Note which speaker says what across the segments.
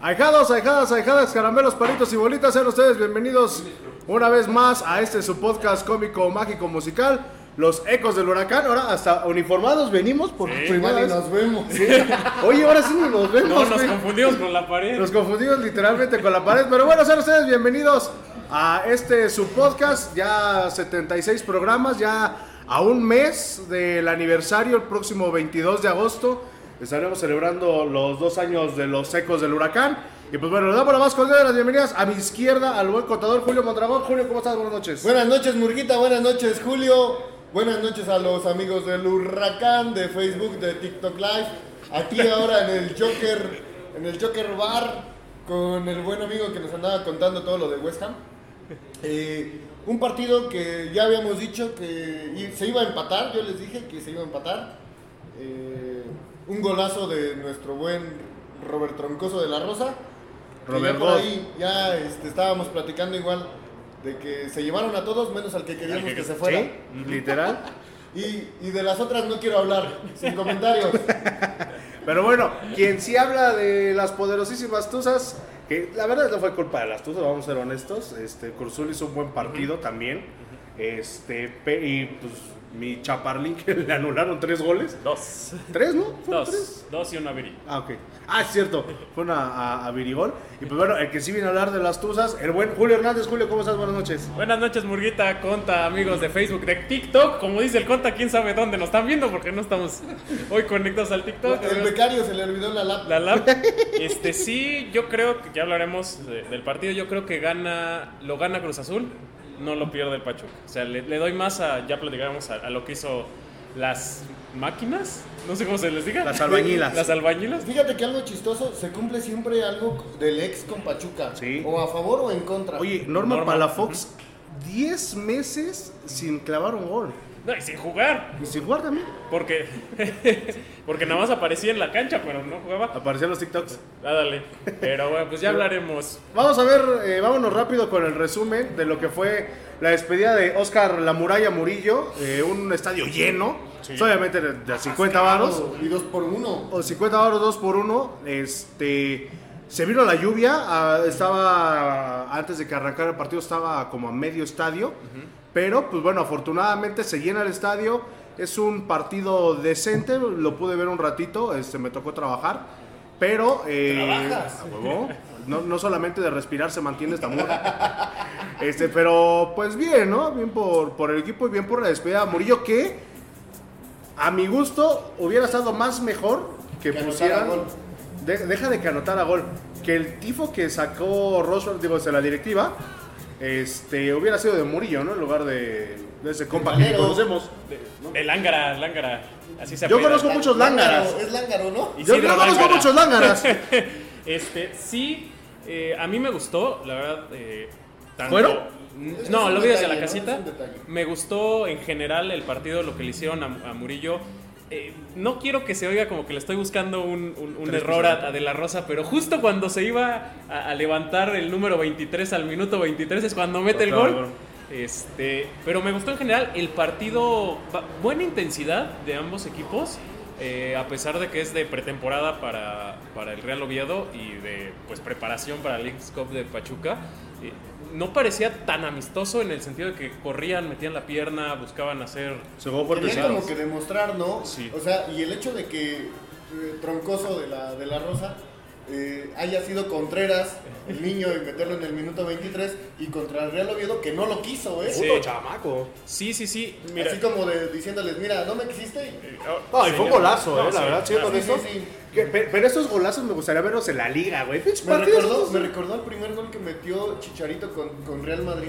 Speaker 1: Ahijados, ahijadas, ahijadas, caramelos, palitos y bolitas, sean ustedes bienvenidos una vez más a este su podcast cómico, mágico, musical, Los Ecos del Huracán. Ahora hasta uniformados venimos por primera
Speaker 2: Igual y
Speaker 1: vez.
Speaker 2: nos vemos.
Speaker 1: Oye, ahora sí ni nos vemos.
Speaker 3: No, nos
Speaker 1: güey.
Speaker 3: confundimos con la pared.
Speaker 1: Nos confundimos literalmente con la pared, pero bueno, sean ustedes bienvenidos a este su podcast, ya 76 programas, ya a un mes del aniversario, el próximo 22 de agosto, estaremos celebrando los dos años de los ecos del huracán. Y pues bueno, le damos la más cordial de las bienvenidas a mi izquierda al buen contador Julio Mondragón. Julio, ¿cómo estás? Buenas noches.
Speaker 2: Buenas noches, Murguita. Buenas noches, Julio. Buenas noches a los amigos del Huracán, de Facebook, de TikTok Live. Aquí ahora en el Joker, en el Joker Bar, con el buen amigo que nos andaba contando todo lo de West Ham. Eh, un partido que ya habíamos dicho que i- se iba a empatar, yo les dije que se iba a empatar. Eh, un golazo de nuestro buen Robert Troncoso de la Rosa. Que ya
Speaker 1: Robert
Speaker 2: por
Speaker 1: Goff.
Speaker 2: ahí ya este, estábamos platicando igual de que se llevaron a todos menos al que queríamos que, se fuera.
Speaker 1: Sí, literal.
Speaker 2: Y, y de las otras no quiero hablar, sin comentarios.
Speaker 1: Pero bueno, quien sí habla de las poderosísimas Tuzas, que la verdad no fue culpa de las Tuzas, vamos a ser honestos. Este, Cruzul hizo un buen partido también. Este, pe- y pues mi Chaparlín que le anularon tres goles.
Speaker 3: Dos.
Speaker 1: ¿Tres, no? ¿Fueron tres?
Speaker 3: Dos. Dos y una viri.
Speaker 1: Ah, ok. Ah, es cierto. Fue una, a, a Virigol. Y pues bueno, el que sí viene a hablar de las Tuzas, el buen Julio Hernández. Julio, ¿cómo estás? Buenas noches.
Speaker 3: Buenas noches, Murguita, Conta, amigos de Facebook, de TikTok. Como dice el Conta, quién sabe dónde nos están viendo porque no estamos hoy conectados al TikTok.
Speaker 2: El becario se le olvidó la lap.
Speaker 3: La lab. Este sí, yo creo que ya hablaremos de- del partido. Yo creo que gana, lo gana Cruz Azul, no lo pierde el Pachuca. O sea, le, le doy más a, ya platicábamos a, a lo que hizo las máquinas. No sé cómo se les diga.
Speaker 1: Las albañilas.
Speaker 3: Las albañilas.
Speaker 2: Fíjate que algo chistoso, se cumple siempre algo del ex con Pachuca.
Speaker 1: Sí.
Speaker 2: O a favor o en contra.
Speaker 1: Oye, Norma,
Speaker 3: Norma.
Speaker 1: Palafox, 10 meses sin clavar un gol.
Speaker 3: No, y sin jugar.
Speaker 1: Y sin jugar también.
Speaker 3: Porque, porque nada más aparecía en la cancha, pero no jugaba.
Speaker 1: Aparecieron los TikToks.
Speaker 3: Ah, dale. Pero bueno, pues ya hablaremos.
Speaker 1: Vamos a ver, eh, vámonos rápido con el resumen de lo que fue la despedida de Oscar La Muralla Murillo, eh, un estadio lleno,
Speaker 3: Sí.
Speaker 1: obviamente de, de 50 varos,
Speaker 2: Y dos por uno.
Speaker 1: o 50 varos 2 por 1 este, se vino la lluvia, ah, estaba, antes de que arrancara el partido estaba como a medio estadio, pero pues bueno, afortunadamente se llena el estadio, es un partido decente, lo pude ver un ratito, este, me tocó trabajar, pero... eh,
Speaker 2: ¿Trabajas?
Speaker 1: a huevo. No, no solamente de respirar se mantiene esta morra. Este, pero pues bien, ¿no? Bien por, por el equipo y bien por la despedida de Murillo, que a mi gusto hubiera estado más mejor que,
Speaker 2: Que anotara
Speaker 1: pusieran.
Speaker 2: gol.
Speaker 1: De- deja de que anotara gol. Que el tifo que sacó Roswell, digo, de la directiva, este, hubiera sido de Murillo, ¿no? En lugar de, de ese compa que
Speaker 2: Valero.
Speaker 1: conocemos.
Speaker 3: El ángara, el ángara. Así se
Speaker 1: Yo
Speaker 3: apellida.
Speaker 1: conozco muchos lángaras.
Speaker 2: Es lángaro, ¿no?
Speaker 3: Y
Speaker 1: Yo,
Speaker 3: Isidro
Speaker 1: yo conozco
Speaker 3: Lángara.
Speaker 1: muchos lángaras.
Speaker 3: Este, sí, eh, a mí me gustó, la verdad. eh, tanto- Mm,
Speaker 1: ¿Fueron?
Speaker 2: Es- es
Speaker 3: No,
Speaker 2: un
Speaker 3: lo vi desde
Speaker 2: detalle,
Speaker 3: la
Speaker 2: ¿no?
Speaker 3: casita.
Speaker 2: Es un detalle.
Speaker 3: Me gustó en general el partido, lo que le hicieron a, a Murillo. Eh, no quiero que se oiga como que le estoy buscando un, un- un
Speaker 1: Tres
Speaker 3: error a, a De La Rosa, pero justo cuando se iba a, a levantar el número 23 al minuto 23 es cuando mete el
Speaker 1: Total,
Speaker 3: gol. Este, pero me gustó en general el partido, ba- buena intensidad de ambos equipos, eh, a pesar de que es de pretemporada para, para el Real Oviedo y de pues, preparación para el Leagues Cup de Pachuca. eh, no parecía tan amistoso en el sentido de que corrían, metían la pierna, buscaban hacer...
Speaker 1: Se jugó por
Speaker 2: Tenían como que demostrar, ¿no?
Speaker 3: Sí.
Speaker 2: O sea, y el hecho de que eh, Troncoso de la, de la Rosa eh, haya sido Contreras, el niño, y meterlo en el minuto 23, y contra el Real Oviedo, que no lo quiso, ¿eh?
Speaker 3: Sí.
Speaker 1: chamaco.
Speaker 3: Sí, sí, sí. Mira,
Speaker 2: Así como de, diciéndoles, mira, no me quisiste.
Speaker 3: eh,
Speaker 1: No, y fue
Speaker 3: señor.
Speaker 1: un golazo,
Speaker 3: No,
Speaker 1: eh, la
Speaker 3: sí,
Speaker 1: verdad, siendo
Speaker 3: claro.
Speaker 2: sí,
Speaker 1: honesto.
Speaker 2: sí, sí.
Speaker 1: Que- pe- Pero esos golazos me gustaría verlos en la liga, güey. Pinches
Speaker 2: Me
Speaker 1: partidos
Speaker 2: recordó, me
Speaker 1: estos
Speaker 2: recordó el primer gol que metió Chicharito con, con Real Madrid.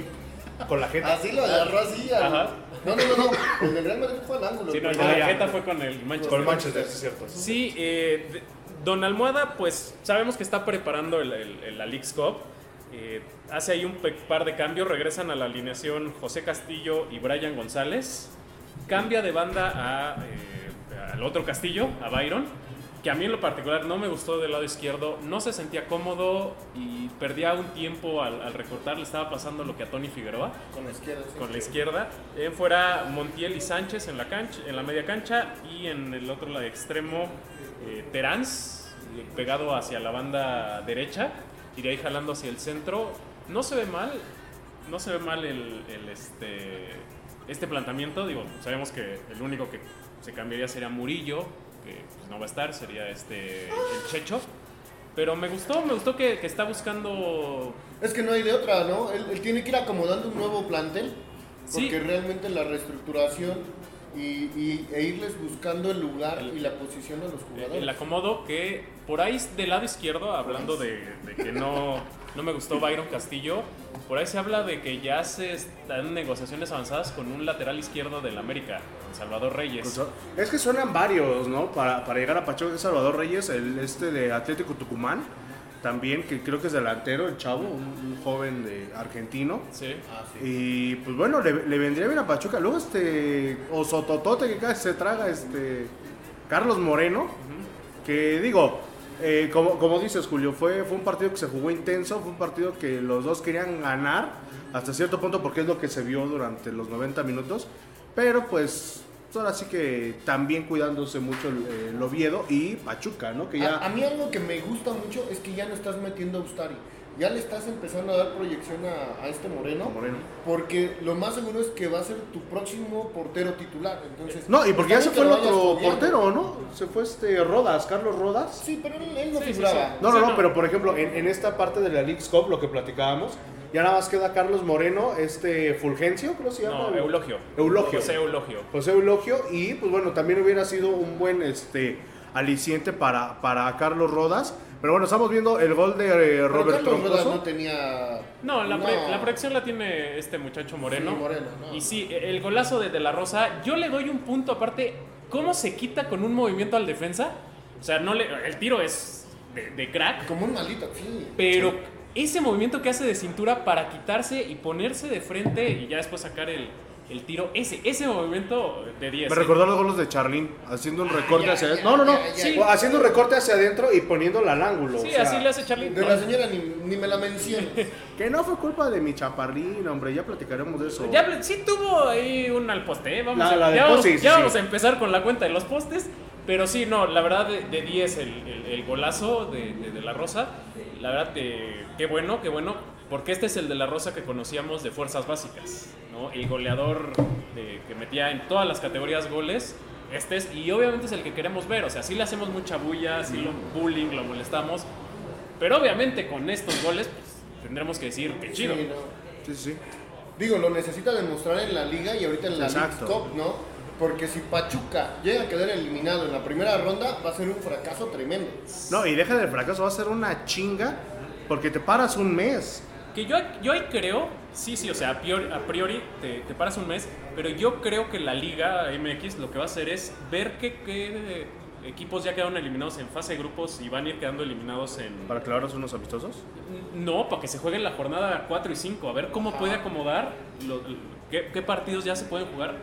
Speaker 1: Con la gente.
Speaker 2: Así lo agarró así. al-
Speaker 3: Ah. Ajá.
Speaker 2: No, no, no, no. El del Real Madrid fue al ángulo.
Speaker 3: Sí, no,
Speaker 2: güey.
Speaker 3: ya
Speaker 1: Ah, ya.
Speaker 3: la jeta fue con el Manchester.
Speaker 1: Con el Manchester, sí, es cierto.
Speaker 3: Sí, eh, de- Don Almohada, pues sabemos que está preparando el, el- el- la Leagues Cup. Eh, hace ahí un pe- par de cambios. Regresan a la alineación José Castillo y Brian González. Cambia de banda a, eh, al otro Castillo, a Byron. Que a mí en lo particular no me gustó del lado izquierdo. No se sentía cómodo y perdía un tiempo al, al recortar. Le estaba pasando lo que a Tony Figueroa
Speaker 2: Con la izquierda. sí.
Speaker 3: con la izquierda. Eh, fuera Montiel y Sánchez en la cancha, en la media cancha y en el otro lado extremo eh, Terán pegado hacia la banda derecha y de ahí jalando hacia el centro. No se ve mal, no se ve mal el, el, este, este planteamiento. Digo, sabemos que el único que se cambiaría sería Murillo, que pues, no va a estar, sería este, el Checho. Pero me gustó, me gustó que, que está buscando
Speaker 2: Es que no hay de otra, ¿no? Él, él tiene que ir acomodando un nuevo plantel,
Speaker 3: Sí.
Speaker 2: porque realmente la reestructuración y, y- e irles buscando el lugar y la posición a los jugadores.
Speaker 3: el acomodo que por ahí del lado izquierdo, hablando de, de que no, no me gustó Byron Castillo, por ahí se habla de que ya se están negociaciones avanzadas con un lateral izquierdo del América, con Salvador Reyes.
Speaker 1: Es que suenan varios, ¿no? Para, para llegar a Pachuca, que es Salvador Reyes, el este de Atlético Tucumán, también, que creo que es delantero, el chavo, un, un joven de argentino.
Speaker 3: Sí.
Speaker 2: Ah, sí.
Speaker 1: Y pues bueno, le, le vendría bien a Pachuca. Luego este osototote que casi se traga, este Carlos Moreno, que digo, eh, como, como dices Julio, fue, fue un partido que se jugó intenso, fue un partido que los dos querían ganar hasta cierto punto porque es lo que se vio durante los 90 minutos, pero pues ahora sí que también cuidándose mucho el, el Oviedo y Pachuca, ¿no? Que ya...
Speaker 2: A, a mí algo que me gusta mucho es que ya no estás metiendo a Ustari. Ya le estás empezando a dar proyección a, a este Moreno,
Speaker 1: Moreno.
Speaker 2: Porque lo más seguro es que va a ser tu próximo portero titular. Entonces,
Speaker 1: No, y porque ya se fue
Speaker 2: está
Speaker 1: el
Speaker 2: bien que lo
Speaker 1: otro
Speaker 2: vayas fogueando.
Speaker 1: portero, ¿no? Se fue este Rodas, Carlos Rodas.
Speaker 2: Sí, pero él, él no
Speaker 3: Sí, sí,
Speaker 2: figuraba.
Speaker 3: sí.
Speaker 1: No, no,
Speaker 3: Sí,
Speaker 1: no,
Speaker 3: no.
Speaker 1: pero por ejemplo, en, en esta parte de la League's Cup, lo que platicábamos, ya nada más queda Carlos Moreno, este Fulgencio, creo que se llama.
Speaker 3: No, Eulogio.
Speaker 1: Eulogio.
Speaker 3: José Eulogio.
Speaker 1: José Eulogio, y pues bueno, también hubiera sido un buen este aliciente para, para Carlos Rodas. Pero bueno, estamos viendo el gol de eh,
Speaker 2: Pero
Speaker 1: Robert
Speaker 2: Carlos Rodas
Speaker 1: Troncoso.
Speaker 2: no tenía.
Speaker 3: No, la, pre-
Speaker 2: no.
Speaker 3: la proyección la tiene este muchacho Moreno.
Speaker 2: Sí, Moreno, no.
Speaker 3: Y sí, el golazo de De La Rosa, yo le doy un punto aparte, ¿cómo se quita con un movimiento al defensa? O sea, no le, el tiro es de, de crack,
Speaker 2: Como un maldito, sí.
Speaker 3: pero ese movimiento que hace de cintura para quitarse y ponerse de frente y ya después sacar el, el tiro, ese, ese movimiento de 10.
Speaker 1: Me
Speaker 3: ¿eh?
Speaker 1: recordó los goles de Charlín, haciendo un recorte
Speaker 2: ya,
Speaker 1: hacia
Speaker 2: ya,
Speaker 1: adentro. No, no, no.
Speaker 2: ya, ya,
Speaker 1: sí,
Speaker 2: ya.
Speaker 1: Haciendo un recorte hacia adentro y poniéndola al ángulo.
Speaker 3: Sí,
Speaker 1: o sea,
Speaker 3: así le hace Charlie.
Speaker 2: De la señora ni, ni me la menciona.
Speaker 1: Que no fue culpa de mi chaparrín, hombre, ya platicaremos de eso.
Speaker 3: Ya habl- sí tuvo ahí un al poste, ¿eh? vamos,
Speaker 1: La-
Speaker 3: a,
Speaker 1: la de
Speaker 3: ya, vamos,
Speaker 1: poste, sí,
Speaker 3: ya
Speaker 1: sí.
Speaker 3: vamos a empezar con la cuenta de los postes, pero sí, no, la verdad de de 10 el, el- el golazo de, de- de la Rosa, la verdad eh, qué bueno, qué bueno, porque este es el de la Rosa que conocíamos de Fuerzas Básicas, ¿no? El goleador de- que metía en todas las categorías goles, este es, y obviamente es el que queremos ver, o sea, sí le hacemos mucha bulla, sí lo bullying, lo molestamos, pero obviamente con estos goles pues, tendremos que decir, qué chido.
Speaker 2: Sí, no.
Speaker 1: Sí, sí. sí.
Speaker 2: Digo, lo necesita demostrar en la liga y ahorita en la
Speaker 1: Exacto.
Speaker 2: League's Cup, ¿no? Porque si Pachuca llega a quedar eliminado en la primera ronda, va a ser un fracaso tremendo.
Speaker 1: No, y deja del fracaso, va a ser una chinga porque te paras un mes.
Speaker 3: Que yo, yo ahí creo, sí, sí, o sea, a priori, a priori te, te paras un mes, pero yo creo que la Liga MX lo que va a hacer es ver qué, qué equipos ya quedaron eliminados en fase de grupos y van a ir quedando eliminados en...
Speaker 1: Para clavaros unos amistosos.
Speaker 3: No, para que se jueguen la jornada 4 y 5, a ver cómo puede acomodar, lo- qué, qué partidos ya se pueden jugar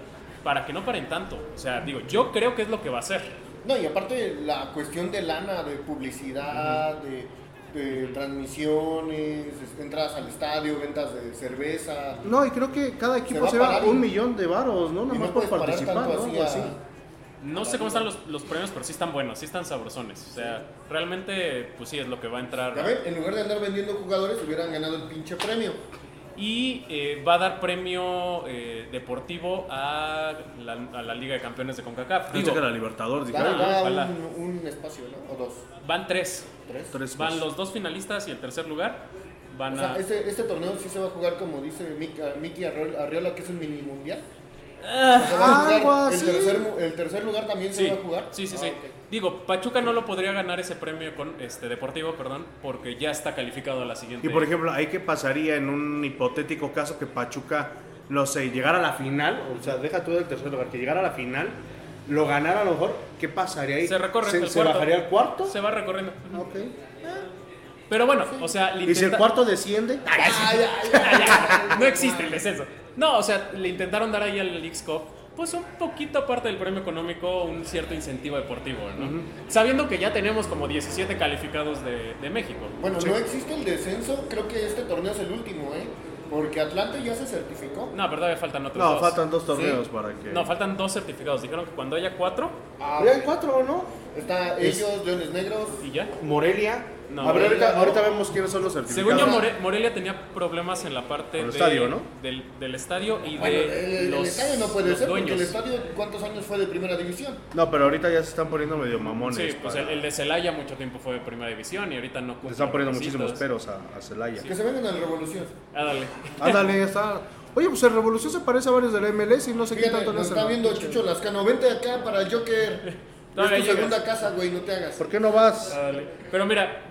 Speaker 3: para que no paren tanto. O sea, digo, yo creo que es lo que va a hacer.
Speaker 2: No, y aparte la cuestión de lana, de publicidad, de, de transmisiones, es- entradas al estadio, ventas de cerveza.
Speaker 1: No, y creo que cada equipo
Speaker 2: va a
Speaker 1: se va
Speaker 2: parar
Speaker 1: un
Speaker 2: y-
Speaker 1: millón de varos, ¿no? Nada
Speaker 2: y
Speaker 1: más
Speaker 2: no
Speaker 1: por
Speaker 2: puedes parar
Speaker 1: participar, ¿no?
Speaker 2: tanto
Speaker 1: Pues
Speaker 2: así
Speaker 1: Algo
Speaker 2: a-
Speaker 1: así.
Speaker 3: No sé cómo están los, los premios, pero sí están buenos, sí están sabrosones. O sea, realmente, pues sí, es lo que va a entrar.
Speaker 2: Ya ven, en lugar de andar vendiendo jugadores, hubieran ganado el pinche premio.
Speaker 3: Y eh, va a dar premio eh, deportivo a la, a la Liga de Campeones de CONCACAF. Digo,
Speaker 1: Pensé que la Libertador, dije,
Speaker 2: Da,
Speaker 1: "Ay,
Speaker 2: da
Speaker 3: ojalá.
Speaker 2: un, un espacio, ¿no? O dos,
Speaker 3: van tres.
Speaker 2: tres.
Speaker 1: tres pues.
Speaker 3: Van
Speaker 1: más".
Speaker 3: los dos finalistas y el tercer lugar van
Speaker 2: O sea,
Speaker 3: a...
Speaker 2: este, este torneo sí se va a jugar como dice Mick- a- Mickey Arreola, Arreola, que es un mini mundial. Se va a jugar
Speaker 1: Ah, algo
Speaker 2: el,
Speaker 1: así.
Speaker 2: tercer, mu- el tercer lugar también
Speaker 3: Ah, Sí,
Speaker 2: se va a jugar.
Speaker 3: sí, sí.
Speaker 2: Ah,
Speaker 3: sí.
Speaker 2: ok.
Speaker 3: Digo, Pachuca no lo podría ganar ese premio con este deportivo, perdón, porque ya está calificado a la siguiente.
Speaker 1: Y por ejemplo, ahí qué pasaría en un hipotético caso que Pachuca, no sé, llegara a la final, o sea, deja tú del tercer lugar, que llegara a la final, lo ganara a lo mejor, ¿qué pasaría ahí?
Speaker 3: se recorre hasta
Speaker 1: ¿Se,
Speaker 3: el
Speaker 1: se
Speaker 3: cuarto.
Speaker 1: bajaría al cuarto?
Speaker 3: Se va recorriendo.
Speaker 2: Ah.
Speaker 1: Ok.
Speaker 3: Pero bueno, o sea, le
Speaker 1: ¿Y si el
Speaker 3: intenta-
Speaker 1: cuarto desciende?
Speaker 2: Ay, ay, ay.
Speaker 3: no existe el descenso. No, o sea, le intentaron dar ahí al Leagues Cup, pues un poquito aparte del premio económico, un cierto incentivo deportivo, ¿no? Sabiendo que ya tenemos como 17 calificados de, de México.
Speaker 2: Bueno, no existe el descenso, creo que este torneo es el último, ¿eh? Porque Atlanta ya se certificó.
Speaker 3: No, pero todavía faltan otros
Speaker 1: No,
Speaker 3: dos.
Speaker 1: faltan dos torneos
Speaker 2: Sí.
Speaker 1: para que.
Speaker 3: No, faltan dos certificados. Dijeron que cuando haya cuatro
Speaker 2: Ah,
Speaker 1: Pero ya hay cuatro, ¿no?
Speaker 2: Está
Speaker 1: Es-
Speaker 2: ellos, Leones Negros.
Speaker 3: y ya.
Speaker 1: Morelia.
Speaker 3: No,
Speaker 1: A ver,
Speaker 3: Morelia
Speaker 1: ahorita,
Speaker 2: no.
Speaker 1: ahorita vemos quiénes son los certificados.
Speaker 3: Según yo, More- Morelia tenía problemas en la parte
Speaker 1: Con el
Speaker 3: de-
Speaker 1: estadio, ¿no?
Speaker 3: del, del estadio y
Speaker 2: Bueno, el,
Speaker 3: de
Speaker 2: el
Speaker 3: los,
Speaker 2: estadio no puede
Speaker 3: los
Speaker 2: ser
Speaker 3: dueños.
Speaker 2: porque el estadio, ¿cuántos años fue de primera división?
Speaker 1: No, pero ahorita ya se están poniendo medio mamones.
Speaker 3: Sí, pues
Speaker 1: para-
Speaker 3: el, el de Celaya mucho tiempo fue de primera división y ahorita no
Speaker 1: Le
Speaker 3: cumple
Speaker 1: están poniendo
Speaker 3: requisitos.
Speaker 1: muchísimos peros a, a Celaya.
Speaker 2: Que se vengan a la revolución.
Speaker 3: Ah, dale.
Speaker 1: Ándale, ya está. Oye, pues el Revolución se parece a varios del MLS y no sé qué
Speaker 2: Fíjate,
Speaker 1: tanto le
Speaker 2: nos
Speaker 1: hacen.
Speaker 2: está viendo Chucho Lascano. Vente acá para el Joker.
Speaker 3: No, ya
Speaker 2: es tu
Speaker 3: llegas.
Speaker 2: segunda casa, güey, no te hagas.
Speaker 1: ¿Por qué no vas?
Speaker 3: Ah, dale. Pero mira,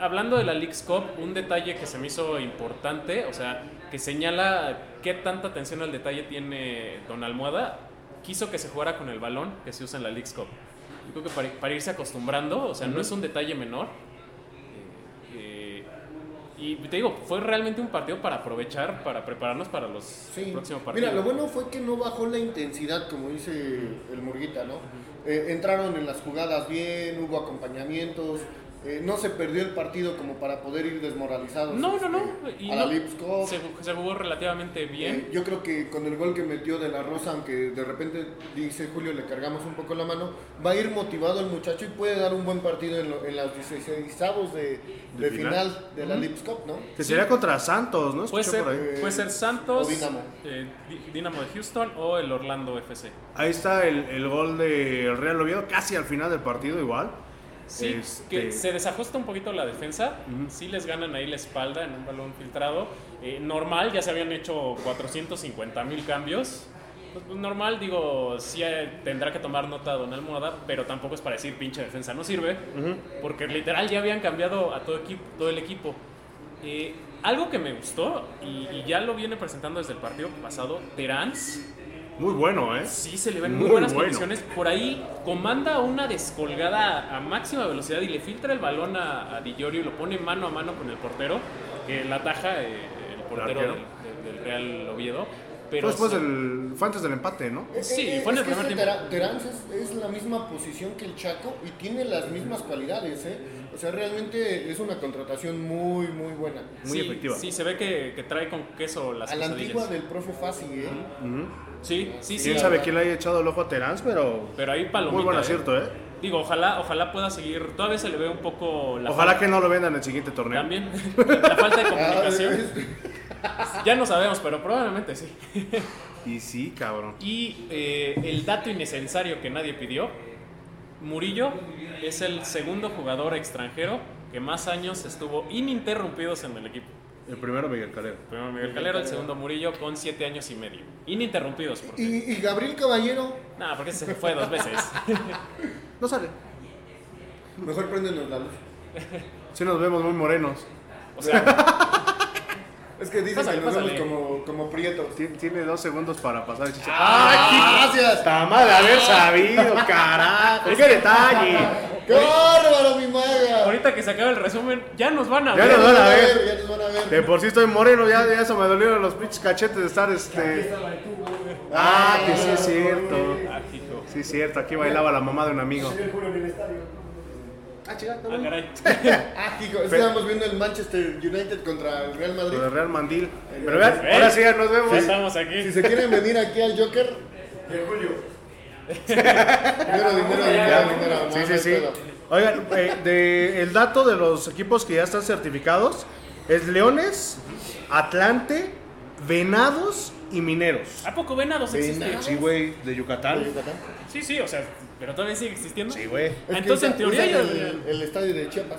Speaker 3: hablando de la Leagues Cup, un detalle que se me hizo importante, o sea, que señala qué tanta atención al detalle tiene Don Almohada, quiso que se jugara con el balón que se usa en la Leagues Cup. Yo creo que para, para irse acostumbrando, o sea, no es un detalle menor. Eh, eh, y te digo, fue realmente un partido para aprovechar, para prepararnos para los
Speaker 2: Sí.
Speaker 3: próximos partidos.
Speaker 2: Mira, lo bueno fue que no bajó la intensidad, como dice el Murguita, ¿no? Eh, entraron en las jugadas bien, hubo acompañamientos, eh, no se perdió el partido como para poder ir desmoralizados.
Speaker 3: No, no, no.
Speaker 2: este,
Speaker 3: y
Speaker 2: a la
Speaker 3: no,
Speaker 2: Leagues Cup.
Speaker 3: se, se jugó relativamente bien.
Speaker 2: Eh, yo creo que con el gol que metió de la Rosa, aunque de repente dice Julio le cargamos un poco la mano, va a ir motivado el muchacho y puede dar un buen partido en, lo- en las 16 de,
Speaker 1: ¿De
Speaker 2: de
Speaker 1: final?
Speaker 2: final? de la Lips Cup, ¿no?
Speaker 1: Que sería contra Santos, ¿no?
Speaker 3: Puede
Speaker 1: Escuché
Speaker 3: ser,
Speaker 1: por ahí. eh,
Speaker 3: puede ser Santos,
Speaker 2: o Dinamo.
Speaker 3: eh, Di- Dinamo de Houston o el Orlando FC.
Speaker 1: Ahí está el, el gol del Real Oviedo, casi al final del partido igual.
Speaker 3: Sí,
Speaker 1: Este-
Speaker 3: que se desajusta un poquito la defensa, sí les ganan ahí la espalda en un balón filtrado. Eh, normal, ya se habían hecho 450 mil cambios. Pues, pues, normal, digo, sí eh, tendrá que tomar nota Don Almohada, pero tampoco es para decir pinche defensa no sirve, porque literal ya habían cambiado a todo, equipo, todo el equipo. Eh, algo que me gustó, y, y ya lo viene presentando desde el partido pasado, Terán.
Speaker 1: Muy bueno, ¿eh?
Speaker 3: Sí, se le ven muy,
Speaker 1: Muy
Speaker 3: buenas
Speaker 1: bueno.
Speaker 3: condiciones. Por ahí comanda una descolgada a máxima velocidad y le filtra el balón a, a Di Giorgio y lo pone mano a mano con el portero, que la ataja eh, el portero
Speaker 1: arquero?
Speaker 3: del, del- del Real Oviedo.
Speaker 1: Pero
Speaker 3: Pero
Speaker 1: después
Speaker 3: se-
Speaker 1: del, fue antes del empate, ¿no?
Speaker 3: Sí,
Speaker 2: Eh, eh,
Speaker 3: fue en
Speaker 2: es
Speaker 3: el
Speaker 2: que
Speaker 3: primer
Speaker 2: este
Speaker 3: tiempo.
Speaker 2: Tera- Terán es, es la misma posición que el Chaco y tiene las mismas cualidades, ¿eh? O sea, realmente es una contratación muy, muy buena.
Speaker 1: Muy
Speaker 3: sí,
Speaker 1: efectiva.
Speaker 3: Sí, se ve que, que trae con queso las
Speaker 2: a la antigua
Speaker 3: quesadillas.
Speaker 2: del profe Fassi, ¿eh?
Speaker 3: Sí, sí, sí.
Speaker 1: Quién sabe quién le haya echado el ojo a Terán, pero.
Speaker 3: Pero ahí palomita.
Speaker 1: Muy buen
Speaker 3: eh.
Speaker 1: acierto, ¿eh?
Speaker 3: Digo, ojalá, ojalá pueda seguir. Todavía se le ve un poco la
Speaker 1: Ojalá que no lo vendan el siguiente torneo.
Speaker 3: También la falta de
Speaker 2: Ah,
Speaker 3: comunicación.
Speaker 2: es-
Speaker 3: Ya no sabemos, pero probablemente sí.
Speaker 1: Y sí, cabrón.
Speaker 3: Y eh, el dato innecesario que nadie pidió, Murillo es el segundo jugador extranjero que más años estuvo ininterrumpidos en el equipo.
Speaker 1: El primero, Miguel Calero.
Speaker 3: Primero Miguel Calero, el segundo Murillo con siete años y medio. Ininterrumpidos, porque...
Speaker 2: y, y Gabriel Caballero,
Speaker 3: Nah, porque se fue dos veces.
Speaker 1: No sale.
Speaker 2: mejor préndenos la luz.
Speaker 1: Sí, nos vemos muy morenos.
Speaker 3: O sea,
Speaker 2: Es que dicen
Speaker 3: Pásale,
Speaker 2: que nos vemos
Speaker 3: pásale.
Speaker 2: como, como prietos.
Speaker 1: Ti- Tiene dos segundos para pasar el chicha.
Speaker 2: ¡Ah, gracias!
Speaker 1: Está mal de haber sabido, carajo. ¡Qué detalle!
Speaker 2: ¡Qué bárbaro, mi maga!
Speaker 3: ahorita que se acaba el resumen, ya nos van a
Speaker 1: Ya
Speaker 3: ver.
Speaker 1: nos van a ver.
Speaker 2: Ya nos van a ver.
Speaker 1: De por sí estoy moreno, ya, ya se me dolieron los pinches cachetes de estar este. Ah, que sí es cierto.
Speaker 3: Ah, hijo.
Speaker 1: Sí es cierto, aquí bailaba la mamá de un amigo.
Speaker 3: Ah, caray.
Speaker 2: Ah, hijo, estábamos viendo el Manchester United contra el Real Madrid.
Speaker 1: Lo de Real Mandil. Pero vean, ahora sí ya nos
Speaker 3: Ya
Speaker 1: vemos.
Speaker 3: estamos aquí.
Speaker 2: Si se quieren venir aquí al Joker,
Speaker 4: De Julio.
Speaker 2: dinero, dinero,
Speaker 1: Ya.
Speaker 2: dinero, dinero.
Speaker 1: Sí,
Speaker 2: no,
Speaker 1: sí,
Speaker 2: no
Speaker 1: sí.
Speaker 2: hay pedo.
Speaker 1: Oigan, eh, de- el dato de los equipos que ya están certificados es Leones, Atlante, Venados y Mineros.
Speaker 3: ¿A poco venados existe?
Speaker 2: Venados.
Speaker 1: Sí, güey, de Yucatán.
Speaker 3: Sí, sí, o sea, pero todavía sigue existiendo.
Speaker 1: Sí, güey.
Speaker 2: Es que
Speaker 3: Entonces, en
Speaker 2: usa-
Speaker 3: teoría,
Speaker 2: usa
Speaker 3: ya
Speaker 2: el, el estadio de Chiapas.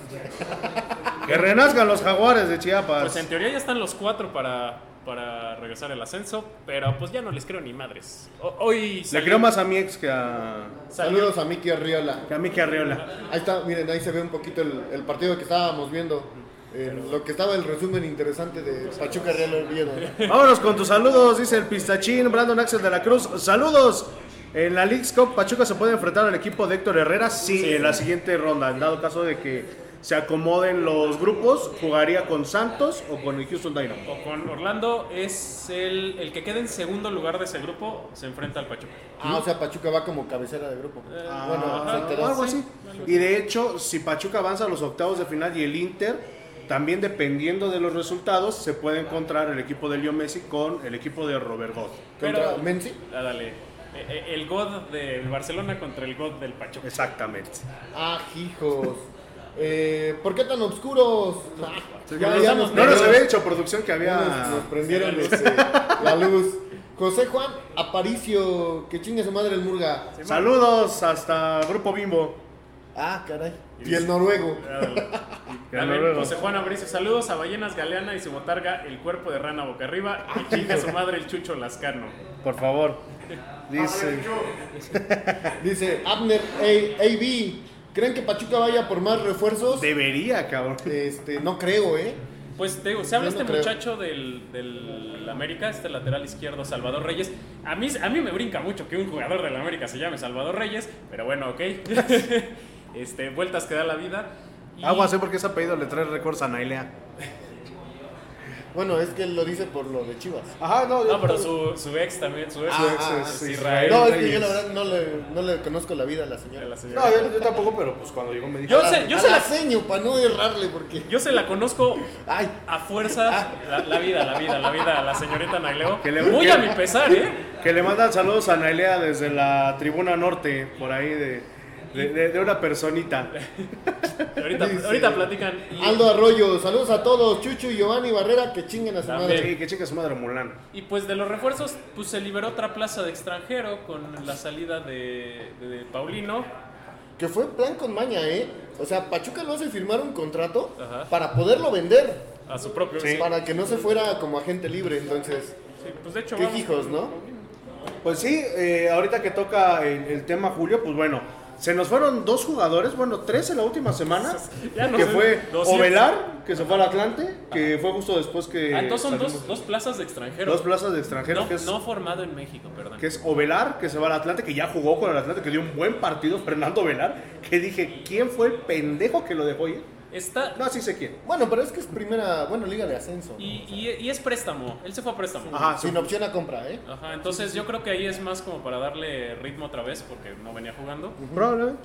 Speaker 1: Que renazcan los jaguares de
Speaker 3: Pues
Speaker 1: Chiapas.
Speaker 3: en teoría ya están los cuatro para, para regresar el ascenso, pero pues ya no les creo ni madres. O- hoy
Speaker 1: Le
Speaker 3: salió-
Speaker 1: creo más a mi ex que a,
Speaker 3: salió-
Speaker 2: Saludos a Miki Arriola.
Speaker 1: que a Miki Arriola.
Speaker 2: Ahí está, miren, ahí se ve un poquito el, el partido que estábamos viendo. Eh, lo que estaba el resumen interesante de Pachuca Real Oviedo.
Speaker 1: Vámonos con tus saludos, dice el pistachín Brandon Axel de la Cruz. Saludos. En la Leagues Cup, Pachuca se puede enfrentar al equipo de Héctor Herrera. Sí, en la siguiente ronda. En dado caso de que se acomoden los grupos, jugaría con Santos o con el Houston Dynamo.
Speaker 3: o con Orlando es el, el que queda en segundo lugar de ese grupo, se enfrenta al Pachuca.
Speaker 2: Ah, o sea, Pachuca va como cabecera de grupo.
Speaker 1: Ah,
Speaker 2: bueno,
Speaker 1: algo
Speaker 2: fronterizo.
Speaker 1: así. Y de hecho, si Pachuca avanza a los octavos de final y el Inter También dependiendo de los resultados, se puede encontrar el equipo de Leo Messi con el equipo de Robert Goff.
Speaker 2: Contra
Speaker 3: Pero-
Speaker 2: Menzi.
Speaker 3: Ah, dale. Eh, eh, El God del Barcelona contra el God del Pachuca.
Speaker 1: Exactamente.
Speaker 2: Ah, hijos. Eh, ¿Por qué tan oscuros? Ah,
Speaker 1: no,
Speaker 2: nos
Speaker 1: no nos
Speaker 2: perdieron.
Speaker 1: había hecho producción que
Speaker 2: Ya nos-
Speaker 1: había...
Speaker 2: nos prendieron
Speaker 3: la luz.
Speaker 2: este, la luz. José Juan Aparicio, que chingue su madre el murga.
Speaker 1: Saludos hasta Grupo Bimbo.
Speaker 2: Ah, caray. Y el noruego.
Speaker 3: Ah, dale. Dale, José Juan Abricio, saludos a Ballenas Galeana y su botarga, el cuerpo de rana boca arriba, y chinga su madre el Chucho Lascano.
Speaker 1: Por favor. Dice...
Speaker 2: Dice Abner A- AB. ¿Creen que Pachuca vaya por más refuerzos?
Speaker 1: Debería, cabrón.
Speaker 2: Este, no creo, ¿eh?
Speaker 3: Pues te digo, se habla
Speaker 2: Yo no
Speaker 3: este
Speaker 2: creo.
Speaker 3: muchacho del, del América, este lateral izquierdo, Salvador Reyes. A mí, a mí me brinca mucho que un jugador del América se llame Salvador Reyes, pero bueno, ok. este, vueltas que da la vida. Y-
Speaker 1: Agua, sé por qué ese apellido le trae récords a Nailea.
Speaker 2: Bueno, es que él lo dice por lo de Chivas.
Speaker 1: Ajá,
Speaker 3: No, pero su, su ex también, su ex,
Speaker 2: Ah, ah, ah,
Speaker 3: es
Speaker 1: sí.
Speaker 3: Israel.
Speaker 2: No, es que yo
Speaker 1: Reyes.
Speaker 2: la verdad no le, no le conozco la vida a la señora.
Speaker 3: La señora.
Speaker 1: No, yo, yo tampoco, pero pues cuando llegó me dijo.
Speaker 3: Yo sé, yo
Speaker 2: A
Speaker 3: sé
Speaker 2: la
Speaker 3: la-
Speaker 2: seño, para no Ah. errarle, porque.
Speaker 3: Yo se la conozco
Speaker 2: Ay,
Speaker 3: a fuerza, la, la vida, la vida, la vida, la señorita Naileo.
Speaker 1: Que le-
Speaker 3: Muy
Speaker 1: que-
Speaker 3: a mi pesar, ¿eh?
Speaker 1: Que le mandan saludos a Nailea desde la tribuna norte, por ahí de, de, de- de una personita.
Speaker 3: Ahorita,
Speaker 2: Dice-
Speaker 3: ahorita platican. Y,
Speaker 2: Aldo Arroyo, saludos a todos. Chucho y Giovanni Barrera, que chinguen a su
Speaker 3: También.
Speaker 2: madre.
Speaker 1: Sí, que chica su madre Mulana.
Speaker 3: y pues de los refuerzos, pues se liberó otra plaza de extranjero con la salida de, de- de Paulino.
Speaker 2: Que fue plan con maña, ¿eh? O sea, Pachuca lo hace firmar un contrato
Speaker 3: Ajá.
Speaker 2: para poderlo vender.
Speaker 3: A su propio.
Speaker 1: Sí.
Speaker 2: Para que no se fuera como agente libre, entonces.
Speaker 3: Sí, pues de hecho,
Speaker 2: Qué
Speaker 3: vamos-
Speaker 2: hijos, ¿no?
Speaker 1: Pues sí, eh, ahorita que toca el, el tema Julio, pues bueno, se nos fueron dos jugadores, bueno, tres en la última semana,
Speaker 3: Ya no
Speaker 1: que
Speaker 3: sé,
Speaker 1: fue
Speaker 3: 200.
Speaker 1: Ovelar, que se fue al Atlante, que fue justo después que...
Speaker 3: Ah, entonces son
Speaker 1: salimos-
Speaker 3: dos, dos plazas de extranjero.
Speaker 1: dos plazas de extranjeros,
Speaker 3: no,
Speaker 1: que es
Speaker 3: no formado en México, perdón.
Speaker 1: que es Ovelar, que se va al Atlante, que ya jugó con el Atlante, que dio un buen partido Fernando Velar, que dije, ¿quién fue el pendejo que lo dejó ir?
Speaker 3: Está.
Speaker 1: No, sí sé quién.
Speaker 2: Bueno, pero es que es primera, bueno, liga de ascenso. ¿no?
Speaker 3: Y, y- y es préstamo. Él se fue a préstamo.
Speaker 1: Ajá, Ah, sí.
Speaker 2: Sin opción a compra, ¿eh?
Speaker 3: Ajá, entonces yo creo que ahí es más como para darle ritmo otra vez porque no venía jugando.
Speaker 1: Probablemente.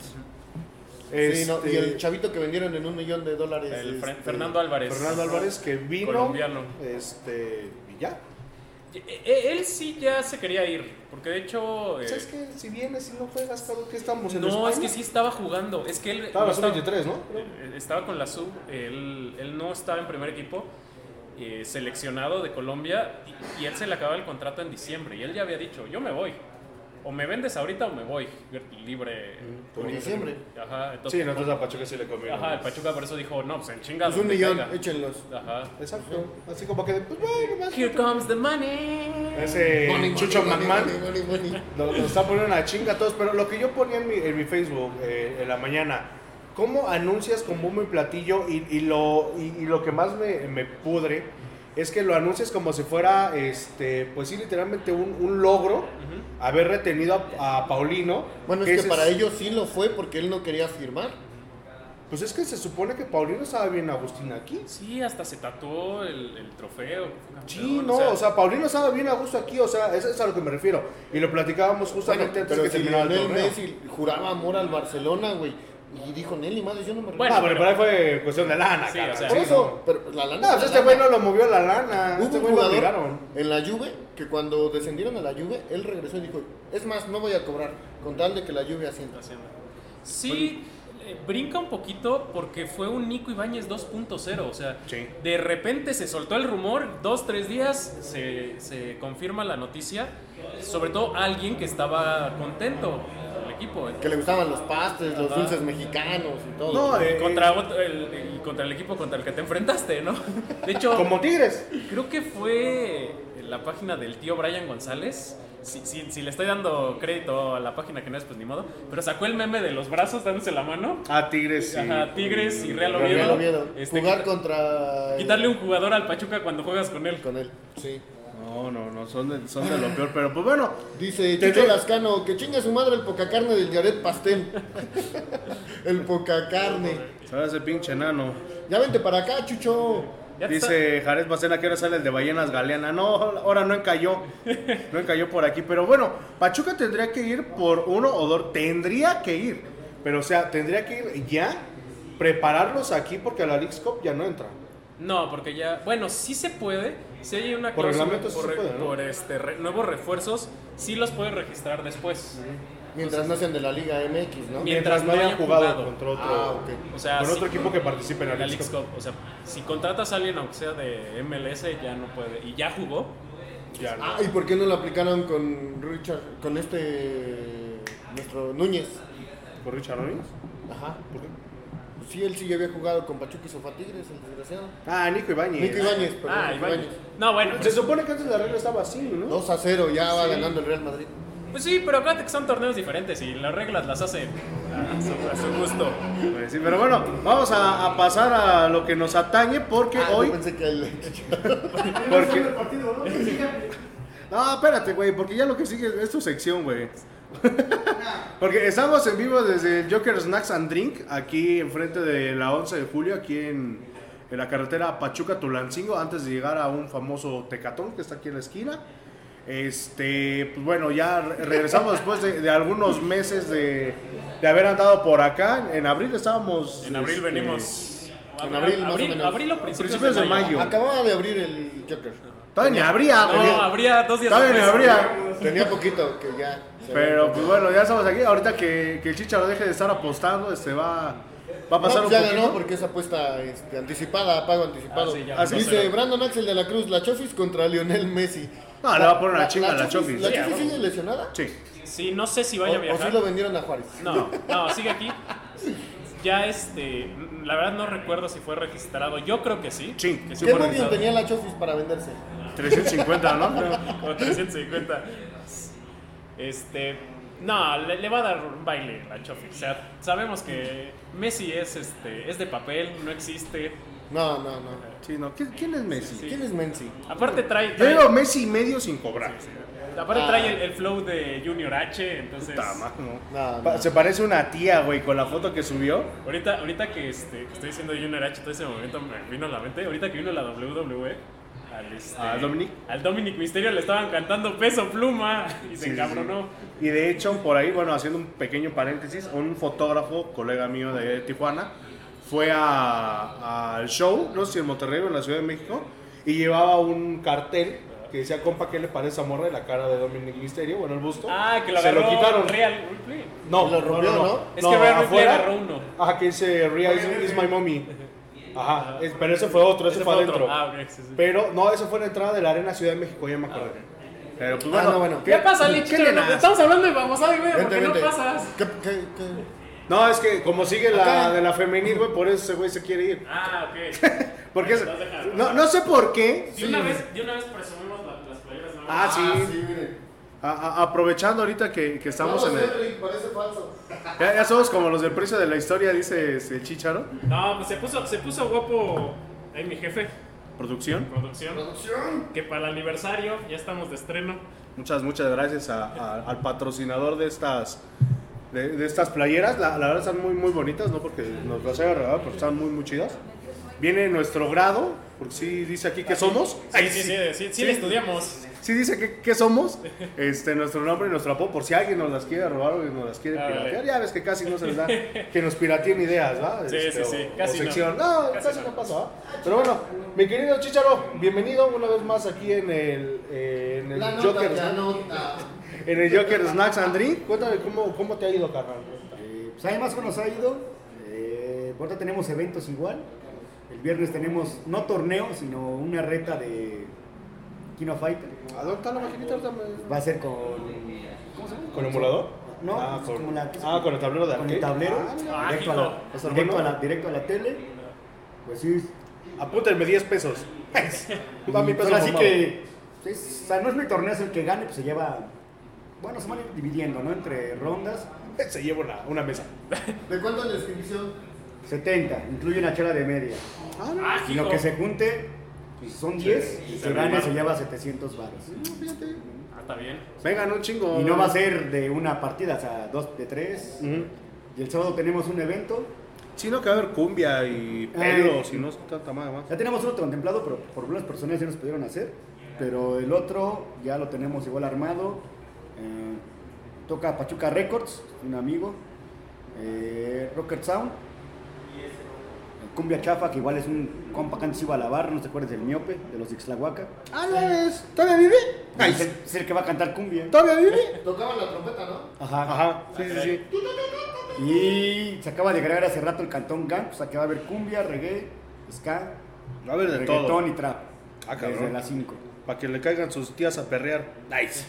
Speaker 2: Sí, no,
Speaker 1: Este,
Speaker 2: y el chavito que vendieron en un millón de dólares.
Speaker 3: El Fer-
Speaker 2: este,
Speaker 3: Fernando Álvarez.
Speaker 1: Fernando Álvarez que vino.
Speaker 3: Colombiano.
Speaker 1: Este. Y ya.
Speaker 3: E- e- Él sí ya se quería ir, porque de hecho... eh,
Speaker 1: ¿Sabes qué? Si vienes, si no juegas, cabrón, ¿qué estamos en
Speaker 3: no,
Speaker 1: España?
Speaker 3: es que sí estaba jugando. Es que él...
Speaker 1: Estaba
Speaker 3: no
Speaker 1: la sub-23, ¿no?
Speaker 3: eh, estaba con la sub, él, él no estaba en primer equipo, eh, seleccionado de Colombia, y, y él se le acababa el contrato en diciembre, y él ya había dicho, yo me voy. O me vendes ahorita o me voy, libre.
Speaker 2: Por diciembre.
Speaker 3: Ajá,
Speaker 1: Sí,
Speaker 3: entonces...
Speaker 1: no, entonces a Pachuca sí le conviene.
Speaker 3: Ajá, el Pachuca por eso dijo, no, pues en chingas.
Speaker 2: Pues un
Speaker 3: donde
Speaker 2: millón,
Speaker 3: caiga".
Speaker 2: échenlos.
Speaker 3: Ajá.
Speaker 1: Exacto. Así como que, pues bueno, más.
Speaker 3: Here comes the money.
Speaker 1: Ese
Speaker 2: Money,
Speaker 1: Chucho
Speaker 2: money,
Speaker 1: McMahon
Speaker 2: money, money, money.
Speaker 1: nos, nos está poniendo una chinga a todos, pero lo que yo ponía en mi, en mi Facebook eh, en la mañana, ¿cómo anuncias con bombo y platillo? Y, y lo, y, y lo que más me, me pudre es que lo anuncias como si fuera, este, pues sí, literalmente un, un logro haber retenido a, a Paulino.
Speaker 2: Bueno, es
Speaker 1: ese
Speaker 2: que para ellos sí lo fue porque él no quería firmar.
Speaker 1: Pues es que se supone que Paulino estaba bien Agustín aquí.
Speaker 3: Sí, hasta se tatuó el, el trofeo.
Speaker 1: Sí, no, o sea, Paulino estaba bien a gusto aquí, o sea, eso es a lo que me refiero. Y lo platicábamos justamente
Speaker 2: Bueno,
Speaker 1: antes
Speaker 2: pero
Speaker 1: de que
Speaker 2: si
Speaker 1: terminara el
Speaker 2: Lionel
Speaker 1: torneo. Ah,
Speaker 2: Messi juraba amor al Barcelona, güey. Y dijo, Nelly, madre, yo no me
Speaker 3: Bueno,
Speaker 1: ah, pero,
Speaker 3: pero-
Speaker 1: por ahí fue cuestión de lana,
Speaker 3: Sí,
Speaker 1: cabrón.
Speaker 3: o sea,
Speaker 2: Por
Speaker 1: Sí,
Speaker 2: eso,
Speaker 1: no.
Speaker 2: pero la lana.
Speaker 1: No,
Speaker 2: es
Speaker 1: pues
Speaker 2: la
Speaker 1: este
Speaker 2: lana.
Speaker 1: güey no lo movió la lana.
Speaker 2: Hubo
Speaker 1: Este güey
Speaker 2: un
Speaker 1: lo
Speaker 2: jugador
Speaker 1: obligaron.
Speaker 2: en la Juve que cuando descendieron a la Juve, él regresó y dijo, es más, no voy a cobrar, con tal de que la Juve ascienda.
Speaker 3: Sí, eh, brinca un poquito porque fue un Nico Ibáñez 2.0. O sea,
Speaker 1: Sí.
Speaker 3: de repente se soltó el rumor, dos, tres días se, se confirma la noticia. Sobre todo alguien que estaba contento del equipo.
Speaker 2: Que le gustaban los pastes, los
Speaker 3: Ajá.
Speaker 2: dulces mexicanos y todo.
Speaker 1: No, eh,
Speaker 3: Contra, otro- el, el- contra el equipo contra el que te enfrentaste, ¿no? De hecho,
Speaker 1: Como Tigres.
Speaker 3: Creo que fue la página del tío Brian González. Si, si- si le estoy dando crédito a la página que no es, pues ni modo. Pero sacó el meme de los brazos dándose la mano.
Speaker 1: Ah, Tigres, sí.
Speaker 3: Ajá, Tigres y Real
Speaker 2: Pero ya
Speaker 3: Oviedo.
Speaker 2: lo vieron.
Speaker 3: Este,
Speaker 2: Jugar
Speaker 3: quita-
Speaker 2: contra...
Speaker 3: Quitarle un jugador al Pachuca cuando juegas con él.
Speaker 2: Con él, sí.
Speaker 1: No, no, no, son de, son de lo peor. Pero pues bueno,
Speaker 2: Dice
Speaker 1: Te
Speaker 2: Chucho
Speaker 1: digo-
Speaker 2: Lascano, que chinga su madre el poca carne del Yaret Pastel. el poca carne.
Speaker 1: ¿sabes ese pinche enano?
Speaker 2: Ya vente para acá, Chucho.
Speaker 3: Ya te
Speaker 1: Dice Jared Bacena que ahora sale el de Ballenas Galeana. No, ahora no encalló. No encalló por aquí. Pero bueno, Pachuca tendría que ir por uno o dos. Tendría que ir. Pero o sea, tendría que ir ya. Prepararlos aquí porque a la League's Cup ya no entra.
Speaker 3: No, porque ya, bueno, sí se puede, si hay una
Speaker 2: Por
Speaker 3: cláusula
Speaker 2: reglamento sí
Speaker 3: por,
Speaker 2: se
Speaker 3: re-
Speaker 2: puede, ¿no?
Speaker 3: por, este, re- nuevos refuerzos, sí los puedes registrar después.
Speaker 2: Mientras no sean de la Liga MX, ¿no?
Speaker 3: Bien.
Speaker 4: Mientras no hayan jugado contra otro,
Speaker 2: Ah, ok.
Speaker 3: O sea,
Speaker 4: con
Speaker 3: sí,
Speaker 4: otro equipo que participe en
Speaker 3: la
Speaker 4: la
Speaker 3: Leagues
Speaker 4: League Cup.
Speaker 3: Cup, o sea, si contratas a alguien aunque sea de MLS ya no puede y ya jugó,
Speaker 4: Ya,
Speaker 2: Ah, ¿y por qué no lo aplicaron con Richard, con este, nuestro Núñez?
Speaker 4: ¿Por Richard Owens?
Speaker 2: Ajá.
Speaker 4: ¿Por qué?
Speaker 2: Sí, él sí ya había jugado con Pachuca y Sofá Tigres, el desgraciado.
Speaker 1: Ah, Nico Ibañez.
Speaker 2: Nico Ibáñez, perdón,
Speaker 3: ah,
Speaker 2: Nico
Speaker 3: Ibañez.
Speaker 2: Ibáñez.
Speaker 3: No, bueno, pues,
Speaker 1: Se
Speaker 3: pero-
Speaker 1: supone que antes la regla estaba así, ¿no?
Speaker 2: 2 a 0, ya va ganando el Real Madrid.
Speaker 3: pues sí, pero acuérdate que son torneos diferentes y las reglas las hacen a su, a su gusto.
Speaker 1: Pues sí, pero bueno, vamos a, a pasar a lo que nos atañe porque
Speaker 2: Ah, yo
Speaker 1: hoy...
Speaker 2: pensé que el...
Speaker 1: Porque... No, espérate, güey, porque ya lo que sigue es tu sección, güey. porque estamos en vivo desde el Joker Snacks and Drink, aquí enfrente de la 11 de julio, aquí en, en la carretera Pachuca-Tulancingo, antes de llegar a un famoso Tecatón que está aquí en la esquina. Este, pues bueno, ya re- regresamos después de, de algunos meses de, de haber andado por acá. En abril estábamos...
Speaker 3: En abril
Speaker 1: este,
Speaker 3: venimos.
Speaker 2: en abril, más o
Speaker 3: abril,
Speaker 2: menos.
Speaker 3: abril o principios,
Speaker 1: Principios
Speaker 3: de
Speaker 1: de
Speaker 3: mayo.
Speaker 1: mayo.
Speaker 2: Acababa de abrir el Joker.
Speaker 1: Todavía ni habría, güey.
Speaker 3: No, habría dos días
Speaker 1: Todavía ni
Speaker 3: después.
Speaker 1: habría.
Speaker 2: Tenía poquito que ya... se
Speaker 1: Pero
Speaker 2: había-
Speaker 1: pues bueno, ya estamos aquí. Ahorita que, que el Chicharo deje de estar apostando, este va, va a pasar
Speaker 2: no, pues
Speaker 1: un
Speaker 2: ya
Speaker 1: poquito.
Speaker 2: ganó porque es apuesta este, anticipada, pago anticipado.
Speaker 3: Ah, sí, ya,
Speaker 2: Así
Speaker 3: dos
Speaker 2: dice
Speaker 3: cero.
Speaker 2: Brandon Axel de la Cruz, la Chofis contra Lionel Messi.
Speaker 1: No, le va a poner una chinga a la Chofis.
Speaker 2: ¿La
Speaker 1: Sí,
Speaker 2: Chofis
Speaker 3: vamos.
Speaker 2: sigue lesionada?
Speaker 1: Sí.
Speaker 3: Sí, no sé si
Speaker 2: ¿O,
Speaker 3: vaya a
Speaker 2: o
Speaker 3: viajar.
Speaker 2: sí lo vendieron a Juárez?
Speaker 3: No, no, sigue aquí. Ya este, la verdad no recuerdo si fue registrado. Yo creo que sí.
Speaker 1: Sí.
Speaker 3: que
Speaker 2: ¿Qué
Speaker 3: fue
Speaker 2: móvil
Speaker 3: registrado.
Speaker 2: tenía la Chofis para venderse?
Speaker 1: 350, ¿no?
Speaker 3: O 350. Este, no, le, le va a dar un baile a Chofi. O sea, sabemos que Messi es este, es de papel, no existe.
Speaker 2: No, no, no.
Speaker 1: Sí, no. ¿Qui- ¿Quién es Messi?
Speaker 3: Sí.
Speaker 2: ¿Quién es Messi?
Speaker 3: Aparte trae,
Speaker 1: Yo
Speaker 3: trae-
Speaker 1: digo Messi y medio sin cobrar.
Speaker 3: aparte trae el, el flow de Junior H, entonces
Speaker 1: Puta madre, no.
Speaker 2: No,
Speaker 1: Pa-
Speaker 2: no.
Speaker 1: Se parece una tía, güey, con la foto que subió.
Speaker 3: Ahorita, ahorita que este, que estoy diciendo Junior H, todo ese momento me vino a la mente. Ahorita que vino la WWE, al, este,
Speaker 1: ¿Al Dominic?
Speaker 3: al Dominic Misterio le estaban cantando peso pluma y se
Speaker 1: Sí, sí,
Speaker 3: encabronó.
Speaker 1: sí. Y de hecho, por ahí, bueno, haciendo un pequeño paréntesis, un fotógrafo, colega mío de, allá de Tijuana, fue a- al show, no sé si en Monterrey o en la Ciudad de México, y llevaba un cartel que decía, compa, ¿qué le parece a Morra la cara de Dominic Misterio? Bueno, el busto.
Speaker 3: Ah, que lo
Speaker 1: Se
Speaker 3: agarró
Speaker 1: lo quitaron.
Speaker 3: Real Ripley.
Speaker 1: No,
Speaker 2: Lo rompió, ¿no?
Speaker 3: Es que Rhea Ripley
Speaker 1: afuera.
Speaker 3: agarró uno.
Speaker 1: Ajá, que dice, Rhea is, is my mommy. Ajá, es- pero ese fue otro, ese, fue adentro.
Speaker 3: otro. Ah, ok, sí, sí.
Speaker 1: Pero, no, ese fue la entrada de la Arena Ciudad de México, ya me acuerdo. Pero pues
Speaker 2: Ah,
Speaker 1: bueno,
Speaker 2: no, bueno.
Speaker 1: ¿qué-
Speaker 3: ¿Qué pasa,
Speaker 1: qué
Speaker 3: Lich?
Speaker 1: le das?
Speaker 3: Estamos hablando de babosada y medio, ¿por
Speaker 2: Vente,
Speaker 3: qué no
Speaker 2: vente.
Speaker 3: pasas?
Speaker 2: ¿Qué, qué, qué?
Speaker 1: No, es que como sigue la
Speaker 2: Acá.
Speaker 1: de la femenil, güey, por eso ese güey se quiere ir.
Speaker 3: Ah, ok.
Speaker 1: Porque es-
Speaker 3: Estás dejando.
Speaker 1: no, no sé por qué.
Speaker 3: De una vez, de una vez presumimos la- las playeras. ¿no?
Speaker 1: Ah, sí.
Speaker 2: miren.
Speaker 1: A- a- aprovechando ahorita que, que estamos en el.
Speaker 2: parece falso.
Speaker 1: Ya, ya somos como los del precio de la historia, dice este, el Chicharo.
Speaker 3: No, pues se puso, se puso guapo ahí mi jefe,
Speaker 1: Producción.
Speaker 3: producción,
Speaker 2: Producción.
Speaker 3: que para el aniversario ya estamos de estreno.
Speaker 1: Muchas, muchas gracias a- a- al patrocinador de estas. De, de estas playeras, la, la verdad están muy muy bonitas, no porque nos las haya regalado, pero están muy muy chidas. Viene nuestro grado, porque sí dice aquí que somos.
Speaker 3: Sí, sí, sí, sí, sí, le estudiamos.
Speaker 1: Sí dice que, que somos, este, nuestro nombre y nuestro apodo, por si alguien nos las quiere robar o nos las quiere
Speaker 3: Ah, vale.
Speaker 1: piratear, ya ves que casi no se les da que nos pirateen ideas, ¿va? Este,
Speaker 3: Sí, sí, sí,
Speaker 1: o-
Speaker 3: casi
Speaker 1: o
Speaker 3: no.
Speaker 1: sección. No,
Speaker 3: Casi
Speaker 1: casi,
Speaker 3: no.
Speaker 1: no pasa, ¿va? Pero bueno, mi querido Chicharo, bienvenido una vez más aquí en el, eh, en el
Speaker 2: La nota,
Speaker 1: Joker,
Speaker 2: la nota.
Speaker 1: en el Joker Snacks and Drink. Cuéntame cómo, cómo te ha ido, carnal.
Speaker 5: Eh, pues ahí más o menos ha ido. Eh, ahorita tenemos eventos igual. El viernes tenemos no torneo, sino una reta de Kino Fighter.
Speaker 1: ¿A dónde está la maquinita? Ahorita me-
Speaker 5: Va a ser con. ¿Cómo se llama?
Speaker 1: ¿Con el emulador?
Speaker 5: No,
Speaker 1: ah,
Speaker 5: pues
Speaker 1: con,
Speaker 5: como la-
Speaker 1: ah, con el tablero de
Speaker 5: Con
Speaker 1: arcade.
Speaker 5: el tablero.
Speaker 1: Ah, mira.
Speaker 3: Ah,
Speaker 5: directo, a
Speaker 3: hijo.
Speaker 5: la,
Speaker 1: Está
Speaker 5: directo
Speaker 1: bueno.
Speaker 5: a la, directo a la tele. Pues sí.
Speaker 1: Apúntenme 10 pesos. Va mi peso
Speaker 5: Pero
Speaker 1: formado.
Speaker 5: así pues, que. es- o sea, no es mi torneo, es el que gane, pues se lleva. Bueno, se van a ir dividiendo, ¿no? Entre rondas.
Speaker 1: Se lleva una, una mesa.
Speaker 2: ¿De cuánto la inscripción?
Speaker 5: 70, incluye una chela de media.
Speaker 3: Ah,
Speaker 5: Y
Speaker 3: hijo.
Speaker 5: lo que se junte, pues son 10, y
Speaker 3: se
Speaker 5: se gana
Speaker 3: reparte.
Speaker 5: se lleva 700 baros.
Speaker 3: Ah, está bien.
Speaker 1: Vengan un chingo.
Speaker 5: Y no va a ser de una partida, o sea, dos de tres.
Speaker 1: Ujú.
Speaker 5: Y el sábado tenemos un evento.
Speaker 1: Sino que va a haber cumbia
Speaker 5: Eh.
Speaker 1: y pedo, si no tanta madre más.
Speaker 5: Ya tenemos uno contemplado, pero por algunas personas ya nos pudieron hacer. Pero el otro ya lo tenemos igual armado. Eh, toca Pachuca Records, un amigo. Eh, Rocket Sound. Cumbia Chafa, que igual es un compa que antes iba a la barra, no te acuerdas del miope, de los de Ixtlahuaca.
Speaker 1: Ah, no es. ¿Todavía vive? Ay,
Speaker 5: Es el, es el que va a cantar cumbia.
Speaker 1: ¿Todavía vive?
Speaker 2: Tocaban la trompeta, ¿no?
Speaker 5: Ajá.
Speaker 1: Ajá, sí, sí, sí.
Speaker 5: Y se acaba de agregar hace rato el Cantón Gang, o sea que va a haber cumbia, reggae, ska,
Speaker 1: Va a haber de
Speaker 5: reggaetón
Speaker 1: todo.
Speaker 5: y trap.
Speaker 1: Ah, cabrón.
Speaker 5: desde las 5.
Speaker 1: Para que le caigan sus tías a perrear. Nice.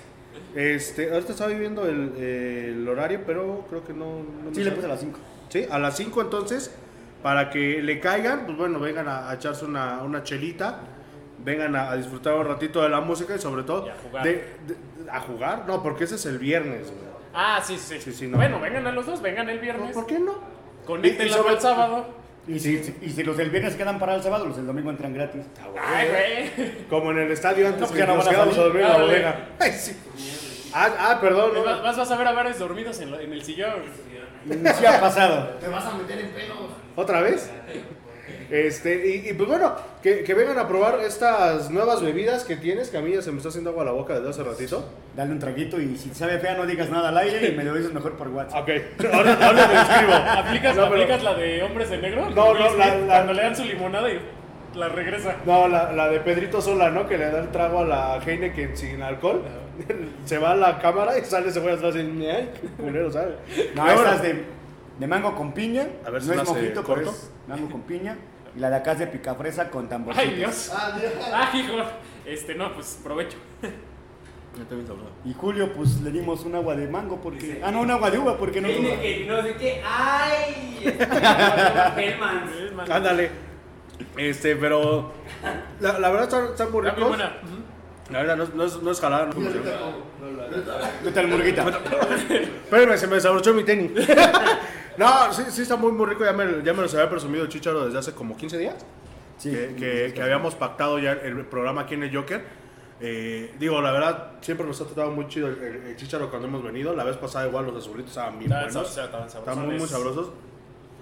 Speaker 1: Este, ahorita estaba viendo el, eh, el horario, pero creo que no. no me
Speaker 5: Sí, le
Speaker 1: sale.
Speaker 5: puse a las 5.
Speaker 1: Sí, a las 5 entonces, para que le caigan, pues bueno, vengan a, a echarse una, una chelita, vengan a, a disfrutar un ratito de la música y sobre todo
Speaker 3: Y a jugar.
Speaker 1: de- de- a jugar. No, porque ese es el viernes, güey.
Speaker 3: Ah, sí, sí.
Speaker 1: Sí, sí, no.
Speaker 3: Bueno, vengan a los dos, vengan el viernes.
Speaker 1: ¿Por qué no?
Speaker 3: Conéctenla
Speaker 1: Y- y sobre-
Speaker 3: para el sábado.
Speaker 5: Y si, y si los del viernes se quedan para el sábado, los del domingo entran gratis.
Speaker 1: Ah,
Speaker 3: Ay, güey.
Speaker 1: Como en el estadio antes
Speaker 5: No,
Speaker 1: que
Speaker 5: ya no
Speaker 1: nos
Speaker 5: van a
Speaker 1: quedamos a
Speaker 5: salir.
Speaker 1: dormir en la
Speaker 3: Ándale.
Speaker 1: bodega. Ay, sí. Ah, ah, perdón. no.
Speaker 3: Vas, vas a ver a varios dormidos en, la- en el sillón.
Speaker 5: Sí ha pasado.
Speaker 2: Te vas a meter en pelos.
Speaker 1: ¿Otra vez? Este, y, y, pues bueno, que, que vengan a probar estas nuevas bebidas que tienes, que a mí ya se me está haciendo agua la boca desde hace ratito.
Speaker 5: Dale un traguito y si te sabe fea no digas nada al aire y me lo dices mejor por WhatsApp.
Speaker 4: Ok, ahora, ahora me escribo.
Speaker 3: ¿Aplicas,
Speaker 1: No, pero-
Speaker 3: aplicas la de hombres de negro?
Speaker 1: No, no,
Speaker 3: Will
Speaker 1: la-
Speaker 3: Smith,
Speaker 1: la-
Speaker 3: Cuando le dan su limonada y la regresa.
Speaker 1: No, la, la de Pedrito Sola, ¿no? Que le da el trago a la Heineken sin alcohol. se va a la cámara y sale, se fue atrás y... ¡Ay, qué culero, ¿sabes?
Speaker 5: No,
Speaker 1: Pero
Speaker 5: esta
Speaker 1: bueno,
Speaker 5: es de, de mango con piña.
Speaker 1: Ah, A ver si
Speaker 5: no
Speaker 1: me
Speaker 5: es
Speaker 1: hace
Speaker 5: mojito, pero
Speaker 1: corto.
Speaker 5: es mango con piña. Y la de acá es de picafresa con tamborcito.
Speaker 3: Ay, Dios.
Speaker 2: Ah, ya.
Speaker 3: Ah, hijo. Este, no, pues provecho.
Speaker 5: Y Julio, pues le dimos un agua de mango porque. Ah, no, un agua de uva porque no.
Speaker 6: Tiene que no sé qué. ¡Ay! Hellman.
Speaker 1: Ándale. Este, pero... La, la verdad están, están muy
Speaker 3: Está muy
Speaker 1: ricos.
Speaker 3: buena. Ujú.
Speaker 1: La verdad, no, es- no es, no es jalada. No es como-
Speaker 5: ¿Qué tal, Murguita?
Speaker 1: Espérame, se me desabrochó mi tenis. no, sí, sí está muy, muy rico. Ya me, ya me los había presumido el Chicharo desde hace como 15 días.
Speaker 5: Sí.
Speaker 1: que, que- que habíamos pactado ya el programa aquí en el Joker. Eh, digo, la verdad, siempre nos ha tratado muy chido el, el- el Chicharo cuando hemos venido. La vez pasada igual los azulitos estaban bien
Speaker 3: Estaban
Speaker 1: buenos.
Speaker 3: sab- estaban sabrosones.
Speaker 1: Estaban muy, muy sabrosos.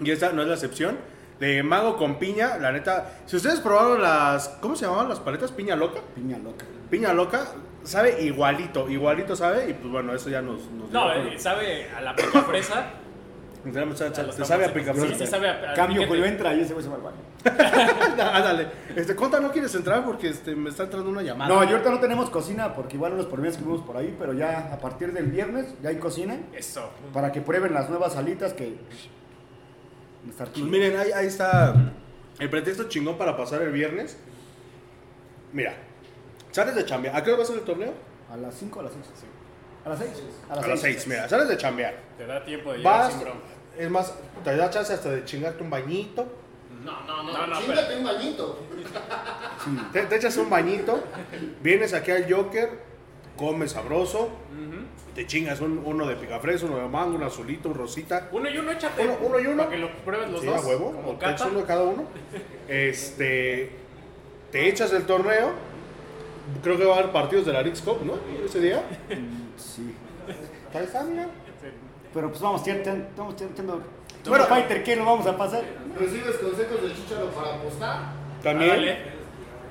Speaker 1: Y esta no es la excepción. De mango con piña, la neta. Si ustedes probaron las... ¿Cómo se llamaban las paletas? ¿Piña loca?
Speaker 5: Piña loca.
Speaker 1: Piña loca sabe igualito, igualito sabe. Y pues bueno, eso ya nos... nos
Speaker 3: No,
Speaker 1: dijo
Speaker 3: eh, sabe a la pica fresa.
Speaker 1: Julio. Literalmente sabe-
Speaker 3: a los
Speaker 1: te sabe a
Speaker 3: tambores.
Speaker 1: picaflor.
Speaker 3: Sí, sí, sabe a, a
Speaker 5: Cambio,
Speaker 3: piquete.
Speaker 5: Julio entra y ese güey se va al baño.
Speaker 1: Ándale. Este, Conta, no quieres entrar porque este, me está entrando una llamada.
Speaker 5: No, y ahorita no tenemos cocina porque igual los problemas que vimos por ahí, pero ya a partir del viernes ya hay cocina
Speaker 3: Eso.
Speaker 5: para que prueben las nuevas salitas que. Estar
Speaker 1: Pues
Speaker 5: chido.
Speaker 1: miren, ahí, ahí está el pretexto chingón para pasar el viernes. Mira, sales de chambear. ¿A qué hora vas a hacer el torneo?
Speaker 5: ¿A las 5 o a las 6? ¿A las 6?
Speaker 1: A las 6, mira, sales de chambear.
Speaker 3: Te da tiempo de llegar
Speaker 1: Vas,
Speaker 3: sin bronca.
Speaker 1: es más, te da chance hasta de chingarte un bañito.
Speaker 3: No, no, no. No, no, pero-
Speaker 2: Chíngate un bañito.
Speaker 1: Te, te echas un bañito, vienes aquí al Joker, comes sabroso, te chingas un- uno de picafresco, uno de mango, un azulito, un rosita.
Speaker 3: Uno y uno, échate.
Speaker 1: Uno- uno y uno.
Speaker 3: Para que lo pruebes los
Speaker 1: Sí,
Speaker 3: dos.
Speaker 1: a huevo,
Speaker 3: como
Speaker 1: o te
Speaker 3: cata.
Speaker 1: echas uno de cada uno. Este, te echas el torneo. Creo que va a haber partidos de la Leagues Cup, ¿no? Ese día.
Speaker 5: Sí.
Speaker 1: Ahí está, mira.
Speaker 5: Pero pues vamos, tier- ten- estamos tier- echando.
Speaker 1: Bueno.
Speaker 5: Bueno, Fighter, ¿qué lo vamos a pasar?
Speaker 2: ¿Recibes consejos del Chicharo para apostar?
Speaker 1: También.
Speaker 3: Ándale.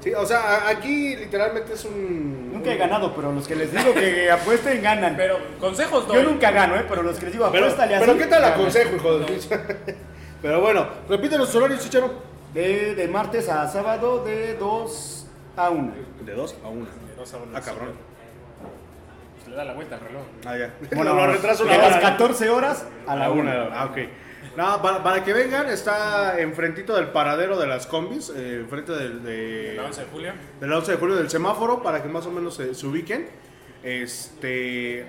Speaker 1: Sí, o sea, a- aquí literalmente es un.
Speaker 5: Nunca
Speaker 1: un-
Speaker 5: he ganado, pero los que les digo que apuesten ganan.
Speaker 3: Pero consejos doy.
Speaker 5: Yo nunca gano, ¿eh? Pero los que les digo
Speaker 1: Pero,
Speaker 5: apuéstale así.
Speaker 1: pero ¿qué tal
Speaker 5: ganan.
Speaker 1: aconsejo, hijo de Pero bueno, repite los horarios, Chicharo.
Speaker 5: De, de martes a sábado de 2 a 1.
Speaker 1: De 2 a 1.
Speaker 3: Dos a uno,
Speaker 1: Ah, cabrón.
Speaker 3: sí. Le da la vuelta al reloj.
Speaker 1: Ah, ya. Bueno, lo retraso
Speaker 5: de
Speaker 1: una
Speaker 5: las
Speaker 1: hora.
Speaker 5: 14 horas a la 1.
Speaker 1: Ah, ok. No, para, para que vengan, está enfrentito del paradero de las combis, eh, enfrente del, de-
Speaker 3: El 11 de julio.
Speaker 1: del 11 de julio del semáforo, para que más o menos se, se ubiquen. Este.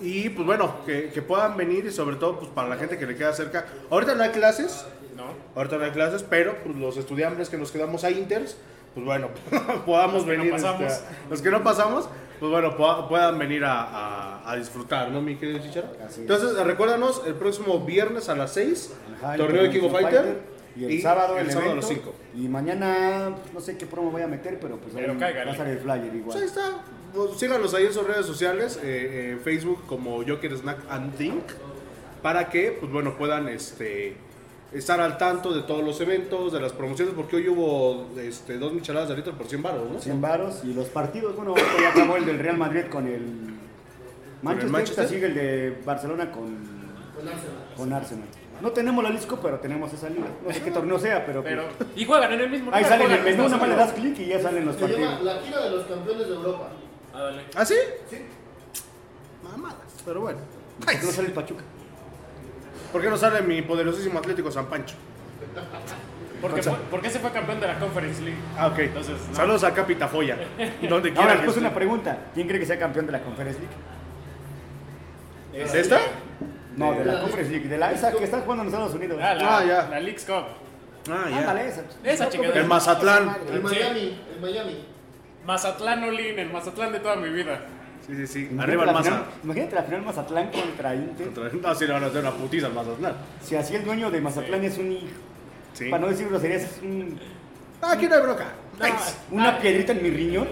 Speaker 1: Y pues bueno, que, que puedan venir y sobre todo pues para la gente que le queda cerca. Ahorita no hay clases,
Speaker 3: No.
Speaker 1: ahorita no hay clases, pero pues, los estudiantes que nos quedamos a Inters, pues bueno, podamos
Speaker 3: Los que no
Speaker 1: venir. este,
Speaker 3: pasamos.
Speaker 1: a- los que no pasamos, pues bueno, pueda- puedan venir a, a- a disfrutar, ¿no, mi querido Chicharo?
Speaker 5: Así es.
Speaker 1: Entonces, recuérdanos, el próximo viernes a las 6,
Speaker 5: Ajá, el
Speaker 1: torneo de King of Fighter.
Speaker 5: Y el sábado
Speaker 1: el,
Speaker 5: el
Speaker 1: sábado a
Speaker 5: evento,
Speaker 1: las 5.
Speaker 5: Y mañana, pues, no sé qué promo voy a meter, pero pues
Speaker 3: Pero
Speaker 5: ahí
Speaker 3: cáigale.
Speaker 5: va a salir el flyer
Speaker 1: Pues ahí
Speaker 5: igual.
Speaker 1: está. Pues, síganos ahí en sus redes sociales, eh, en Facebook como Joker Snack and Think, para que, pues bueno, puedan este, estar al tanto de todos los eventos, de las promociones, porque hoy hubo este, dos micheladas de litro por 100 baros, ¿no?
Speaker 5: 100 varos y los partidos. Bueno, ahorita ya acabó el del Real Madrid con el Manchester.
Speaker 1: Manchester?
Speaker 5: ahorita sigue el de Barcelona con
Speaker 2: Con Arsenal.
Speaker 5: con Arsenal. No tenemos la Lisco, pero tenemos esa liga. No sé qué torneo sea, pero. pues,
Speaker 3: Pero, y juegan en el mismo
Speaker 5: Ahí
Speaker 3: lugar,
Speaker 5: salen
Speaker 3: juegan
Speaker 5: el
Speaker 3: en
Speaker 5: menú,
Speaker 3: el
Speaker 5: nada más le
Speaker 3: mismo
Speaker 5: das clic y ya salen los
Speaker 2: Se llama
Speaker 5: partidos.
Speaker 2: la gira de los campeones de Europa.
Speaker 3: Ah, dale.
Speaker 1: ¿Ah, sí?
Speaker 2: Sí.
Speaker 1: Mamadas, pero bueno.
Speaker 5: ¿Por qué no sale el Pachuca?
Speaker 1: ¿Por qué no sale mi poderosísimo Atlético San Pancho?
Speaker 3: Porque, fue- porque ese fue campeón de la Conference League.
Speaker 1: Ah, ok.
Speaker 3: Entonces, no.
Speaker 1: Saludos a Capitafoya. Donde
Speaker 5: Ahora
Speaker 1: quiera que
Speaker 5: les puse
Speaker 1: esté.
Speaker 5: una pregunta. ¿Quién cree que sea campeón de la Conference League?
Speaker 1: ¿Es esta?
Speaker 5: No, de la
Speaker 2: la
Speaker 5: Conference League, de la esa que está jugando en Estados Unidos.
Speaker 3: Ah, la,
Speaker 1: Ah, ya.
Speaker 3: la Leagues Cup.
Speaker 1: Ah, ya.
Speaker 5: Ándale, esa.
Speaker 3: Esa chingadera.
Speaker 1: El
Speaker 5: Ah,
Speaker 1: Mazatlán.
Speaker 2: El Miami, el Miami.
Speaker 3: Mazatlán Olin, el Mazatlán de toda mi vida.
Speaker 1: Sí, sí, sí.
Speaker 5: Imagínate
Speaker 1: Arriba el
Speaker 5: la final-
Speaker 1: Mazatlán.
Speaker 5: Imagínate la final Mazatlán contra Inter.
Speaker 1: No, sí, le van a hacer una putiza al Mazatlán.
Speaker 5: Si así el dueño de Mazatlán es un hijo.
Speaker 1: Sí.
Speaker 5: Para no decir groserías, es un-
Speaker 1: Ah, Aquí no hay broca. Nice.
Speaker 3: No,
Speaker 5: una
Speaker 3: ah,
Speaker 5: piedrita en mi riñón.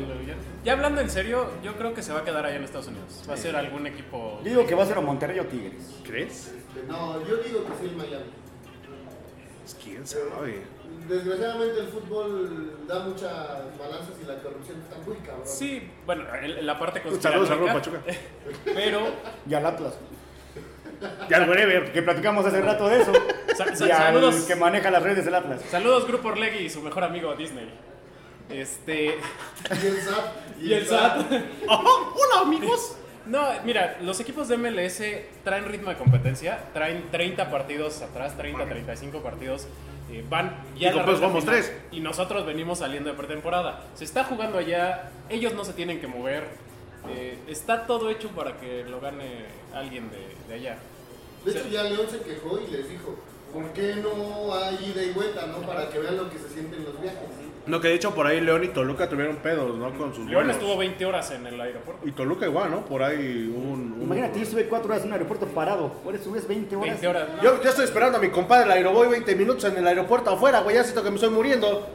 Speaker 3: Ya hablando en serio, yo creo que se va a quedar allá en Estados Unidos. Va a ser algún equipo.
Speaker 5: Yo digo que va a ser o Monterrey o Tigres.
Speaker 1: ¿Crees?
Speaker 5: Este,
Speaker 2: No, yo digo que sí el Miami.
Speaker 1: Pues, ¿Quién sabe?
Speaker 2: Desgraciadamente el fútbol da muchas balanzas y la corrupción está muy cabrón.
Speaker 3: Sí, bueno, en la parte
Speaker 1: Saludos a Rubén
Speaker 3: conspiranoica.
Speaker 1: Pachuca.
Speaker 3: Pero
Speaker 5: Y al Atlas.
Speaker 1: Ya al wherever.
Speaker 5: Que platicamos hace rato de eso.
Speaker 3: Sa- sa-
Speaker 5: y al
Speaker 3: saludos.
Speaker 5: que maneja las redes del Atlas.
Speaker 3: saludos Grupo Orlegui y su mejor amigo Disney. Este
Speaker 2: Y el SAT.
Speaker 3: y el SAT.
Speaker 1: hola, amigos.
Speaker 3: No, mira, los equipos de MLS traen ritmo de competencia, traen 30 partidos atrás, 30, 35 partidos. eh, van ya
Speaker 1: Y
Speaker 3: a la
Speaker 1: nosotros
Speaker 3: recta
Speaker 1: pues, vamos
Speaker 3: final,
Speaker 1: tres.
Speaker 3: Y nosotros venimos saliendo de pretemporada. Se está jugando allá, ellos no se tienen que mover. eh, está todo hecho para que lo gane alguien de, de allá.
Speaker 2: De hecho ya León se quejó y les dijo, ¿por qué no hay ida y vuelta, no? Para que vean lo que se sienten los viajes.
Speaker 1: No, que de hecho por ahí León y Toluca tuvieron pedos, ¿no? Con sus
Speaker 3: León
Speaker 1: vuelos.
Speaker 3: estuvo 20 horas en el aeropuerto.
Speaker 1: Y Toluca igual, ¿no? Por ahí hubo un... un-
Speaker 5: Imagínate, yo estuve 4 horas en un aeropuerto parado. Ahora subes 20 horas.
Speaker 3: 20 horas. ¿no?
Speaker 1: Yo ya estoy esperando a mi compadre el Aeroboy 20 minutos en el aeropuerto afuera, güey. Ya siento que me estoy muriendo.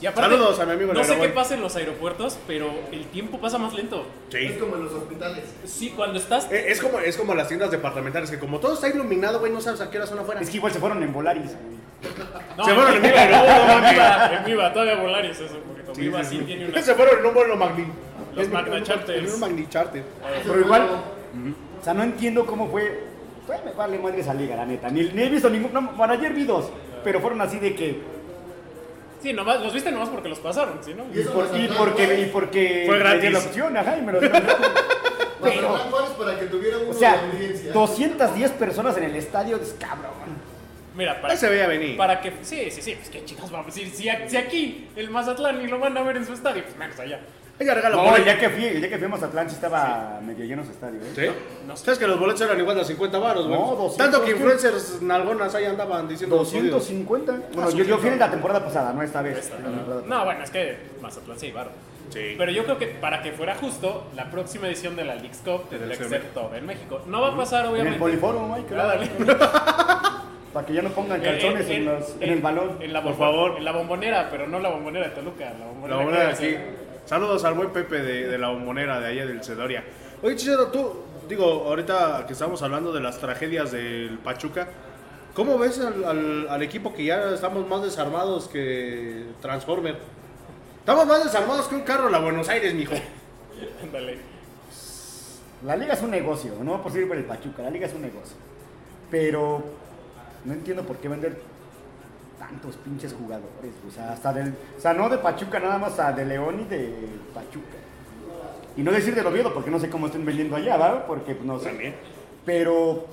Speaker 3: Y aparte,
Speaker 1: Saludos a mi amigo el
Speaker 3: No sé qué
Speaker 1: Aeroboy.
Speaker 3: pasa en los aeropuertos, pero el tiempo pasa más lento.
Speaker 2: Es como en los hospitales.
Speaker 3: Sí, cuando estás
Speaker 1: Eh, Es como, es como las tiendas departamentales, que como todo está iluminado, güey, no sabes a qué hora son afuera.
Speaker 5: Es que igual se fueron en Volaris. güey.
Speaker 3: No,
Speaker 1: Se fueron en Viva,
Speaker 3: no,
Speaker 1: ¿no?
Speaker 3: en Viva, en Viva, todavía Volaris es un poquito.
Speaker 1: Sí,
Speaker 3: Viva
Speaker 1: sí,
Speaker 3: sí,
Speaker 1: sí.
Speaker 3: tiene una.
Speaker 1: Se fueron en un vuelo magni... en
Speaker 3: Los
Speaker 1: un-
Speaker 3: magnicharters.
Speaker 1: En un magnicharter.
Speaker 5: Pero igual, o sea, no entiendo cómo fue. Todavía me vale madre esa liga, la neta. Ni, ni he visto ningún. No, bueno, ayer vi dos, pero fueron así de que.
Speaker 3: Sí, nomás, los viste nomás porque los pasaron, ¿sí, no?
Speaker 2: Y
Speaker 5: Y,
Speaker 2: eso
Speaker 5: por-
Speaker 2: nos
Speaker 5: y
Speaker 2: atrajo.
Speaker 5: porque. Y porque
Speaker 3: Fue
Speaker 5: me
Speaker 3: gratis.
Speaker 5: dio la opción, ajá, y me lo dieron. Pero-
Speaker 2: Mazatlán Juárez para que tuviera uno
Speaker 5: O
Speaker 2: de
Speaker 5: sea,
Speaker 2: audiencia.
Speaker 5: 210 personas en el estadio, es cabrón.
Speaker 3: Mira, para,
Speaker 1: Ahí se veía venir.
Speaker 3: para que. Sí, sí, sí, pues qué chicos vamos a decir. Si, a- si aquí el Mazatlán y lo van a ver en su estadio, pues menos allá.
Speaker 1: Ella regala
Speaker 5: No,
Speaker 1: por ahí.
Speaker 5: ya que fui, ya que fui a Mazatlán, sí estaba medio lleno su estadio, ¿eh?
Speaker 1: ¿Sí?
Speaker 3: No sé.
Speaker 1: ¿Sabes que los boletos eran igual de 50 baros, güey?
Speaker 5: No, 200.
Speaker 1: Tanto que influencers nalgonas ahí andaban diciendo... los jodidos.
Speaker 5: 250. Bueno, yo, yo fui en la temporada pasada, no esta vez. en la temporada
Speaker 3: No, bueno, es que Mazatlán se llevaron.
Speaker 1: Sí.
Speaker 3: Pero yo creo que para que fuera justo, la próxima edición de la Leagues Cup tendría que
Speaker 1: ser
Speaker 3: ser todo en México. No va a pasar,
Speaker 5: pasada. En el
Speaker 3: obviamente.
Speaker 5: poliforum, hay que
Speaker 3: Ah, dale.
Speaker 5: Para que ya no pongan calzones en, los- en el balón.
Speaker 3: Eh, En la,
Speaker 1: Por
Speaker 3: por
Speaker 1: favor.
Speaker 3: favor. En la bombonera, pero no la bombonera de Toluca. La
Speaker 1: La
Speaker 3: bombonera,
Speaker 1: bombonera
Speaker 3: que
Speaker 1: aquí.
Speaker 3: debe ser-
Speaker 1: Saludos al buen Pepe de, de la bombonera de allá del Cedoria. Oye, Chichero, tú, digo, ahorita que estamos hablando de las tragedias del Pachuca, ¿cómo ves al, al- al equipo que ya estamos más desarmados que Transformer? Estamos más desarmados que un carro en la Buenos Aires, mijo.
Speaker 3: Ándale.
Speaker 5: La liga es un negocio, no va por servir para el Pachuca, la liga es un negocio. Pero no entiendo por qué vender tantos pinches jugadores, o sea, hasta del, o sea, no de Pachuca nada más, a de León y de Pachuca. Y no decir de Oviedo porque no sé cómo estén vendiendo allá, ¿va? Porque pues, no sé. Pero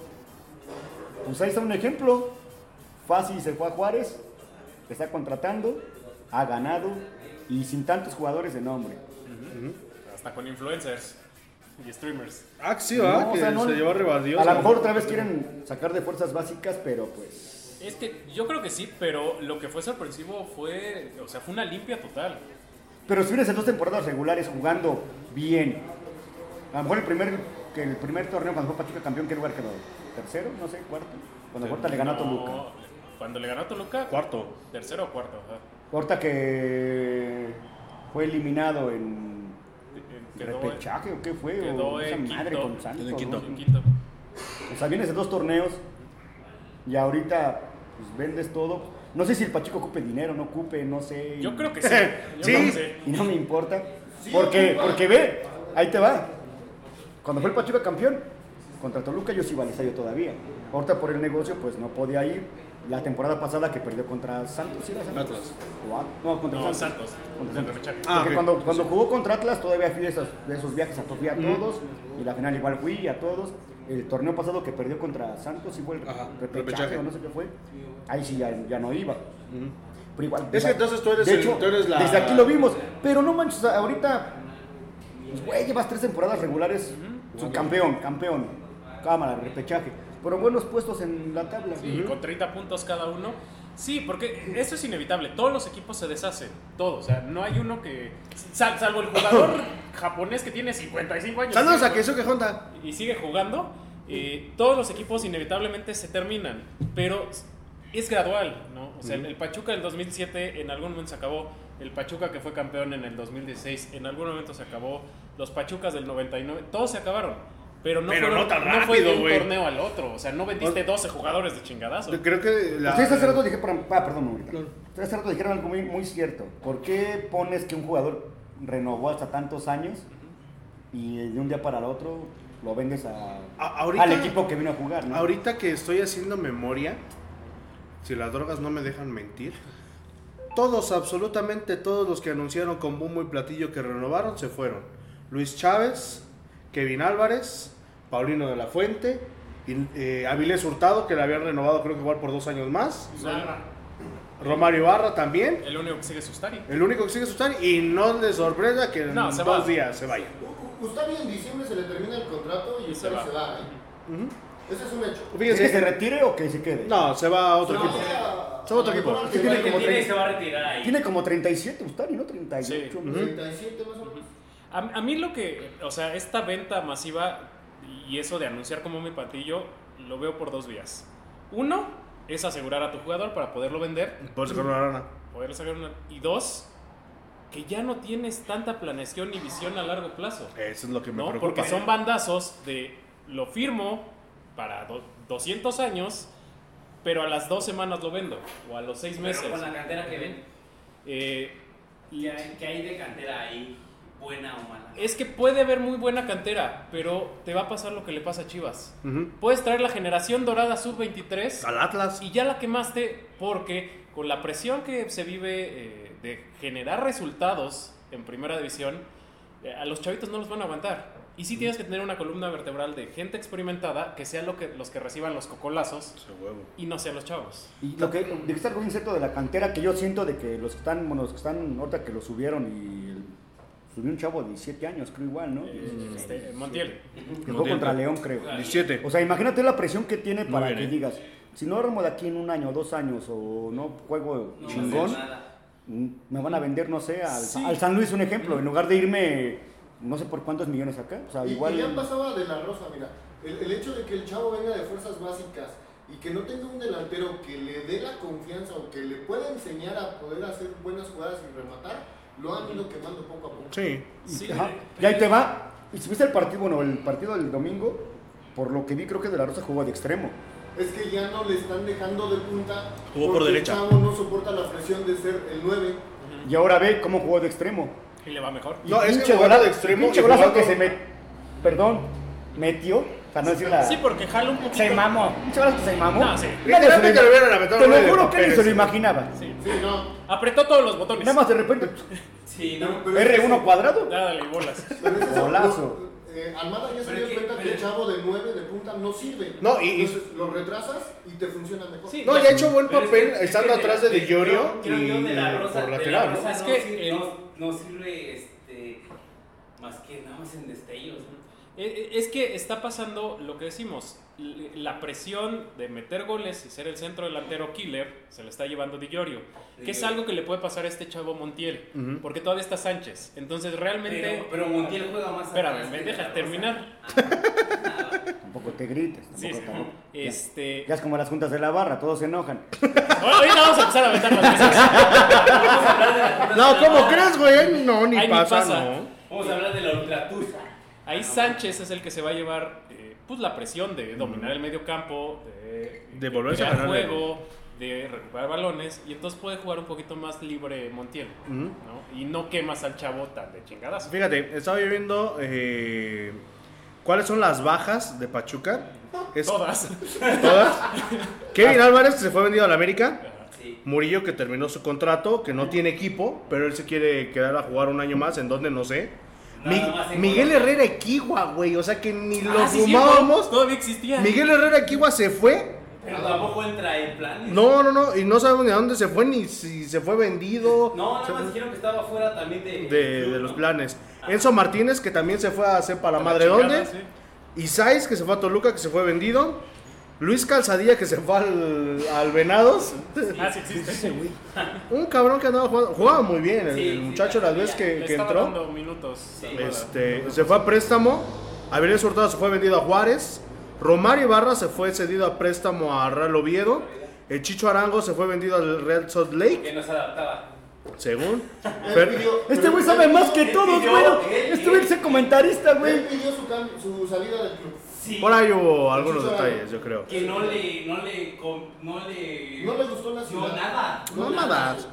Speaker 5: pues ahí está un ejemplo. Fácil se fue a Juárez, está contratando, ha ganado y sin tantos jugadores de nombre.
Speaker 3: Hasta con influencers y streamers.
Speaker 1: Ah, sí, ¿verdad?
Speaker 5: No, o
Speaker 1: que
Speaker 5: sea, no-
Speaker 1: se llevó a Rebardiosa.
Speaker 5: A lo mejor otra vez quieren sacar de fuerzas básicas, pero pues.
Speaker 3: Es que yo creo que sí, pero lo que fue sorpresivo fue, o sea, fue una limpia total.
Speaker 5: Pero si vienes en dos temporadas regulares jugando bien, a lo mejor el primer, que el primer torneo cuando fue Pachuca campeón, ¿qué lugar quedó? ¿Tercero? No sé, cuarto. Cuando Horta le ganó a
Speaker 3: No,
Speaker 5: Toluca.
Speaker 3: Cuando le ganó a Toluca,
Speaker 1: Cuarto.
Speaker 3: tercero o cuarto. ajá.
Speaker 5: Horta que fue eliminado en
Speaker 3: Eh, Quedó-
Speaker 5: repechaje o qué fue,
Speaker 3: Quedó
Speaker 5: o esa
Speaker 3: en
Speaker 5: madre
Speaker 3: quinto.
Speaker 5: con Santos.
Speaker 1: Quedó en quinto.
Speaker 5: ¿no?
Speaker 3: en quinto.
Speaker 5: O sea, vienes de dos torneos y ahorita pues, vendes todo. No sé si el Pachuca ocupe dinero, no ocupe, no sé.
Speaker 3: Yo creo que sí. Yo
Speaker 1: Sí.
Speaker 3: creo que sí.
Speaker 5: Y no me importa.
Speaker 2: Sí,
Speaker 5: porque,
Speaker 2: ocupa.
Speaker 5: porque ve, ahí te va. Cuando fue el Pachuca campeón, Contra Toluca yo sí iba al estadio todavía. Ahorita por el negocio, pues no podía ir. La temporada pasada que perdió contra Santos, ¿sí era Santos?
Speaker 1: Atlas.
Speaker 5: O At- No, contra
Speaker 3: No,
Speaker 5: Santos.
Speaker 3: Santos.
Speaker 5: Contra
Speaker 3: del
Speaker 5: Santos.
Speaker 3: repechaje.
Speaker 1: Ah,
Speaker 5: Porque
Speaker 1: ok.
Speaker 5: cuando, cuando jugó contra Atlas todavía fui de esos, de esos viajes a Sofía a todos y la final igual fui a todos. El torneo pasado que perdió contra Santos igual
Speaker 1: Ajá,
Speaker 5: repechaje,
Speaker 1: repechaje.
Speaker 5: o no sé qué fue. Ahí sí ya, ya no iba. Pero igual.
Speaker 1: Es que entonces tú eres
Speaker 5: de
Speaker 1: el- tú eres la-
Speaker 5: Desde aquí lo vimos. Pero no manches, ahorita. pues, Güey, llevas tres temporadas regulares. Subcampeón, campeón. Cámara, repechaje. Pero buenos puestos en la tabla.
Speaker 3: Sí, con 30 puntos cada uno. Sí, porque eso es inevitable. Todos los equipos se deshacen. Todos. O sea, no hay uno que. sal- salvo el jugador japonés que tiene 55 años.
Speaker 1: Saludos a Keisuke Honda.
Speaker 3: y sigue jugando, eh, todos los equipos inevitablemente se terminan, pero es gradual, ¿no? O sea, el Pachuca del 2007 en algún momento se acabó, el Pachuca que fue campeón en el 2016 en algún momento se acabó, los Pachucas del 99, todos se acabaron. Pero no,
Speaker 4: Pero
Speaker 3: fueron-
Speaker 4: no tan
Speaker 3: fue de
Speaker 4: rápido,
Speaker 3: un
Speaker 4: güey.
Speaker 3: torneo al otro. O sea, no vendiste 12 jugadores de chingadazo.
Speaker 1: Creo que la.
Speaker 5: Ustedes hace rato dijeron, perdón, ah, perdón, Maurita. Ustedes hace rato dijeron algo muy, muy cierto. ¿Por qué pones que un jugador renovó hasta tantos años y de un día para el otro lo vendes a-
Speaker 1: A- ahorita-
Speaker 5: al equipo que vino a jugar? ¿no?
Speaker 1: Ahorita que estoy haciendo memoria, si las drogas no me dejan mentir, todos, absolutamente todos los que anunciaron con bombo y platillo que renovaron se fueron. Luis Chávez, Kevin Álvarez, Paulino de la Fuente, y, eh, Avilés Hurtado, que le habían renovado creo que igual por dos años más,
Speaker 3: O sea,
Speaker 1: Romario Barra también.
Speaker 3: el único que sigue es Ustari.
Speaker 1: El único que sigue es Ustari, y no les sorprenda que en
Speaker 3: No, se
Speaker 1: dos
Speaker 3: va.
Speaker 1: días se vaya.
Speaker 2: Ustari en diciembre se le termina el contrato y
Speaker 3: se
Speaker 2: Ustari
Speaker 3: va.
Speaker 2: se va. ¿eh? Ese es un hecho.
Speaker 5: ¿Es que se
Speaker 1: Fíjense,
Speaker 5: retire o que se quede?
Speaker 1: no, se va a otro
Speaker 2: No,
Speaker 1: equipo.
Speaker 2: ya-
Speaker 1: Son otro equipo.
Speaker 2: a lo mejor
Speaker 5: Que
Speaker 2: se
Speaker 5: tiene
Speaker 2: va
Speaker 5: como
Speaker 2: como
Speaker 6: tiene y se
Speaker 5: 30
Speaker 6: va a retirar ahí.
Speaker 5: Tiene como 37 Ustari, pues, ¿no? 38.
Speaker 3: Sí.
Speaker 5: ¿no?
Speaker 2: 37 más o menos.
Speaker 3: A, a mí lo que, o sea, esta venta masiva y eso de anunciar como mi patillo, lo veo por dos vías. Uno es asegurar a tu jugador para poderlo vender,
Speaker 1: Por eso renovaron a-
Speaker 3: poderlo sacar una... Y dos, que ya no tienes tanta planeación y visión a largo plazo.
Speaker 1: Eso es lo que me
Speaker 3: ¿no?
Speaker 1: preocupa.
Speaker 3: Porque son bandazos de lo firmo para do- 200 años, pero a las dos semanas lo vendo, o a los seis meses.
Speaker 6: Pero con la cantera que ven,
Speaker 3: Eh,
Speaker 6: ¿qué hay, qué hay de cantera ahí? Buena o mala.
Speaker 3: Es que puede haber muy buena cantera, pero te va a pasar lo que le pasa a Chivas.
Speaker 1: Ujú.
Speaker 3: Puedes traer la generación dorada sub-23
Speaker 1: Al Atlas.
Speaker 3: y ya la quemaste porque con la presión que se vive eh, de generar resultados en primera división, eh, a los chavitos no los van a aguantar. Y sí tienes que tener una columna vertebral de gente experimentada que sean lo que, los que reciban los cocolazos y no sean los chavos.
Speaker 5: Y lo que dijiste algo bien cierto de la cantera que yo siento de que los que están, bueno, los que están, ahorita que lo subieron y el- subió un chavo de 17 años, creo igual, ¿no?
Speaker 3: Eh, este, Montiel.
Speaker 5: Que jugó contra León, creo.
Speaker 1: Ah, 17.
Speaker 5: O sea, imagínate la presión que tiene para
Speaker 4: bien,
Speaker 5: que
Speaker 4: ¿eh?
Speaker 5: digas, si no armo de aquí en un año, dos años o no juego
Speaker 6: No va a hacer
Speaker 5: chingón,
Speaker 6: nada.
Speaker 5: mm, me van a vender, no sé, al,
Speaker 3: Sí.
Speaker 5: al San Luis un ejemplo,
Speaker 1: Mm.
Speaker 5: en lugar de irme no sé por cuántos millones acá. O sea,
Speaker 2: Y,
Speaker 5: Ah, igual...
Speaker 2: y ya pasaba de la rosa, mira. El, el hecho de que el chavo venga de fuerzas básicas y que no tenga un delantero que le dé la confianza o que le pueda enseñar a poder hacer buenas jugadas y rematar, lo han ido quemando poco a poco.
Speaker 1: Sí.
Speaker 3: Sí,
Speaker 5: Ajá.
Speaker 3: eh,
Speaker 5: Y ahí te va. Y si viste el partido, bueno, el partido del domingo, por lo que vi, creo que De La Rosa jugó de extremo.
Speaker 2: Es que ya no le están dejando de punta.
Speaker 4: Jugó por
Speaker 2: porque
Speaker 4: derecha.
Speaker 2: El chavo no soporta la presión de ser el 9.
Speaker 5: Y ahora ve cómo jugó de extremo.
Speaker 3: Y le va mejor.
Speaker 5: Y
Speaker 1: No, es que
Speaker 5: pinche
Speaker 1: jugando
Speaker 5: gola-
Speaker 1: de extremo
Speaker 5: pinche
Speaker 1: y
Speaker 5: golazo
Speaker 1: jugando-
Speaker 5: que se me... Perdón, metió, para no decir la...
Speaker 3: Sí, porque jala un poquito.
Speaker 5: Se mamó. Pinche golazo que se mamó.
Speaker 3: No, sí.
Speaker 5: Nadie
Speaker 1: Literalmente
Speaker 5: se
Speaker 1: le hubieran aventado
Speaker 5: Te
Speaker 1: un
Speaker 5: lo
Speaker 1: rollo de
Speaker 5: juro que ni
Speaker 1: papeles.
Speaker 5: se lo imaginaba.
Speaker 3: Sí.
Speaker 2: Sí, no.
Speaker 3: Apretó todos los botones.
Speaker 5: Nada más de repente,
Speaker 6: Sí,
Speaker 2: Pero-
Speaker 6: no.
Speaker 2: pero es-
Speaker 5: R1 cuadrado.
Speaker 3: Ya, dale, bolas.
Speaker 2: pero es eso,
Speaker 5: Golazo.
Speaker 2: lo- eh, Almada ya se
Speaker 6: Pero
Speaker 2: dio
Speaker 6: es que-
Speaker 2: cuenta que
Speaker 6: pero-
Speaker 2: el chavo de 9 de punta no sirve.
Speaker 1: No, y- y-
Speaker 2: Entonces lo retrasas y te funciona mejor.
Speaker 3: Sí.
Speaker 1: No, ya ha hecho buen
Speaker 6: Pero
Speaker 1: papel
Speaker 6: es que-
Speaker 1: estando
Speaker 6: es que
Speaker 1: atrás de De
Speaker 6: creo-
Speaker 1: Llorio
Speaker 6: creo yo
Speaker 1: y
Speaker 6: de la Rosa-
Speaker 1: por
Speaker 6: de la
Speaker 1: lateral, ¿no?
Speaker 6: Rosa
Speaker 3: Es
Speaker 6: no
Speaker 3: que
Speaker 6: sir-
Speaker 3: el-
Speaker 6: no, no sirve este, más que nada más en destellos. ¿no?
Speaker 3: Eh, eh, Es que está pasando lo que decimos, l- la presión de meter goles y ser el centro delantero killer se la está llevando Di Llorio, que es
Speaker 6: Llorio.
Speaker 3: algo que le puede pasar a este chavo Montiel,
Speaker 1: Ujú.
Speaker 3: porque todavía está Sánchez. Entonces realmente...
Speaker 6: Pero, pero Montiel juega más.
Speaker 3: Espérame,
Speaker 6: atrás
Speaker 3: ¿me
Speaker 6: que de la
Speaker 3: dejas
Speaker 6: Rosa.
Speaker 3: terminar?
Speaker 6: Ah, va.
Speaker 5: Tampoco te grites, tampoco,
Speaker 3: Sí, sí.
Speaker 5: tampoco. Ya.
Speaker 3: Este...
Speaker 5: Ya es como las juntas de la barra, todos se enojan.
Speaker 3: Bueno, ahorita vamos a empezar a aventar las cosas.
Speaker 6: Vamos a hablar de la
Speaker 1: No,
Speaker 6: Rosa de la
Speaker 1: ¿cómo
Speaker 6: Barra.
Speaker 1: crees, güey? No, ni
Speaker 3: Ahí ni
Speaker 1: pasa,
Speaker 3: pasa.
Speaker 1: no.
Speaker 6: Ah, Vamos a hablar de la ultratusa.
Speaker 3: Ahí Sánchez es el que se va a llevar eh, pues, la presión de dominar el medio campo, de,
Speaker 1: De volverse
Speaker 3: crear
Speaker 1: a ganarle.
Speaker 3: juego, de recuperar balones, y entonces puede jugar un poquito más libre Montiel,
Speaker 1: Ujú.
Speaker 3: ¿no? Y no quemas al chavo tan de chingadas.
Speaker 1: Fíjate, estaba yo viendo eh, ¿Cuáles son las bajas de Pachuca? Es-
Speaker 3: Todas.
Speaker 1: todas. Kevin Álvarez que se fue vendido a la América.
Speaker 6: Sí.
Speaker 1: Murillo que terminó su contrato, que no tiene equipo, pero él se quiere quedar a jugar un año más, en donde no sé.
Speaker 6: Nada
Speaker 1: Mi-
Speaker 6: más en
Speaker 1: Miguel
Speaker 6: Colombia.
Speaker 1: Herrera Equigua, güey, o sea que ni lo
Speaker 3: Ah, sí, cierto,
Speaker 1: fumábamos.
Speaker 3: Todavía existía.
Speaker 1: Miguel Herrera Equigua se fue
Speaker 6: Pero tampoco entra en planes.
Speaker 1: No, no, no, y no sabemos ni a dónde se fue, ni si se fue vendido.
Speaker 6: No, nada
Speaker 1: Se
Speaker 6: más
Speaker 1: fue
Speaker 6: dijeron que estaba fuera también de,
Speaker 1: de, de los planes. Enzo Martínez, que también se fue a hacer para
Speaker 3: Ah. A
Speaker 1: la madre
Speaker 3: chingada,
Speaker 1: dónde.
Speaker 3: sí.
Speaker 1: Isais, que se fue a Toluca, que se fue vendido. Luis Calzadilla, que se fue al, al Venados.
Speaker 3: Ah, sí existe.
Speaker 1: Un cabrón que andaba jugando. Jugaba muy bien el,
Speaker 6: Sí,
Speaker 1: el
Speaker 6: sí,
Speaker 1: muchacho las veces
Speaker 3: Le
Speaker 1: que, que
Speaker 3: estaba
Speaker 1: entró.
Speaker 3: dando minutos.
Speaker 1: Este, se fue a préstamo. Avilés Hurtado se fue vendido a Juárez. Romario Ibarra se fue cedido a préstamo a Real Oviedo. El Chicho Arango se fue vendido al Real Salt Lake.
Speaker 6: que no se adaptaba.
Speaker 1: Según.
Speaker 2: Él
Speaker 1: Fer-
Speaker 2: pidió-
Speaker 5: Este güey sabe más que
Speaker 6: Él
Speaker 5: todos,
Speaker 6: pidió,
Speaker 5: güey.
Speaker 6: él
Speaker 5: Este güey es el comentarista,
Speaker 2: Él
Speaker 5: güey.
Speaker 2: pidió su, cam- su salida del club.
Speaker 6: Sí.
Speaker 1: por ahí hubo algunos
Speaker 2: Chicho
Speaker 1: detalles,
Speaker 2: Arango.
Speaker 1: yo creo.
Speaker 6: Que no le, no le, com- no le.
Speaker 2: No le gustó la ciudad.
Speaker 6: No, nada. no nada.
Speaker 1: Mamadas.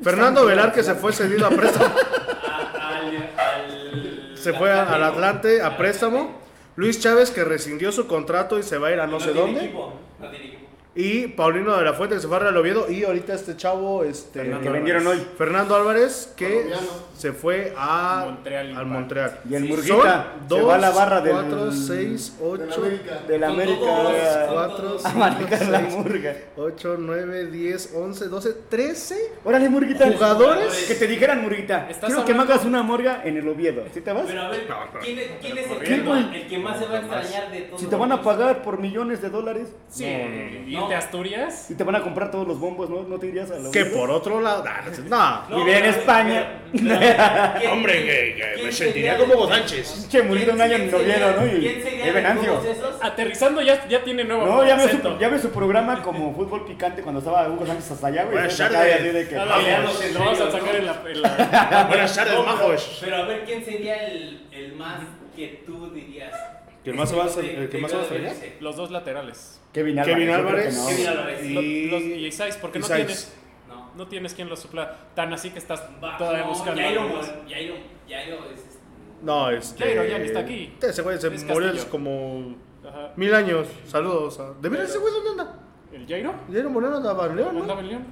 Speaker 1: Fernando Velar que se fue cedido a préstamo,
Speaker 6: A- al- al-
Speaker 1: se fue a- al Atlante a préstamo. Luis Chávez que rescindió su contrato y se va a ir a no, sé
Speaker 6: tiene
Speaker 1: dónde.
Speaker 6: equipo, no tiene equipo.
Speaker 1: Y Paulino de la Fuente que se fue a Real Oviedo y ahorita este chavo, este
Speaker 5: que vendieron hoy.
Speaker 1: Fernando Álvarez que
Speaker 2: Colombiano.
Speaker 1: se fue a
Speaker 3: Montreal
Speaker 1: al
Speaker 3: Impact.
Speaker 1: Montreal.
Speaker 5: Y el
Speaker 1: Son
Speaker 5: Murguita se
Speaker 1: dos,
Speaker 5: va a la barra del-
Speaker 1: 4, 6,
Speaker 2: De la
Speaker 1: 8,
Speaker 2: América.
Speaker 5: De la
Speaker 6: Son
Speaker 5: América.
Speaker 6: todos.
Speaker 1: cuatro,
Speaker 5: A
Speaker 1: cinco,
Speaker 5: manejar la
Speaker 1: seis,
Speaker 5: murga.
Speaker 1: 8, 9, 10, 11, 12, 13
Speaker 5: Órale, murguita.
Speaker 1: ¿Jugadores?
Speaker 5: Que te dijeran, murguita.
Speaker 3: Estás
Speaker 5: Quiero que me
Speaker 3: hablando-
Speaker 5: hagas una morga en el Oviedo. ¿Sí te vas?
Speaker 6: Pero a ver, ¿quién es, quién es el,
Speaker 5: ¿Qué,
Speaker 6: que-
Speaker 5: güey?
Speaker 6: el que más se va a extrañar de todos?
Speaker 5: Si te van a pagar por millones de dólares.
Speaker 3: Sí. ¿Y
Speaker 6: No.
Speaker 3: de Asturias?
Speaker 5: Si te van a comprar todos los bombos, ¿no? ¿No te irías a la
Speaker 1: Que
Speaker 5: Oviedo?
Speaker 1: por otro lado. nah, no sé, No.
Speaker 6: No,
Speaker 5: Vive en
Speaker 6: pero-
Speaker 5: España.
Speaker 6: pero- pero- ¿quién-
Speaker 4: Hombre, que,
Speaker 6: quién-
Speaker 4: que me
Speaker 6: quién
Speaker 4: sentiría
Speaker 6: sería
Speaker 4: como Hugo
Speaker 6: de-
Speaker 4: Sánchez.
Speaker 5: Che, murió un año en
Speaker 6: ¿Quién
Speaker 5: Oviedo,
Speaker 6: sería-
Speaker 5: ¿no? Y
Speaker 6: ¿Quién sería
Speaker 5: de
Speaker 6: de
Speaker 5: Venancio.
Speaker 6: todos esos?
Speaker 1: Ah,
Speaker 3: Aterrizando ya, ya tiene nuevo
Speaker 5: No, ya veo, su,
Speaker 3: acento.
Speaker 5: ya veo su programa como fútbol picante cuando estaba Hugo Sánchez hasta allá, güey.
Speaker 4: Buenas
Speaker 5: Acá
Speaker 4: tardes.
Speaker 5: así de que-
Speaker 3: Ah,
Speaker 6: Vamos.
Speaker 3: lo- Lo vamos a sacar en la... en la-
Speaker 4: Buenas tardes, majos.
Speaker 6: Pero a ver, ¿quién sería el, el más que tú dirías?
Speaker 1: ¿Que más se va a-
Speaker 6: Te-
Speaker 1: el que
Speaker 6: te
Speaker 1: más se va a
Speaker 6: veo de
Speaker 1: extrañar?
Speaker 6: ese.
Speaker 3: Los dos laterales.
Speaker 5: Kevin Álvarez.
Speaker 1: Kevin
Speaker 5: yo creo
Speaker 1: Álvarez.
Speaker 5: que no.
Speaker 6: Kevin Álvarez.
Speaker 1: Y-
Speaker 3: Lo- Los, y Isais, porque no
Speaker 1: Isais.
Speaker 3: tienes,
Speaker 6: No.
Speaker 3: no tienes quien los supla. Tan así que estás
Speaker 6: Va,
Speaker 3: todavía
Speaker 6: no,
Speaker 3: buscando.
Speaker 6: Jairo,
Speaker 3: alguien más.
Speaker 6: Mon- Jairo, Jairo es... este,
Speaker 1: No, este.
Speaker 3: Jairo ya ni está aquí.
Speaker 1: Ese güey se
Speaker 3: Es
Speaker 1: murió
Speaker 3: Castillo.
Speaker 1: hace como
Speaker 3: Ajá.
Speaker 1: mil años. Saludos. a- ¿De veras ese güey dónde anda?
Speaker 3: ¿El Jairo?
Speaker 1: Jairo Moreno andaba en León,
Speaker 3: ¿Andaba
Speaker 1: ¿no?
Speaker 3: en León?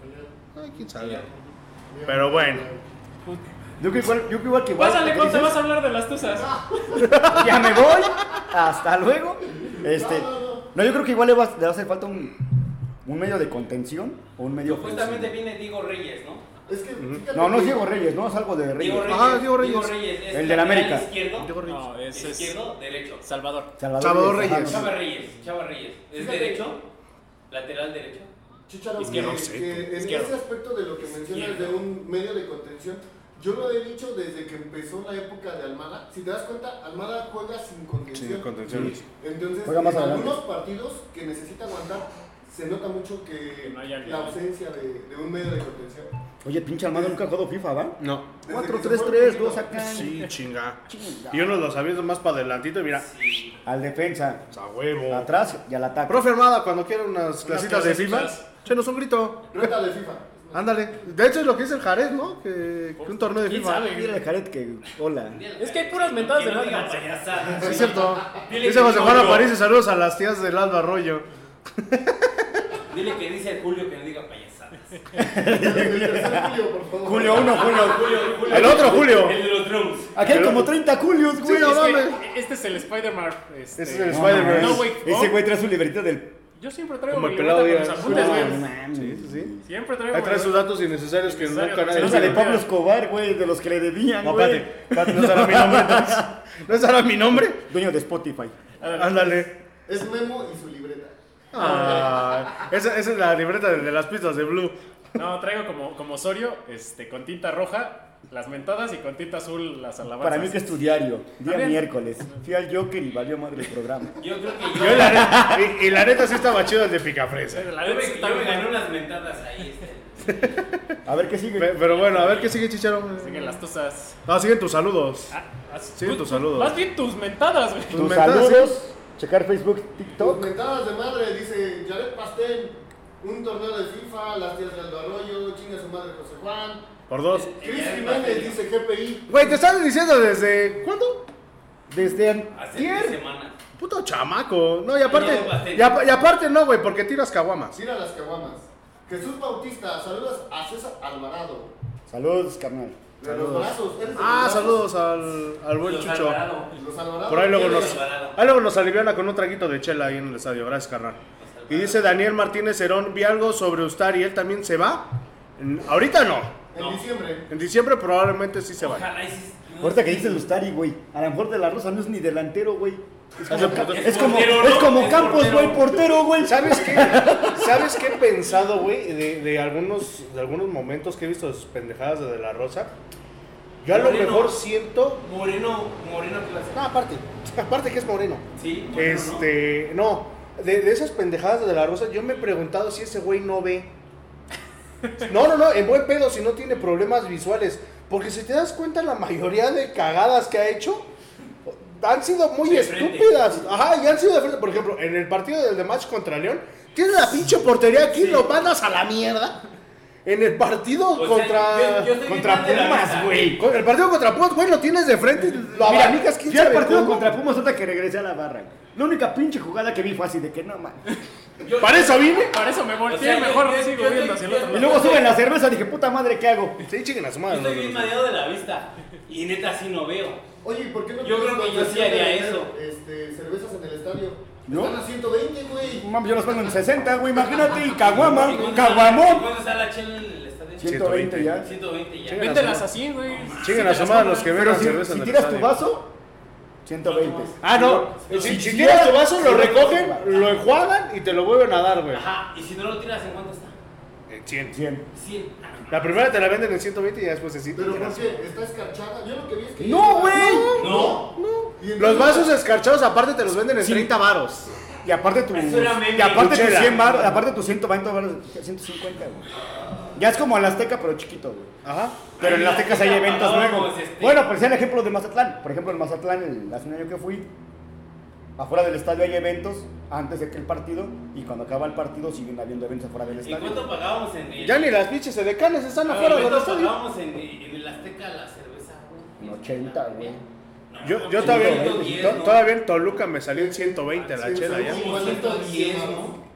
Speaker 1: Ay, quién sabe. Pero bueno.
Speaker 3: Pues-
Speaker 5: Yo creo igual, yo creo igual que igual.
Speaker 3: Pásale,
Speaker 5: que
Speaker 3: Juan, te
Speaker 5: dices,
Speaker 3: vas a hablar de las tuzas.
Speaker 5: Ya me voy. Hasta luego. Este, no, yo creo que igual le va, le va a hacer falta un, un medio de contención o un medio ofensivo.
Speaker 6: Supuestamente viene Diego Reyes, ¿no?
Speaker 2: Es que, fíjate
Speaker 5: No, no es
Speaker 2: que-
Speaker 5: Diego Reyes, no es algo de Reyes.
Speaker 6: Diego Reyes.
Speaker 1: Ah, Diego Reyes.
Speaker 6: es
Speaker 5: El del
Speaker 6: lateral
Speaker 5: América.
Speaker 6: Izquierdo,
Speaker 1: Diego Reyes.
Speaker 3: No, eh. ese es
Speaker 6: izquierdo, derecho.
Speaker 3: Salvador.
Speaker 1: Salvador
Speaker 5: ajá,
Speaker 1: Reyes.
Speaker 5: no.
Speaker 6: Chava Reyes, Chava Reyes. ¿Es
Speaker 2: Fíjate.
Speaker 6: derecho? ¿Lateral derecho?
Speaker 2: Chicharo,
Speaker 3: Izquierdo,
Speaker 2: que-
Speaker 3: sí,
Speaker 2: que en
Speaker 3: izquierdo.
Speaker 2: ese aspecto de lo que mencionas de
Speaker 6: Izquierdo.
Speaker 2: un medio de contención, yo lo he dicho desde que empezó la época de Almada. Si te das cuenta, Almada juega sin contención.
Speaker 1: Sin contención.
Speaker 2: Entonces,
Speaker 5: Juega más
Speaker 2: en
Speaker 5: adelante.
Speaker 2: algunos partidos que necesita aguantar, se nota mucho que
Speaker 3: no haya
Speaker 2: la
Speaker 3: alguien.
Speaker 2: ausencia de, de un medio de contención.
Speaker 5: Oye, pinche Almada nunca ha jugado FIFA, ¿va?
Speaker 1: No.
Speaker 2: Desde que se fue
Speaker 5: 4-3-3,
Speaker 2: Pulido,
Speaker 5: dos acá.
Speaker 1: Sí, chinga.
Speaker 5: Chinga.
Speaker 1: Y uno los avientos más para adelantito y mira.
Speaker 6: Sí.
Speaker 5: Al defensa,
Speaker 1: A huevo.
Speaker 5: atrás y al ataque.
Speaker 1: Profe Armada, cuando quiera unas clasitas de FIFA,
Speaker 3: clasecitas.
Speaker 1: échenos un grito.
Speaker 2: Reta de FIFA.
Speaker 1: Ándale. De hecho es lo que dice el Jarez, ¿no? Que, que un torneo de
Speaker 3: ¿Quién
Speaker 1: FIFA.
Speaker 3: sabe?
Speaker 5: Mira el Jared que. Hola.
Speaker 3: Es que hay puras mentadas de
Speaker 6: Que no
Speaker 3: madre.
Speaker 6: diga payasadas.
Speaker 1: Es cierto.
Speaker 6: Dile
Speaker 1: Dice
Speaker 6: que
Speaker 1: José
Speaker 6: no,
Speaker 1: Juan
Speaker 6: yo.
Speaker 1: Aparicio, saludos a las tías del Alba Arroyo.
Speaker 6: Dile que dice el Julio que no diga payasadas.
Speaker 2: El tercer Julio, por favor.
Speaker 5: Julio 1, Julio.
Speaker 6: Julio, Julio.
Speaker 1: El otro Julio.
Speaker 6: El de los drums.
Speaker 5: Aquí hay como 30 Julios, güey.
Speaker 1: Sí, no
Speaker 3: Es que
Speaker 1: mames.
Speaker 3: este es el Spider-Man. Este,
Speaker 1: Ese es el
Speaker 5: No,
Speaker 1: Spider-Man.
Speaker 5: mames.
Speaker 3: No, güey.
Speaker 5: Ese güey trae su libreta del.
Speaker 3: Yo siempre traigo
Speaker 1: Como
Speaker 3: mi
Speaker 1: el
Speaker 3: libreta
Speaker 1: pelado
Speaker 3: con
Speaker 1: de-
Speaker 3: los apuntes,
Speaker 1: No,
Speaker 3: güey.
Speaker 5: mames.
Speaker 1: Sí, sí, sí.
Speaker 3: Siempre traigo
Speaker 1: Ahí trae
Speaker 3: mi-
Speaker 1: sus datos innecesarios que nunca nadie.
Speaker 5: Saludos al de
Speaker 1: vio.
Speaker 5: Pablo Escobar, güey, de los que le debían,
Speaker 1: No,
Speaker 5: güey.
Speaker 1: espérate, espérate, no será mi nombre entonces. ¿No será mi nombre?
Speaker 5: Dueño de Spotify.
Speaker 1: Ándale.
Speaker 2: Es Memo y su libreta.
Speaker 1: Ah, esa, esa es la libreta de, de las pistas de Blue.
Speaker 3: No, traigo como, como Osorio, este, con tinta roja, las mentadas y con tinta azul las alabanzas.
Speaker 5: Para mí que es tu diario. Día
Speaker 3: También.
Speaker 5: miércoles. Fui al Joker y valió madre el programa.
Speaker 6: Yo creo que
Speaker 1: Yo
Speaker 6: yo.
Speaker 1: la neta- y, y la neta sí estaba chido el de Picafresa.
Speaker 3: Eh, La neta
Speaker 6: Yo me,
Speaker 3: sí está
Speaker 6: yo me
Speaker 3: bien.
Speaker 6: gané unas mentadas ahí. Este.
Speaker 5: A ver qué sigue.
Speaker 1: Pe- Pero bueno, a ver qué sigue Chicharón.
Speaker 3: Así que las tuzas.
Speaker 1: Ah, siguen tus saludos.
Speaker 3: Ah, as-
Speaker 1: Sí,
Speaker 3: tú-
Speaker 1: tus
Speaker 3: tú-
Speaker 1: saludos.
Speaker 3: Más bien tus mentadas, güey.
Speaker 5: Tus
Speaker 1: mentadas,
Speaker 5: saludos. Checar Facebook,
Speaker 2: Tus
Speaker 5: TikTok.
Speaker 2: mentadas de madre, dice Jared Pastel, un torneo de FIFA, las tías del Arroyo, chinga su madre José Juan.
Speaker 1: Por dos.
Speaker 2: Chris Jiménez dice GPI.
Speaker 1: Güey, te están diciendo desde. ¿Cuándo?
Speaker 5: Desde
Speaker 6: Hace tres
Speaker 5: antier.
Speaker 6: semanas.
Speaker 1: Puto chamaco. No, y aparte,
Speaker 6: No, bastante.
Speaker 1: y, apa- y aparte no, güey, porque tiras caguamas.
Speaker 2: Mira las caguamas. Jesús Bautista, saludos a César Alvarado.
Speaker 5: Saludos, carnal.
Speaker 2: De los brazos. eres de los
Speaker 1: Ah,
Speaker 2: brazos.
Speaker 1: saludos al, al buen
Speaker 6: Los
Speaker 1: Chucho.
Speaker 6: Alvarado,
Speaker 2: Los Alvarado.
Speaker 1: Por ahí luego
Speaker 2: ¿quién
Speaker 1: nos,
Speaker 2: es?
Speaker 1: ahí luego nos aliviana con un traguito de chela ahí en el estadio. Gracias, carnal. Y dice Daniel Martínez Herón, vi algo sobre Ustari, él también se va. En- ahorita no.
Speaker 2: En diciembre.
Speaker 1: En diciembre probablemente sí se va.
Speaker 6: Ojalá y sí-
Speaker 5: Ahorita que dices Lustari, güey. A lo mejor de la Rosa no es ni delantero, güey. Es como,
Speaker 1: Es portero.
Speaker 5: es como,
Speaker 6: portero, ¿no?
Speaker 5: es como
Speaker 6: Es
Speaker 5: Campos,
Speaker 6: portero.
Speaker 5: güey, portero, güey.
Speaker 1: ¿Sabes qué? ¿Sabes qué he pensado, güey? De, de algunos, de algunos momentos que he visto de sus pendejadas de, De La Rosa. Yo a lo
Speaker 6: Moreno.
Speaker 1: mejor siento...
Speaker 6: Moreno, Moreno que la
Speaker 1: No, aparte. Aparte que es moreno.
Speaker 6: Sí, Moreno,
Speaker 1: Este, no, de, de esas pendejadas de De la Rosa, yo me he preguntado si ese güey no ve. No, no, no, en buen pedo, si no tiene problemas visuales. Porque si te das cuenta, la mayoría de cagadas que ha hecho han sido muy
Speaker 6: De frente.
Speaker 1: estúpidas. Ajá, y han sido de frente. Por ejemplo, en el partido del de match contra León, tiene la pinche portería aquí, lo mandas a la mierda. En el partido
Speaker 6: sea,
Speaker 1: contra.
Speaker 6: yo- yo estoy
Speaker 1: contra
Speaker 6: viendo de la
Speaker 1: Pumas,
Speaker 6: risa.
Speaker 1: güey. Con- El partido contra Pumas, güey, lo tienes de frente. y Lo
Speaker 5: Mira,
Speaker 1: abanicas quién
Speaker 5: yo el
Speaker 1: sabe
Speaker 5: partido
Speaker 1: cómo.
Speaker 5: contra Pumas hasta que regresé a la barra. güey. La única pinche jugada que vi fue así de que no man.
Speaker 6: ¿no? Yo-
Speaker 1: Para eso vine.
Speaker 3: Para eso me
Speaker 6: O
Speaker 3: volteé,
Speaker 6: sea, yo-
Speaker 3: mejor
Speaker 6: yo-
Speaker 3: me sigo
Speaker 6: yo
Speaker 3: viendo
Speaker 6: estoy-
Speaker 3: hacia el otro
Speaker 6: yo-
Speaker 5: Y
Speaker 3: lado.
Speaker 5: luego suben la cerveza, dije, puta madre, ¿qué hago?
Speaker 1: Sí, chiquen a su
Speaker 6: Yo
Speaker 1: madre.
Speaker 6: estoy
Speaker 1: ¿no?
Speaker 6: bien mareado de la vista. Y neta, sí no veo.
Speaker 2: Oye, ¿y ¿por qué no
Speaker 6: Yo
Speaker 2: tienes
Speaker 6: creo que yo sí
Speaker 2: autorización de vender,
Speaker 6: haría eso.
Speaker 2: Este, cervezas en el estadio.
Speaker 5: ¿No?
Speaker 2: Están a 120, güey.
Speaker 5: Mami, yo los pongo en 60, güey, imagínate, y
Speaker 6: ¿Y
Speaker 5: caguama,
Speaker 6: cuándo sale-
Speaker 5: caguamón.
Speaker 6: ¿Cuándo está la chela en el estadio?
Speaker 5: 120 ya.
Speaker 6: 120 ya.
Speaker 1: Sí.
Speaker 3: Véntelas así, güey.
Speaker 1: Chinguen
Speaker 3: Sí,
Speaker 1: a su madre los que
Speaker 5: Pero
Speaker 1: beben
Speaker 5: si,
Speaker 1: cerveza
Speaker 5: si
Speaker 1: en el
Speaker 5: tiras tu
Speaker 1: estadio.
Speaker 5: vaso, 120.
Speaker 1: Ah, no.
Speaker 6: Si-
Speaker 1: Si,
Speaker 5: si
Speaker 1: tiras tu
Speaker 5: tiras-
Speaker 1: vaso, lo recogen, lo enjuagan y te lo vuelven a dar, güey.
Speaker 6: Ajá, y si no lo tiras, ¿en cuánto está?
Speaker 1: En 100.
Speaker 5: 100.
Speaker 6: 100.
Speaker 1: La primera te la venden en 120 y ya después se sí,
Speaker 2: Pero
Speaker 1: chingan a
Speaker 2: ¿por
Speaker 1: su-
Speaker 2: qué? Está escarchada. Yo lo que vi es que.
Speaker 5: ¡No, güey!
Speaker 6: No.
Speaker 2: Y entonces-
Speaker 1: Los vasos escarchados aparte te los venden en
Speaker 5: Sí.
Speaker 1: 30 varos.
Speaker 5: Y aparte tu.
Speaker 6: Eso era meme.
Speaker 5: Y aparte
Speaker 1: Tu
Speaker 5: tu
Speaker 1: chela.
Speaker 5: 100 bar, aparte tu 120 bar, 150, güey. Ya es como el Azteca, pero chiquito, güey.
Speaker 1: Ajá.
Speaker 5: Pero en
Speaker 6: Ay,
Speaker 5: las Aztecas hay
Speaker 6: ya,
Speaker 5: eventos
Speaker 6: vamos,
Speaker 5: nuevos.
Speaker 6: este.
Speaker 5: Bueno, por el ejemplo de Mazatlán. Por ejemplo, en Mazatlán, el, hace un año que fui, afuera del estadio hay eventos antes de que el partido y cuando acaba el partido siguen habiendo eventos afuera del
Speaker 6: ¿En cuánto
Speaker 5: estadio.
Speaker 6: pagábamos en el.
Speaker 1: Ya ni las pinches edecanes están
Speaker 6: Ah,
Speaker 1: afuera
Speaker 6: ¿en
Speaker 1: del
Speaker 6: cuánto
Speaker 1: estadio.
Speaker 6: pagábamos en, en el Azteca la cerveza, güey?
Speaker 5: En 80, güey.
Speaker 6: No,
Speaker 1: Yo, yo
Speaker 6: no,
Speaker 1: todavía,
Speaker 6: 110,
Speaker 1: to-
Speaker 6: ¿no?
Speaker 1: todavía en Toluca me salió en 120 la
Speaker 2: Sí,
Speaker 1: chela
Speaker 2: sí,
Speaker 1: ya.
Speaker 2: sí.
Speaker 6: Como 110, ¿no?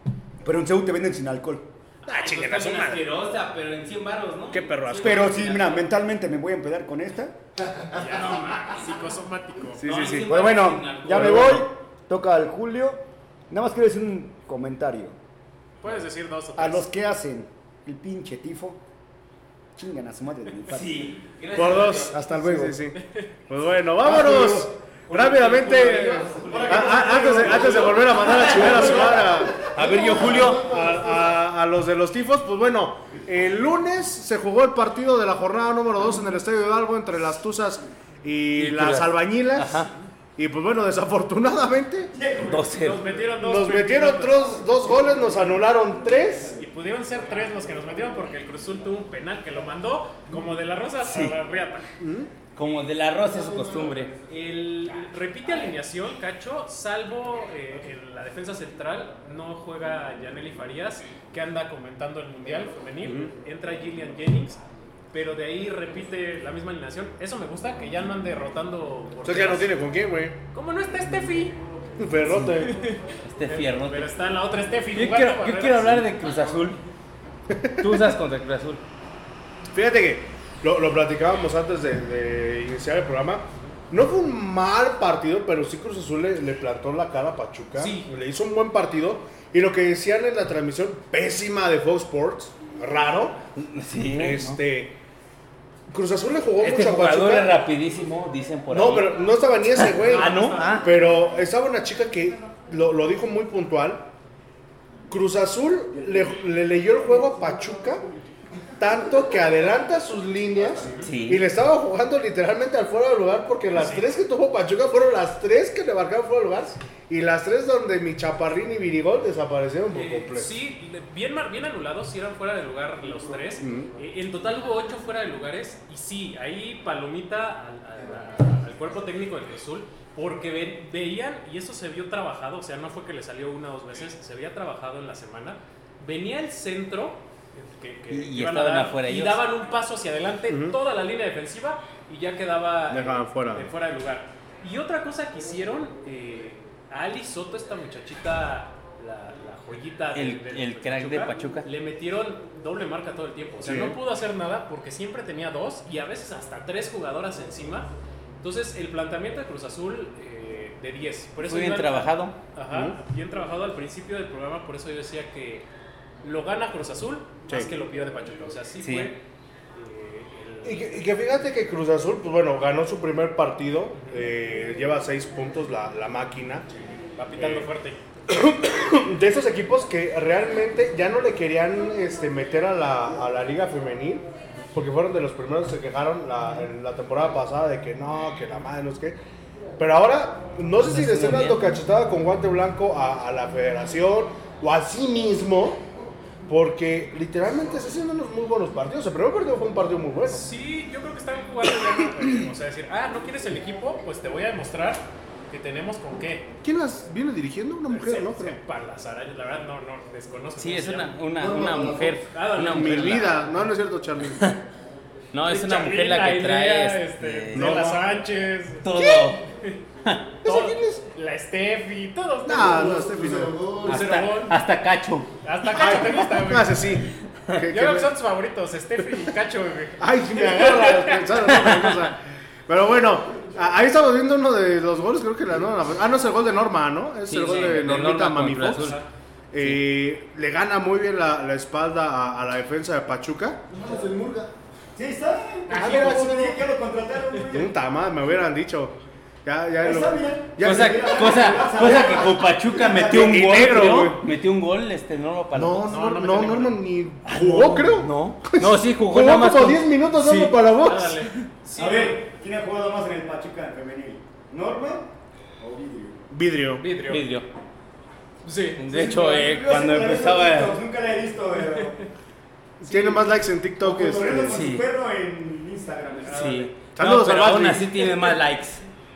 Speaker 5: Pero en Seúl te venden sin alcohol.
Speaker 1: Ah, chinguen a
Speaker 6: Pues
Speaker 1: su
Speaker 6: también
Speaker 1: madre.
Speaker 6: asquerosa, pero en 100 baros, ¿no?
Speaker 1: Qué perro asco.
Speaker 5: Pero sí, mira, mentalmente me voy a empedar con esta.
Speaker 3: Ya no, ma, psicosomático.
Speaker 1: Sí, sí, sí.
Speaker 5: Pues bueno, ya me
Speaker 1: Pero
Speaker 5: voy.
Speaker 1: bueno.
Speaker 5: Toca al Julio. Nada más quiero decir un comentario.
Speaker 3: Puedes decir dos o tres.
Speaker 5: A los que hacen el pinche tifo, chingan a su madre de mi parte.
Speaker 6: Sí. gracias,
Speaker 1: Por dos.
Speaker 6: Julio.
Speaker 5: Hasta luego.
Speaker 1: Sí, sí, sí. Pues bueno,
Speaker 3: Ah,
Speaker 1: vámonos. Rápidamente. eh, a- a- Ah, antes, de, antes de volver a mandar a chingar a su madre a- a Virgil Julio, a, a- a los de los tifos, pues bueno, el lunes se jugó el partido de la jornada número 2 en el Estadio Hidalgo entre las Tuzas y las Albañilas. Y pues bueno, desafortunadamente
Speaker 3: Nos metieron dos.
Speaker 1: nos
Speaker 3: güey.
Speaker 1: metieron otros dos goles, nos anularon tres.
Speaker 3: Y pudieron ser tres los que nos metieron porque el Cruz Azul tuvo un penal que lo mandó como de la rosa a la riata.
Speaker 6: Como de la rosa es su costumbre.
Speaker 3: El, repite alineación, Cacho, salvo eh, en la defensa central, no juega Yaneli Farías, que anda comentando el Mundial Femenil, entra Gillian Jennings, pero de ahí repite la misma alineación. Eso me gusta, que ya no ande rotando.
Speaker 1: O sea que ya no tiene con quién, güey.
Speaker 3: ¿Cómo no está Steffi?
Speaker 1: Ferrote.
Speaker 6: Este fierro.
Speaker 3: Pero está en la otra Steffi.
Speaker 6: Yo
Speaker 3: jugando
Speaker 6: quiero, yo
Speaker 3: Barreras.
Speaker 6: quiero hablar de Cruz Azul. Tú usas contra Cruz Azul.
Speaker 1: Fíjate que lo, lo platicábamos antes de, de iniciar el programa. No fue un mal partido, pero sí Cruz Azul le, le plantó la cara a Pachuca.
Speaker 6: Sí.
Speaker 1: Le hizo un buen partido. Y lo que decían en la transmisión pésima de Fox Sports, raro,
Speaker 6: Sí.
Speaker 1: este... Cruz Azul le jugó
Speaker 6: Este
Speaker 1: mucho a
Speaker 6: jugador es
Speaker 1: Pachuca.
Speaker 6: rapidísimo, dicen por ahí.
Speaker 1: No, pero no estaba ni ese güey.
Speaker 6: Ah, ¿no? Ah.
Speaker 1: Pero estaba una chica que lo, lo dijo muy puntual. Cruz Azul le, le leyó el juego a Pachuca tanto que adelanta sus líneas
Speaker 6: Sí.
Speaker 1: y le estaba jugando literalmente al fuera de lugar porque las tres que tuvo Pachuca fueron las tres que le marcaron fuera de lugar y las tres donde mi chaparrín y Virigol desaparecieron por
Speaker 3: Eh,
Speaker 1: completo.
Speaker 3: sí, le- bien, mar- bien anulados, si eran fuera de lugar los tres. Eh, en total hubo ocho fuera de lugares. Y sí, ahí palomita al, al- al cuerpo técnico del Cruz Azul. Porque ve- veían, y eso se vio trabajado, o sea, no fue que le salió una o dos veces, se había trabajado en la semana. Venía el centro. Que, que
Speaker 6: Y- y
Speaker 3: iban a
Speaker 6: estaban
Speaker 3: dar,
Speaker 6: afuera
Speaker 3: y
Speaker 6: ellos.
Speaker 3: daban un paso hacia adelante toda la línea defensiva y ya quedaba
Speaker 1: Dejaban fuera.
Speaker 3: de fuera de lugar. Y otra cosa que hicieron, eh, a Ali Soto, esta muchachita, la, la joyita
Speaker 7: El- el crack de Pachuca.
Speaker 3: le metieron doble marca todo el tiempo. O sea,
Speaker 1: Sí.
Speaker 3: no pudo hacer nada porque siempre tenía dos y a veces hasta tres jugadoras encima. Entonces, el planteamiento de Cruz Azul eh, de 10. Por eso
Speaker 7: Muy bien
Speaker 3: iba-
Speaker 7: trabajado.
Speaker 3: Ajá, bien trabajado al principio del programa, por eso yo decía que lo gana Cruz Azul más que lo pierde Pachuca. O sea, sí,
Speaker 7: Sí.
Speaker 3: fue. eh,
Speaker 1: Y
Speaker 3: el-
Speaker 1: que, y que fíjate que Cruz Azul, pues bueno, ganó su primer partido, eh, lleva seis puntos la, la máquina.
Speaker 3: va pitando
Speaker 1: Eh,
Speaker 3: fuerte.
Speaker 1: De esos equipos que realmente ya no le querían este, meter a la, a la liga femenil, porque fueron de los primeros que se quejaron la, en la temporada pasada de que no, que la madre, no es que... Pero ahora, no sé si le estén dando cachetada con guante blanco a, a la federación o a sí mismo, porque literalmente se hacen unos muy buenos partidos. El primer partido fue un partido muy bueno.
Speaker 3: Sí, yo creo que están jugando ya. o sea, decir, ah, ¿no quieres el equipo? Pues te voy a demostrar que tenemos con qué.
Speaker 1: ¿Quién las viene dirigiendo? Una mujer,
Speaker 3: Se-
Speaker 1: ¿no?
Speaker 3: se-
Speaker 1: Creo.
Speaker 3: Palazar, la verdad no, no, desconozco.
Speaker 7: Sí,
Speaker 3: cómo
Speaker 7: es
Speaker 3: se
Speaker 7: una,
Speaker 3: llama.
Speaker 7: una,
Speaker 2: No, no,
Speaker 7: una
Speaker 2: no, no.
Speaker 7: mujer.
Speaker 3: Ah,
Speaker 7: Una
Speaker 3: no,
Speaker 1: Mi
Speaker 7: mujer. la-
Speaker 1: vida. No, no es cierto, Charlie.
Speaker 7: No, es una mujer la que
Speaker 3: Idea,
Speaker 7: trae
Speaker 3: este,
Speaker 7: este,
Speaker 1: no.
Speaker 3: Tela Sánchez,
Speaker 7: todo.
Speaker 3: todo- la Steffi, todos.
Speaker 1: No,
Speaker 3: todos.
Speaker 1: no, Steffi no.
Speaker 3: Cerón.
Speaker 7: Hasta, hasta cacho.
Speaker 3: Hasta Cacho te gusta, güey.
Speaker 1: No hace sí. Que- que
Speaker 3: Yo creo
Speaker 1: me-
Speaker 3: que son tus favoritos, Steffi y Cacho, güey.
Speaker 1: Ay, me agarra de pensar en otra cosa. Pero bueno, a- ahí estamos viendo uno de los goles, creo que la Norma. Ah, no, es el gol de Norma, ¿no? Es
Speaker 7: Sí,
Speaker 1: el gol
Speaker 7: sí,
Speaker 1: de,
Speaker 7: de
Speaker 1: Normita
Speaker 7: Norma
Speaker 1: Mami
Speaker 7: contra
Speaker 1: Fox.
Speaker 7: Azul.
Speaker 1: Eh, Le gana muy bien la, la espalda a, a la defensa de Pachuca.
Speaker 2: No es el Murga.
Speaker 5: Sí, está.
Speaker 1: Ah,
Speaker 5: Ah,
Speaker 1: mira,
Speaker 5: mira,
Speaker 1: sí,
Speaker 5: no, que lo contrataron, güey.
Speaker 1: Puta madre, me hubieran dicho. Ya, ya.
Speaker 5: Ahí
Speaker 1: lo-
Speaker 5: está, mira.
Speaker 1: ya-
Speaker 7: cosa, cosa, cosa que con Pachuca metió un
Speaker 1: Y
Speaker 7: gol,
Speaker 1: negro,
Speaker 7: creo.
Speaker 1: güey.
Speaker 7: Metió un gol, este, no lo paró.
Speaker 1: No, no, no,
Speaker 3: No, no
Speaker 1: no,
Speaker 3: metió
Speaker 1: Norma ni jugó, creo.
Speaker 7: No, no, sí, jugó,
Speaker 1: Jugó
Speaker 7: nada más.
Speaker 1: como
Speaker 7: con-
Speaker 1: 10 minutos
Speaker 7: Sí.
Speaker 1: solo para
Speaker 3: Ah,
Speaker 1: vos.
Speaker 3: dale.
Speaker 5: A ver, ¿quién ha jugado más en el Pachuca femenil? ¿Norma o Vidrio?
Speaker 1: Vidrio.
Speaker 3: Vidrio.
Speaker 7: Vidrio.
Speaker 3: Sí.
Speaker 7: De hecho, eh,
Speaker 5: Yo
Speaker 7: cuando
Speaker 5: siempre la he visto
Speaker 7: empezaba.
Speaker 5: en TikTok, Nunca la he visto, pero.
Speaker 1: Tiene más likes en TikTok que
Speaker 5: Corriendo
Speaker 1: este.
Speaker 5: con
Speaker 7: sí.
Speaker 5: su perro en Instagram. ¿no?
Speaker 7: Sí.
Speaker 1: Saludos
Speaker 7: No,
Speaker 1: a
Speaker 7: pero aún
Speaker 1: Badri.
Speaker 7: así tiene más likes.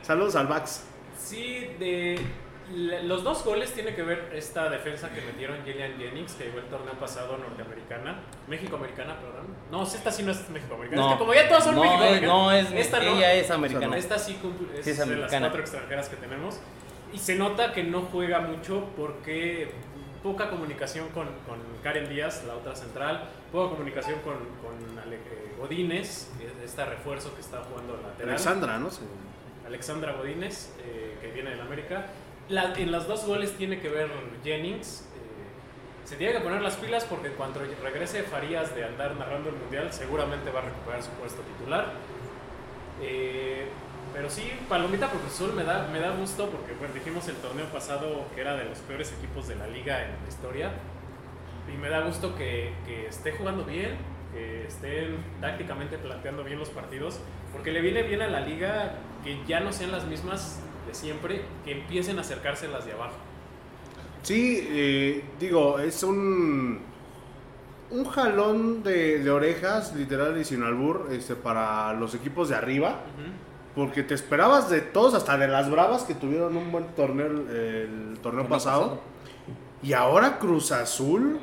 Speaker 1: Saludos al Vax.
Speaker 3: Sí, de la- los dos goles tiene que ver esta defensa que metieron Gillian Jennings, que llegó el torneo pasado norteamericana, México-americana, perdón. No, sí, esta sí no es México-americana.
Speaker 7: No.
Speaker 3: es que como ya todas son
Speaker 7: No,
Speaker 3: México-americanas.
Speaker 7: es- no, es-
Speaker 3: esta
Speaker 7: ella es americana.
Speaker 3: Esta sí cum- es,
Speaker 7: Sí, es
Speaker 3: de las
Speaker 7: americana.
Speaker 3: cuatro extranjeras que tenemos. Y se nota que no juega mucho porque poca comunicación con, con Karen Díaz, la otra central, poca comunicación con, con Ale- eh, Godínez, este refuerzo que está jugando lateral.
Speaker 1: Alexandra, ¿no?
Speaker 3: Alexandra Godínez, eh, que viene del América. La- en las dos goles tiene que ver Jennings. eh, se tiene que poner las pilas porque cuando regrese Farías de andar narrando el Mundial, seguramente va a recuperar su puesto titular. Eh, pero sí, Palomita por Cruz Azul me da, me da gusto porque pues, dijimos el torneo pasado que era de los peores equipos de la liga en la historia. Y me da gusto que, que esté jugando bien, que estén tácticamente planteando bien los partidos, porque le viene bien a la liga que ya no sean las mismas de siempre, que empiecen a acercarse las de abajo.
Speaker 1: Sí, eh, digo, es un un jalón de, de orejas, literal y sin albur, este, para los equipos de arriba, porque te esperabas de todos, hasta de las bravas que tuvieron un buen torneo el, el torneo pasado, y ahora Cruz Azul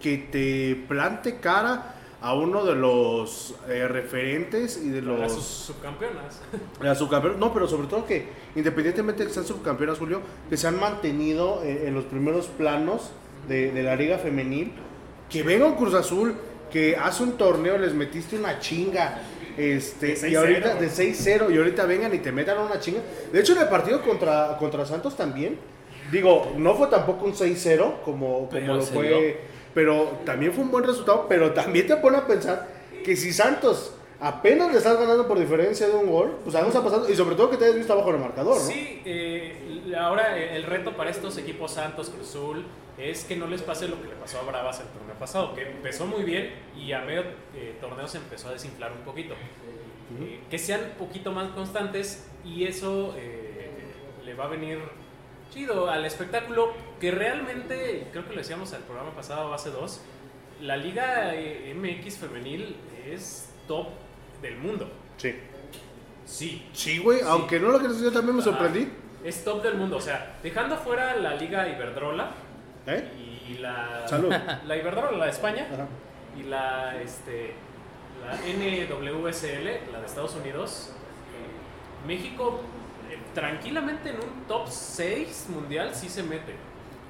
Speaker 1: que te plante cara a uno de los eh, referentes y de
Speaker 3: Las
Speaker 1: los
Speaker 3: sus subcampeonas.
Speaker 1: la subcampeón, no, pero sobre todo que independientemente de que sean subcampeonas, Julio, que se han mantenido eh, en, los primeros planos de, de la liga femenil, que venga un Cruz Azul, que hace un torneo, les metiste una chinga, este,
Speaker 3: De
Speaker 1: y
Speaker 3: 6-0,
Speaker 1: ahorita
Speaker 3: güey.
Speaker 1: de 6-0, y ahorita vengan y te metan una chinga. De hecho, en el partido contra, contra Santos también, digo, no fue tampoco un 6-0 como, como
Speaker 7: Pero
Speaker 1: lo
Speaker 7: se
Speaker 1: fue
Speaker 7: dio.
Speaker 1: pero también fue un buen resultado, pero también te pone a pensar que si Santos apenas le estás ganando por diferencia de un gol, pues algo está pasando, y sobre todo que te hayas visto abajo del marcador, ¿no?
Speaker 3: Sí, eh, l- ahora eh, el reto para estos equipos Santos, Cruz Azul, es que no les pase lo que le pasó a Bravas el torneo pasado, que empezó muy bien y a medio eh, torneo se empezó a desinflar un poquito. Eh, que sean un poquito más constantes y eso eh, le va a venir chido al espectáculo que realmente, creo que lo decíamos al programa pasado, hace dos, la Liga eh, MX femenil es top del mundo.
Speaker 1: Sí.
Speaker 3: Sí,
Speaker 1: Sí, güey,
Speaker 3: Sí.
Speaker 1: aunque no lo creas, yo también me
Speaker 3: Ajá.
Speaker 1: sorprendí.
Speaker 3: Ah, Es top del mundo, o sea, dejando fuera la Liga Iberdrola
Speaker 1: ¿Eh?
Speaker 3: y la.
Speaker 1: Salud.
Speaker 3: La Iberdrola, la de España,
Speaker 1: Ajá.
Speaker 3: y la, este, la NWSL, la de Estados Unidos. México eh, tranquilamente en un top 6 mundial sí se mete.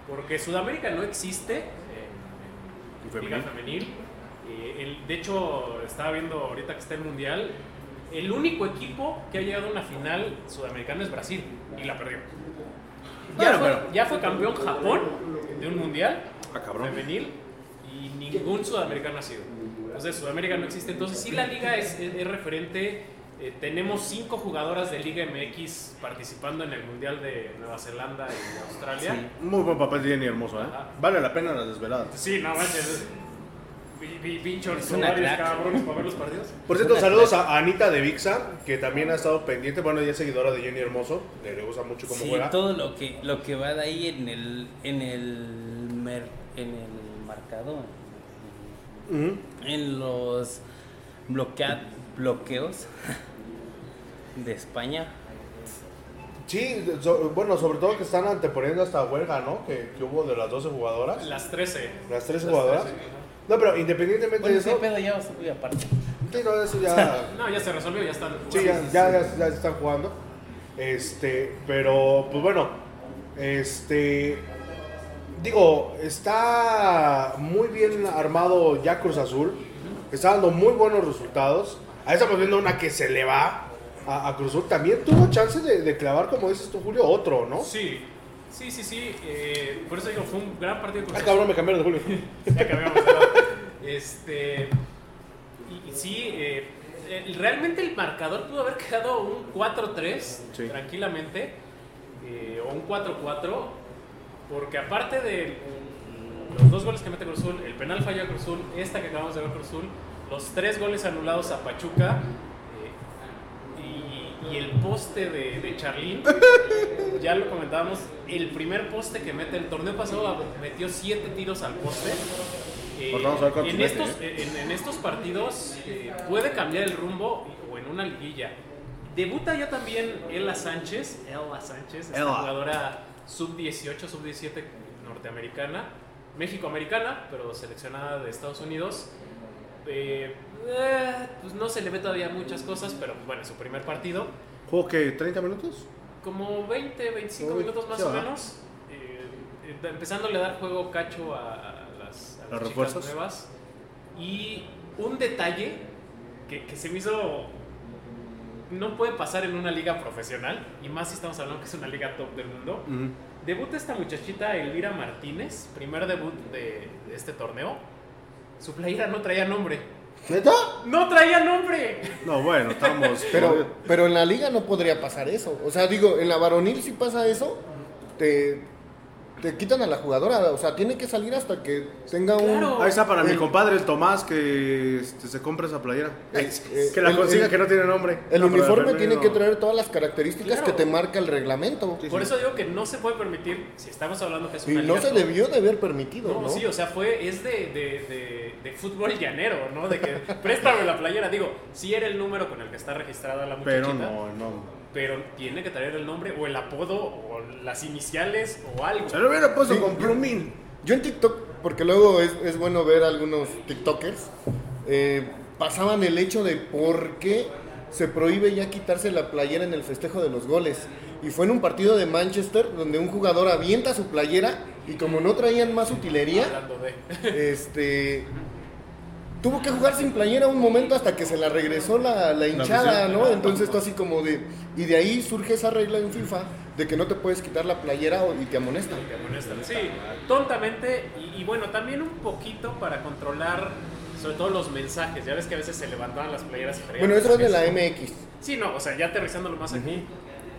Speaker 3: Porque Sudamérica no existe en, en liga femenil. Eh, el- de hecho, estaba viendo ahorita que está el mundial. El único equipo que ha llegado a una final sudamericana es Brasil y la perdió. Ya,
Speaker 1: Bueno,
Speaker 3: fue,
Speaker 1: pero-
Speaker 3: ya fue campeón Japón de un mundial
Speaker 1: Ah, cabrón.
Speaker 3: femenil y ningún sudamericano ha sido. Entonces Sudamérica no existe. Entonces sí la liga es, es- es referente. Eh, tenemos cinco jugadoras de Liga MX participando en el Mundial de Nueva Zelanda y Australia.
Speaker 1: Muy buen papel tiene y hermoso, ¿eh?
Speaker 3: Ajá.
Speaker 1: Vale la pena las desveladas.
Speaker 3: Sí, no manches. Vi- vi- Pinchos,
Speaker 7: Es una
Speaker 3: ovarios,
Speaker 7: crack.
Speaker 3: cabrones para ver los partidos.
Speaker 1: Por cierto, saludos a Anita de Vixa, que también ha estado pendiente. Bueno, ella es seguidora de Jenny Hermoso. Le, le gusta mucho cómo
Speaker 7: Sí,
Speaker 1: juega.
Speaker 7: todo lo que, lo que va de ahí en el, en el, mer- en el marcado,
Speaker 1: Ujú.
Speaker 7: en los bloquea- bloqueos de España.
Speaker 1: Sí, so- bueno, sobre todo que están anteponiendo hasta huelga, ¿no? Que, que hubo de las 12 jugadoras.
Speaker 3: Las 13.
Speaker 1: Las 3 jugadoras. No, pero independientemente
Speaker 7: Bueno,
Speaker 1: de
Speaker 7: ese
Speaker 1: eso.
Speaker 7: pedo ya va a subir aparte.
Speaker 1: Sí, no, eso ya.
Speaker 3: No, ya se resolvió, ya están.
Speaker 1: Sí, ya, ya, ya- ya están jugando. Este, pero, pues bueno, este. Digo, está muy bien armado ya Cruz Azul. Está dando muy buenos resultados. Ahí estamos viendo una que se le va a, a Cruz Azul. También tuvo chance de, de clavar, como dices tú, Julio, otro, ¿no?
Speaker 3: Sí, sí, sí. sí. eh, por eso digo, fue un gran partido. de Cruz
Speaker 1: Ah,
Speaker 3: Azul.
Speaker 1: cabrón, me cambiaron de Julio.
Speaker 3: Ya cambiamos de lado. Este. Y, y sí, eh, el- realmente el marcador pudo haber quedado un 4-3
Speaker 1: Sí.
Speaker 3: tranquilamente, eh, o un 4-4, porque aparte de los dos goles que mete Cruz Azul, el penal falló a Cruz Azul, esta que acabamos de ver Cruz Azul, los tres goles anulados a Pachuca. eh, y- Y el poste de, de Charlín, ya lo comentábamos, el primer poste que mete el torneo pasado metió siete tiros al poste. Eh,
Speaker 1: Pues vamos a ver cuántos
Speaker 3: en,
Speaker 1: mete, ¿eh?
Speaker 3: estos, en, en estos partidos eh, puede cambiar el rumbo o en una liguilla. Debuta ya también Ella Sánchez, Ella Sánchez, esta
Speaker 1: Ella.
Speaker 3: jugadora sub-18, sub-17 norteamericana, México-americana, pero seleccionada de Estados Unidos. Eh, eh, pues no se le ve todavía muchas cosas, pero bueno, su primer partido
Speaker 1: ¿Juego que ¿30 minutos?
Speaker 3: como 20, 25
Speaker 1: Uy,
Speaker 3: minutos más
Speaker 1: sí,
Speaker 3: o
Speaker 1: va.
Speaker 3: menos. eh, eh, empezándole a dar juego cacho a, a las, a las
Speaker 1: ¿Los
Speaker 3: chicas
Speaker 1: refuerzos?
Speaker 3: nuevas. Y un detalle que, que se me hizo. No puede pasar en una liga profesional, y más si estamos hablando que es una liga top del mundo. Debuta esta muchachita Elvira Martínez, primer debut de, de este torneo. Su playera no traía nombre.
Speaker 2: ¿Neta?
Speaker 3: ¡No traía nombre!
Speaker 1: No, bueno, estamos.
Speaker 2: Pero, pero en la liga no podría pasar eso. O sea, digo, en la varonil si pasa eso, te, te quitan a la jugadora. O sea, tiene que salir hasta que tenga
Speaker 3: Claro.
Speaker 2: un...
Speaker 1: Ahí está para mi
Speaker 2: El-
Speaker 1: compadre, el Tomás, que este, se compra esa playera.
Speaker 2: Eh, eh,
Speaker 1: que la
Speaker 2: el-
Speaker 1: consiga,
Speaker 2: el-
Speaker 1: que no tiene nombre.
Speaker 2: El
Speaker 1: No, pero
Speaker 2: uniforme
Speaker 1: femenino.
Speaker 2: tiene que traer todas las características
Speaker 3: Claro.
Speaker 2: que te marca el reglamento.
Speaker 3: Por eso digo que no se puede permitir, si estamos hablando que es
Speaker 2: Y
Speaker 3: una
Speaker 2: no
Speaker 3: liga
Speaker 2: se
Speaker 3: top,
Speaker 2: debió de haber permitido, ¿no?
Speaker 3: No, sí, o sea, fue, es de, de- de- de fútbol llanero, ¿no? De que préstame la playera. Digo, sí era el número con el que está registrada la muchachita,
Speaker 1: Pero
Speaker 3: pero,
Speaker 1: no, no.
Speaker 3: tiene que traer el nombre o el apodo o las iniciales o algo.
Speaker 1: Se lo hubiera puesto
Speaker 2: Sí.
Speaker 1: con plumín.
Speaker 2: Yo en TikTok, porque luego es, es bueno ver algunos TikTokers, eh, pasaban el hecho de por qué se prohíbe ya quitarse la playera en el festejo de los goles. Y fue en un partido de Manchester donde un jugador avienta su playera y como no traían más utilería,
Speaker 3: Hablando de...
Speaker 2: este... Tuvo que jugar sin playera un momento hasta que se la regresó la, la hinchada,
Speaker 1: afición.
Speaker 2: ¿no? Entonces tú así como de... Y de ahí surge esa regla en FIFA de que no te puedes quitar la playera o- y te amonestan.
Speaker 3: te amonestan. Sí, tontamente. Y, y bueno, también un poquito para controlar, sobre todo los mensajes. Ya ves que a veces se levantaban las playeras. y traían
Speaker 2: Bueno, eso es de
Speaker 3: mensajes.
Speaker 2: la MX.
Speaker 3: Sí, no, o sea, ya aterrizándolo más aquí,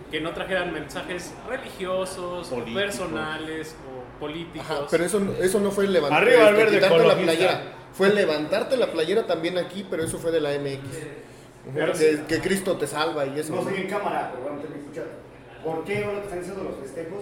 Speaker 3: que no trajeran mensajes religiosos,
Speaker 1: Políticos.
Speaker 3: personales o políticos.
Speaker 2: Ajá, pero eso, eso no fue levantar este,
Speaker 1: Arriba el verde
Speaker 2: quitarte la
Speaker 1: ecologista.
Speaker 2: playera. Fue levantarte la playera también aquí, pero eso fue de la MX.
Speaker 3: Pero
Speaker 2: Ajá, Que, que Cristo te salva y eso.
Speaker 5: No
Speaker 2: ¿no?
Speaker 5: estoy en cámara, pero bueno, tengo que escuchar. ¿Por qué ahora que están haciendo los festejos?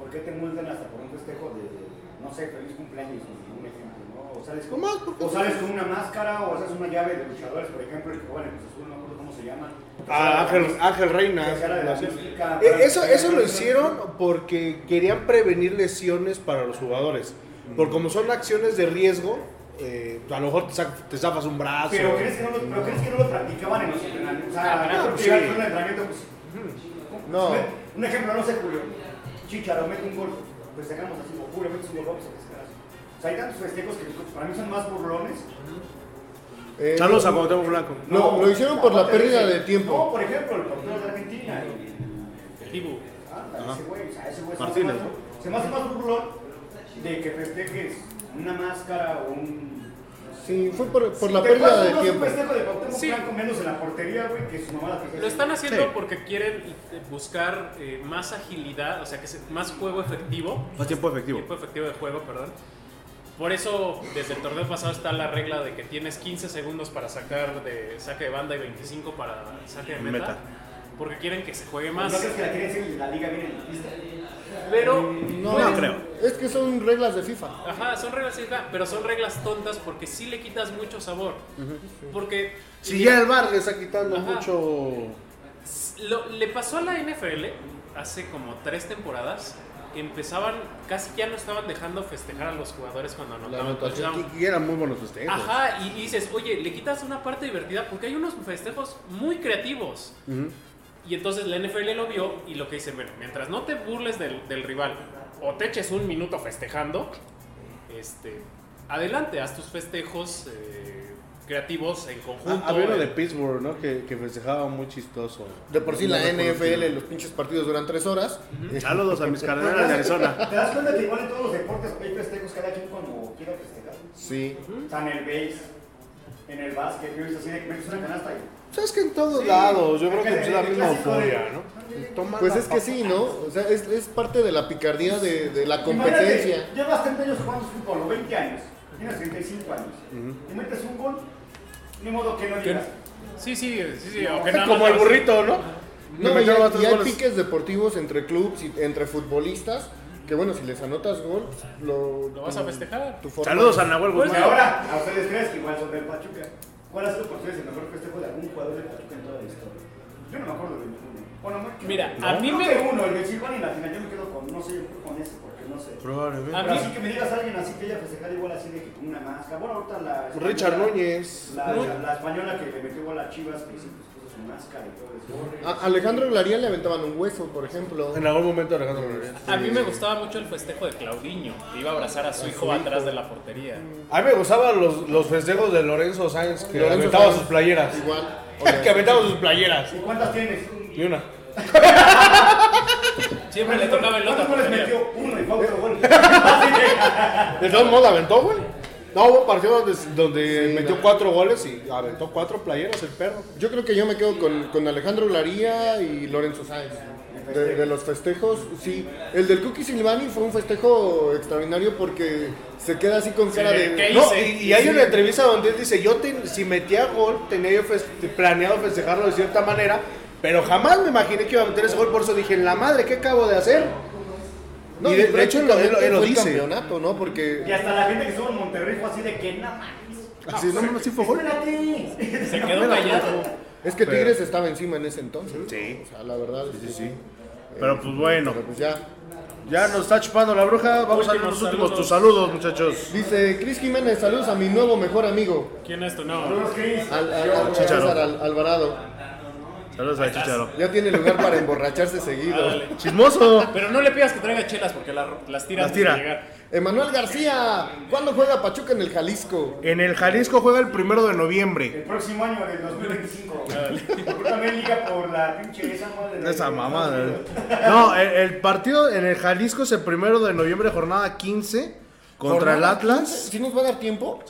Speaker 5: ¿Por qué te multan hasta por un festejo de, no sé, feliz cumpleaños, un ejemplo, ¿no? O sales con,
Speaker 1: ¿Cómo? ¿Por qué?
Speaker 5: o sales con una máscara o haces una llave de luchadores, por ejemplo, el que juega en el Cruz Azul, no me acuerdo cómo se llama.
Speaker 1: Ah, Ángel, Ángel
Speaker 5: La cara de la
Speaker 1: Reina.
Speaker 5: mística,
Speaker 1: Eh,
Speaker 5: para-
Speaker 1: Eso, eso lo hicieron porque querían prevenir lesiones para los jugadores. Porque como son acciones de riesgo, eh, a lo mejor te, sac- te zafas un brazo. Eh,
Speaker 5: Pero crees que no lo, pero crees que no lo practicaban en los entrenamientos. O sea,
Speaker 1: claro,
Speaker 5: yo creo que
Speaker 1: sí.
Speaker 5: iban a hacer un entrenamiento, pues, ¿cómo,
Speaker 2: Ah, No.
Speaker 5: Un ejemplo, no sé, Julio. Chicharo mete un gol, festejamos así. O Julio mete un gol, vamos a festejar así. O sea, hay tantos festejos que pues, para mí son más burlones.
Speaker 2: Eh,
Speaker 1: Saludos a Cuauhtémoc Blanco.
Speaker 2: No, lo hicieron por la
Speaker 5: aparte
Speaker 2: pérdida
Speaker 5: ese-
Speaker 2: de tiempo.
Speaker 5: No, por ejemplo, el partido de Argentina.
Speaker 3: Dibu.
Speaker 5: Ándale, ese güey, o sea, ese güey se me hace
Speaker 1: Martínez,
Speaker 5: más- se me hace más burlón de que festejes una máscara o un.
Speaker 2: Sí, fue por, por
Speaker 5: Si
Speaker 2: la
Speaker 5: te
Speaker 2: pérdida
Speaker 5: acuerdas,
Speaker 2: de
Speaker 5: no es
Speaker 2: tiempo.
Speaker 5: Un festejo de Cuauhtémoc
Speaker 3: Sí.
Speaker 5: Blanco menos en la portería, güey, que su mamá la festeja.
Speaker 3: Lo están haciendo
Speaker 1: Sí.
Speaker 3: porque quieren eh, buscar eh, más agilidad, o sea, que se- más juego efectivo.
Speaker 1: Más tiempo efectivo.
Speaker 3: Tiempo efectivo de juego, perdón. Por eso, desde el torneo pasado está la regla de que tienes 15 segundos para sacar de saque de banda y 25 para saque de meta.
Speaker 1: Meta.
Speaker 3: Porque quieren que se juegue
Speaker 5: ¿No
Speaker 3: más.
Speaker 5: crees que la quiere decir la liga viene en pista?
Speaker 3: Pero,
Speaker 1: No, creo.
Speaker 2: Es que son reglas de FIFA.
Speaker 3: ajá, son reglas, sí, ah, pero son reglas tontas porque sí le quitas mucho sabor. Porque
Speaker 1: Si ya el bar le está quitando
Speaker 3: Ajá.
Speaker 1: mucho.
Speaker 3: Lo- le pasó a la NFL hace como tres temporadas que empezaban, casi ya no estaban dejando festejar a los jugadores cuando anotaban
Speaker 2: anotación.
Speaker 3: touchdown.
Speaker 1: Y eran muy buenos festejos.
Speaker 3: Ajá, y dices, oye, le quitas una parte divertida porque hay unos festejos muy creativos.
Speaker 1: Ujú.
Speaker 3: Y entonces la NFL lo vio y lo que dice, bueno, mientras no te burles del, del rival o te eches un minuto festejando, este, adelante, haz tus festejos eh, creativos en conjunto.
Speaker 1: Ah, Había uno
Speaker 3: eh,
Speaker 1: de Pittsburgh, ¿no? Que, que festejaba muy chistoso.
Speaker 2: De por sí
Speaker 1: No
Speaker 2: la
Speaker 1: recuerdo quién.
Speaker 2: NFL, los pinches partidos duran tres horas.
Speaker 1: Saludos a mis carreras de Arizona.
Speaker 5: ¿Te das cuenta que igual en todos los deportes hay festejos cada quien como quiera festejar?
Speaker 2: Sí.
Speaker 5: O sea, en el base, en el básquet, yo he visto así de que metes una canasta y.
Speaker 1: Sabes que en todos
Speaker 5: Sí.
Speaker 1: lados, yo creo
Speaker 5: Porque
Speaker 1: que es
Speaker 5: el-
Speaker 1: la
Speaker 5: el
Speaker 1: misma
Speaker 5: clásico de-
Speaker 1: euforia, ¿no? Toma
Speaker 2: Pues
Speaker 1: la
Speaker 2: es que sí, ¿no? O sea, es, es parte de la picardía de, de la
Speaker 5: Imagínate,
Speaker 2: competencia.
Speaker 5: Llevas 30 años jugando fútbol, o 20 años, tienes 35 años, y metes un gol, ni modo que no llegas.
Speaker 3: Sí, sí, sí, sí.
Speaker 5: No,
Speaker 3: aunque
Speaker 5: es
Speaker 3: nada
Speaker 1: Como
Speaker 3: más
Speaker 1: el
Speaker 3: lo hacen.
Speaker 1: burrito, ¿no? Me
Speaker 2: No, y,
Speaker 1: metieron
Speaker 2: hay-
Speaker 1: otros
Speaker 2: y hay
Speaker 1: goles.
Speaker 2: piques deportivos entre clubs y entre futbolistas. Que bueno, si les anotas gol, lo,
Speaker 3: Lo vas a festejar.
Speaker 2: tu forma-
Speaker 1: Saludos a Nahuel
Speaker 3: Pues
Speaker 1: Guzmán.
Speaker 5: Porque Pues ahora, a ustedes crees que igual son del Pachuca. ¿Cuál ha sido por ustedes el mejor festejo de algún jugador del Pachuca en toda la historia? Yo no me acuerdo de ninguno. Bueno, no-
Speaker 3: Mira,
Speaker 5: no,
Speaker 3: a mí
Speaker 5: creo
Speaker 3: me-
Speaker 5: que uno, el de Silvani en la final, yo me quedo con, no sé, yo creo con ese, porque no sé.
Speaker 1: Probablemente.
Speaker 3: A
Speaker 5: Pero
Speaker 3: mí-
Speaker 5: así que me digas a alguien así que haya festejado igual así de que con una máscara. Bueno, ahorita la.
Speaker 1: Richard Núñez.
Speaker 5: La,
Speaker 3: Muy-
Speaker 5: la- la española que le metió gol a Chivas, que siempre se puso su máscara y todo eso.
Speaker 2: A Alejandro Glaría le aventaban un hueso, por ejemplo.
Speaker 1: En algún momento Alejandro Rodríguez.
Speaker 3: A mí me gustaba mucho el festejo de Claudinho, que iba a abrazar a su hijo atrás de la portería.
Speaker 1: A mí me gustaban los, los festejos de Lorenzo Sáenz que
Speaker 2: Lorenzo
Speaker 1: aventaba
Speaker 2: Sáenz.
Speaker 1: sus playeras.
Speaker 2: Igual.
Speaker 1: que aventaba sus playeras.
Speaker 5: ¿Y cuántas tienes?
Speaker 1: Y una.
Speaker 3: Siempre le tocaba el otro.
Speaker 5: ¿Cuántos goles
Speaker 3: portería.
Speaker 5: metió? Uno y fue otro gol.
Speaker 1: De todos modos aventó, güey. No, hubo partido donde, donde metió
Speaker 2: no.
Speaker 1: cuatro goles y aventó cuatro playeras el perro.
Speaker 2: Yo creo que yo me quedo con, con Alejandro Glaría y Lorenzo Sáenz. De, de los festejos, sí. El del Cookie Silvani fue un festejo extraordinario porque se queda así con cara de.
Speaker 3: ¿qué
Speaker 1: No,
Speaker 3: hice?
Speaker 1: y, y hay una entrevista donde él dice, yo ten- si metía gol, tenía yo feste- planeado festejarlo de cierta manera, pero jamás me imaginé que iba a meter ese gol, por eso dije, la madre, ¿qué acabo de hacer?
Speaker 2: No,
Speaker 1: y de, de hecho, él lo, él lo- él lo
Speaker 2: fue el
Speaker 1: dice.
Speaker 2: campeonato, ¿no?
Speaker 5: Y
Speaker 2: Porque.
Speaker 5: hasta la gente que estuvo en Monterrey fue así de que no mames.
Speaker 2: Ah,
Speaker 1: Así, no, no, sí fue gol.
Speaker 5: Espérate.
Speaker 3: Se quedó callado.
Speaker 2: Es que
Speaker 1: Pero-
Speaker 2: Tigres estaba encima en ese entonces.
Speaker 1: Sí.
Speaker 2: O sea, la verdad. Sí, sí, sí.
Speaker 1: Pero pues bueno,
Speaker 2: Pero pues ya.
Speaker 1: ya nos está chupando la bruja, vamos a ver los
Speaker 3: Últimos
Speaker 1: últimos
Speaker 3: saludos.
Speaker 1: tus saludos, muchachos.
Speaker 2: Dice Cris Jiménez, saludos a mi nuevo mejor amigo,
Speaker 3: ¿Quién es tu no?
Speaker 5: Saludos, Cris.
Speaker 2: al, al- al-
Speaker 1: Chicharo.
Speaker 2: César Al- Alvarado.
Speaker 1: Saludos a Chicharo.
Speaker 2: Ya tiene lugar para emborracharse seguido.
Speaker 3: Ándale.
Speaker 1: Chismoso.
Speaker 3: Pero no le pidas que traiga chelas porque la- las tira
Speaker 1: Las
Speaker 3: antes de
Speaker 1: tira.
Speaker 3: llegar.
Speaker 2: Emanuel García, ¿cuándo juega Pachuca en el Jalisco?
Speaker 1: En el Jalisco juega el primero de noviembre.
Speaker 5: El próximo año del 2025. Porque también liga por la pinche esa madre. de-
Speaker 1: Esa mamada. No, el, el partido en el Jalisco es el primero de noviembre, jornada 15, contra el
Speaker 2: Jornada
Speaker 1: Atlas.
Speaker 2: 15. ¿Sí nos va a dar tiempo?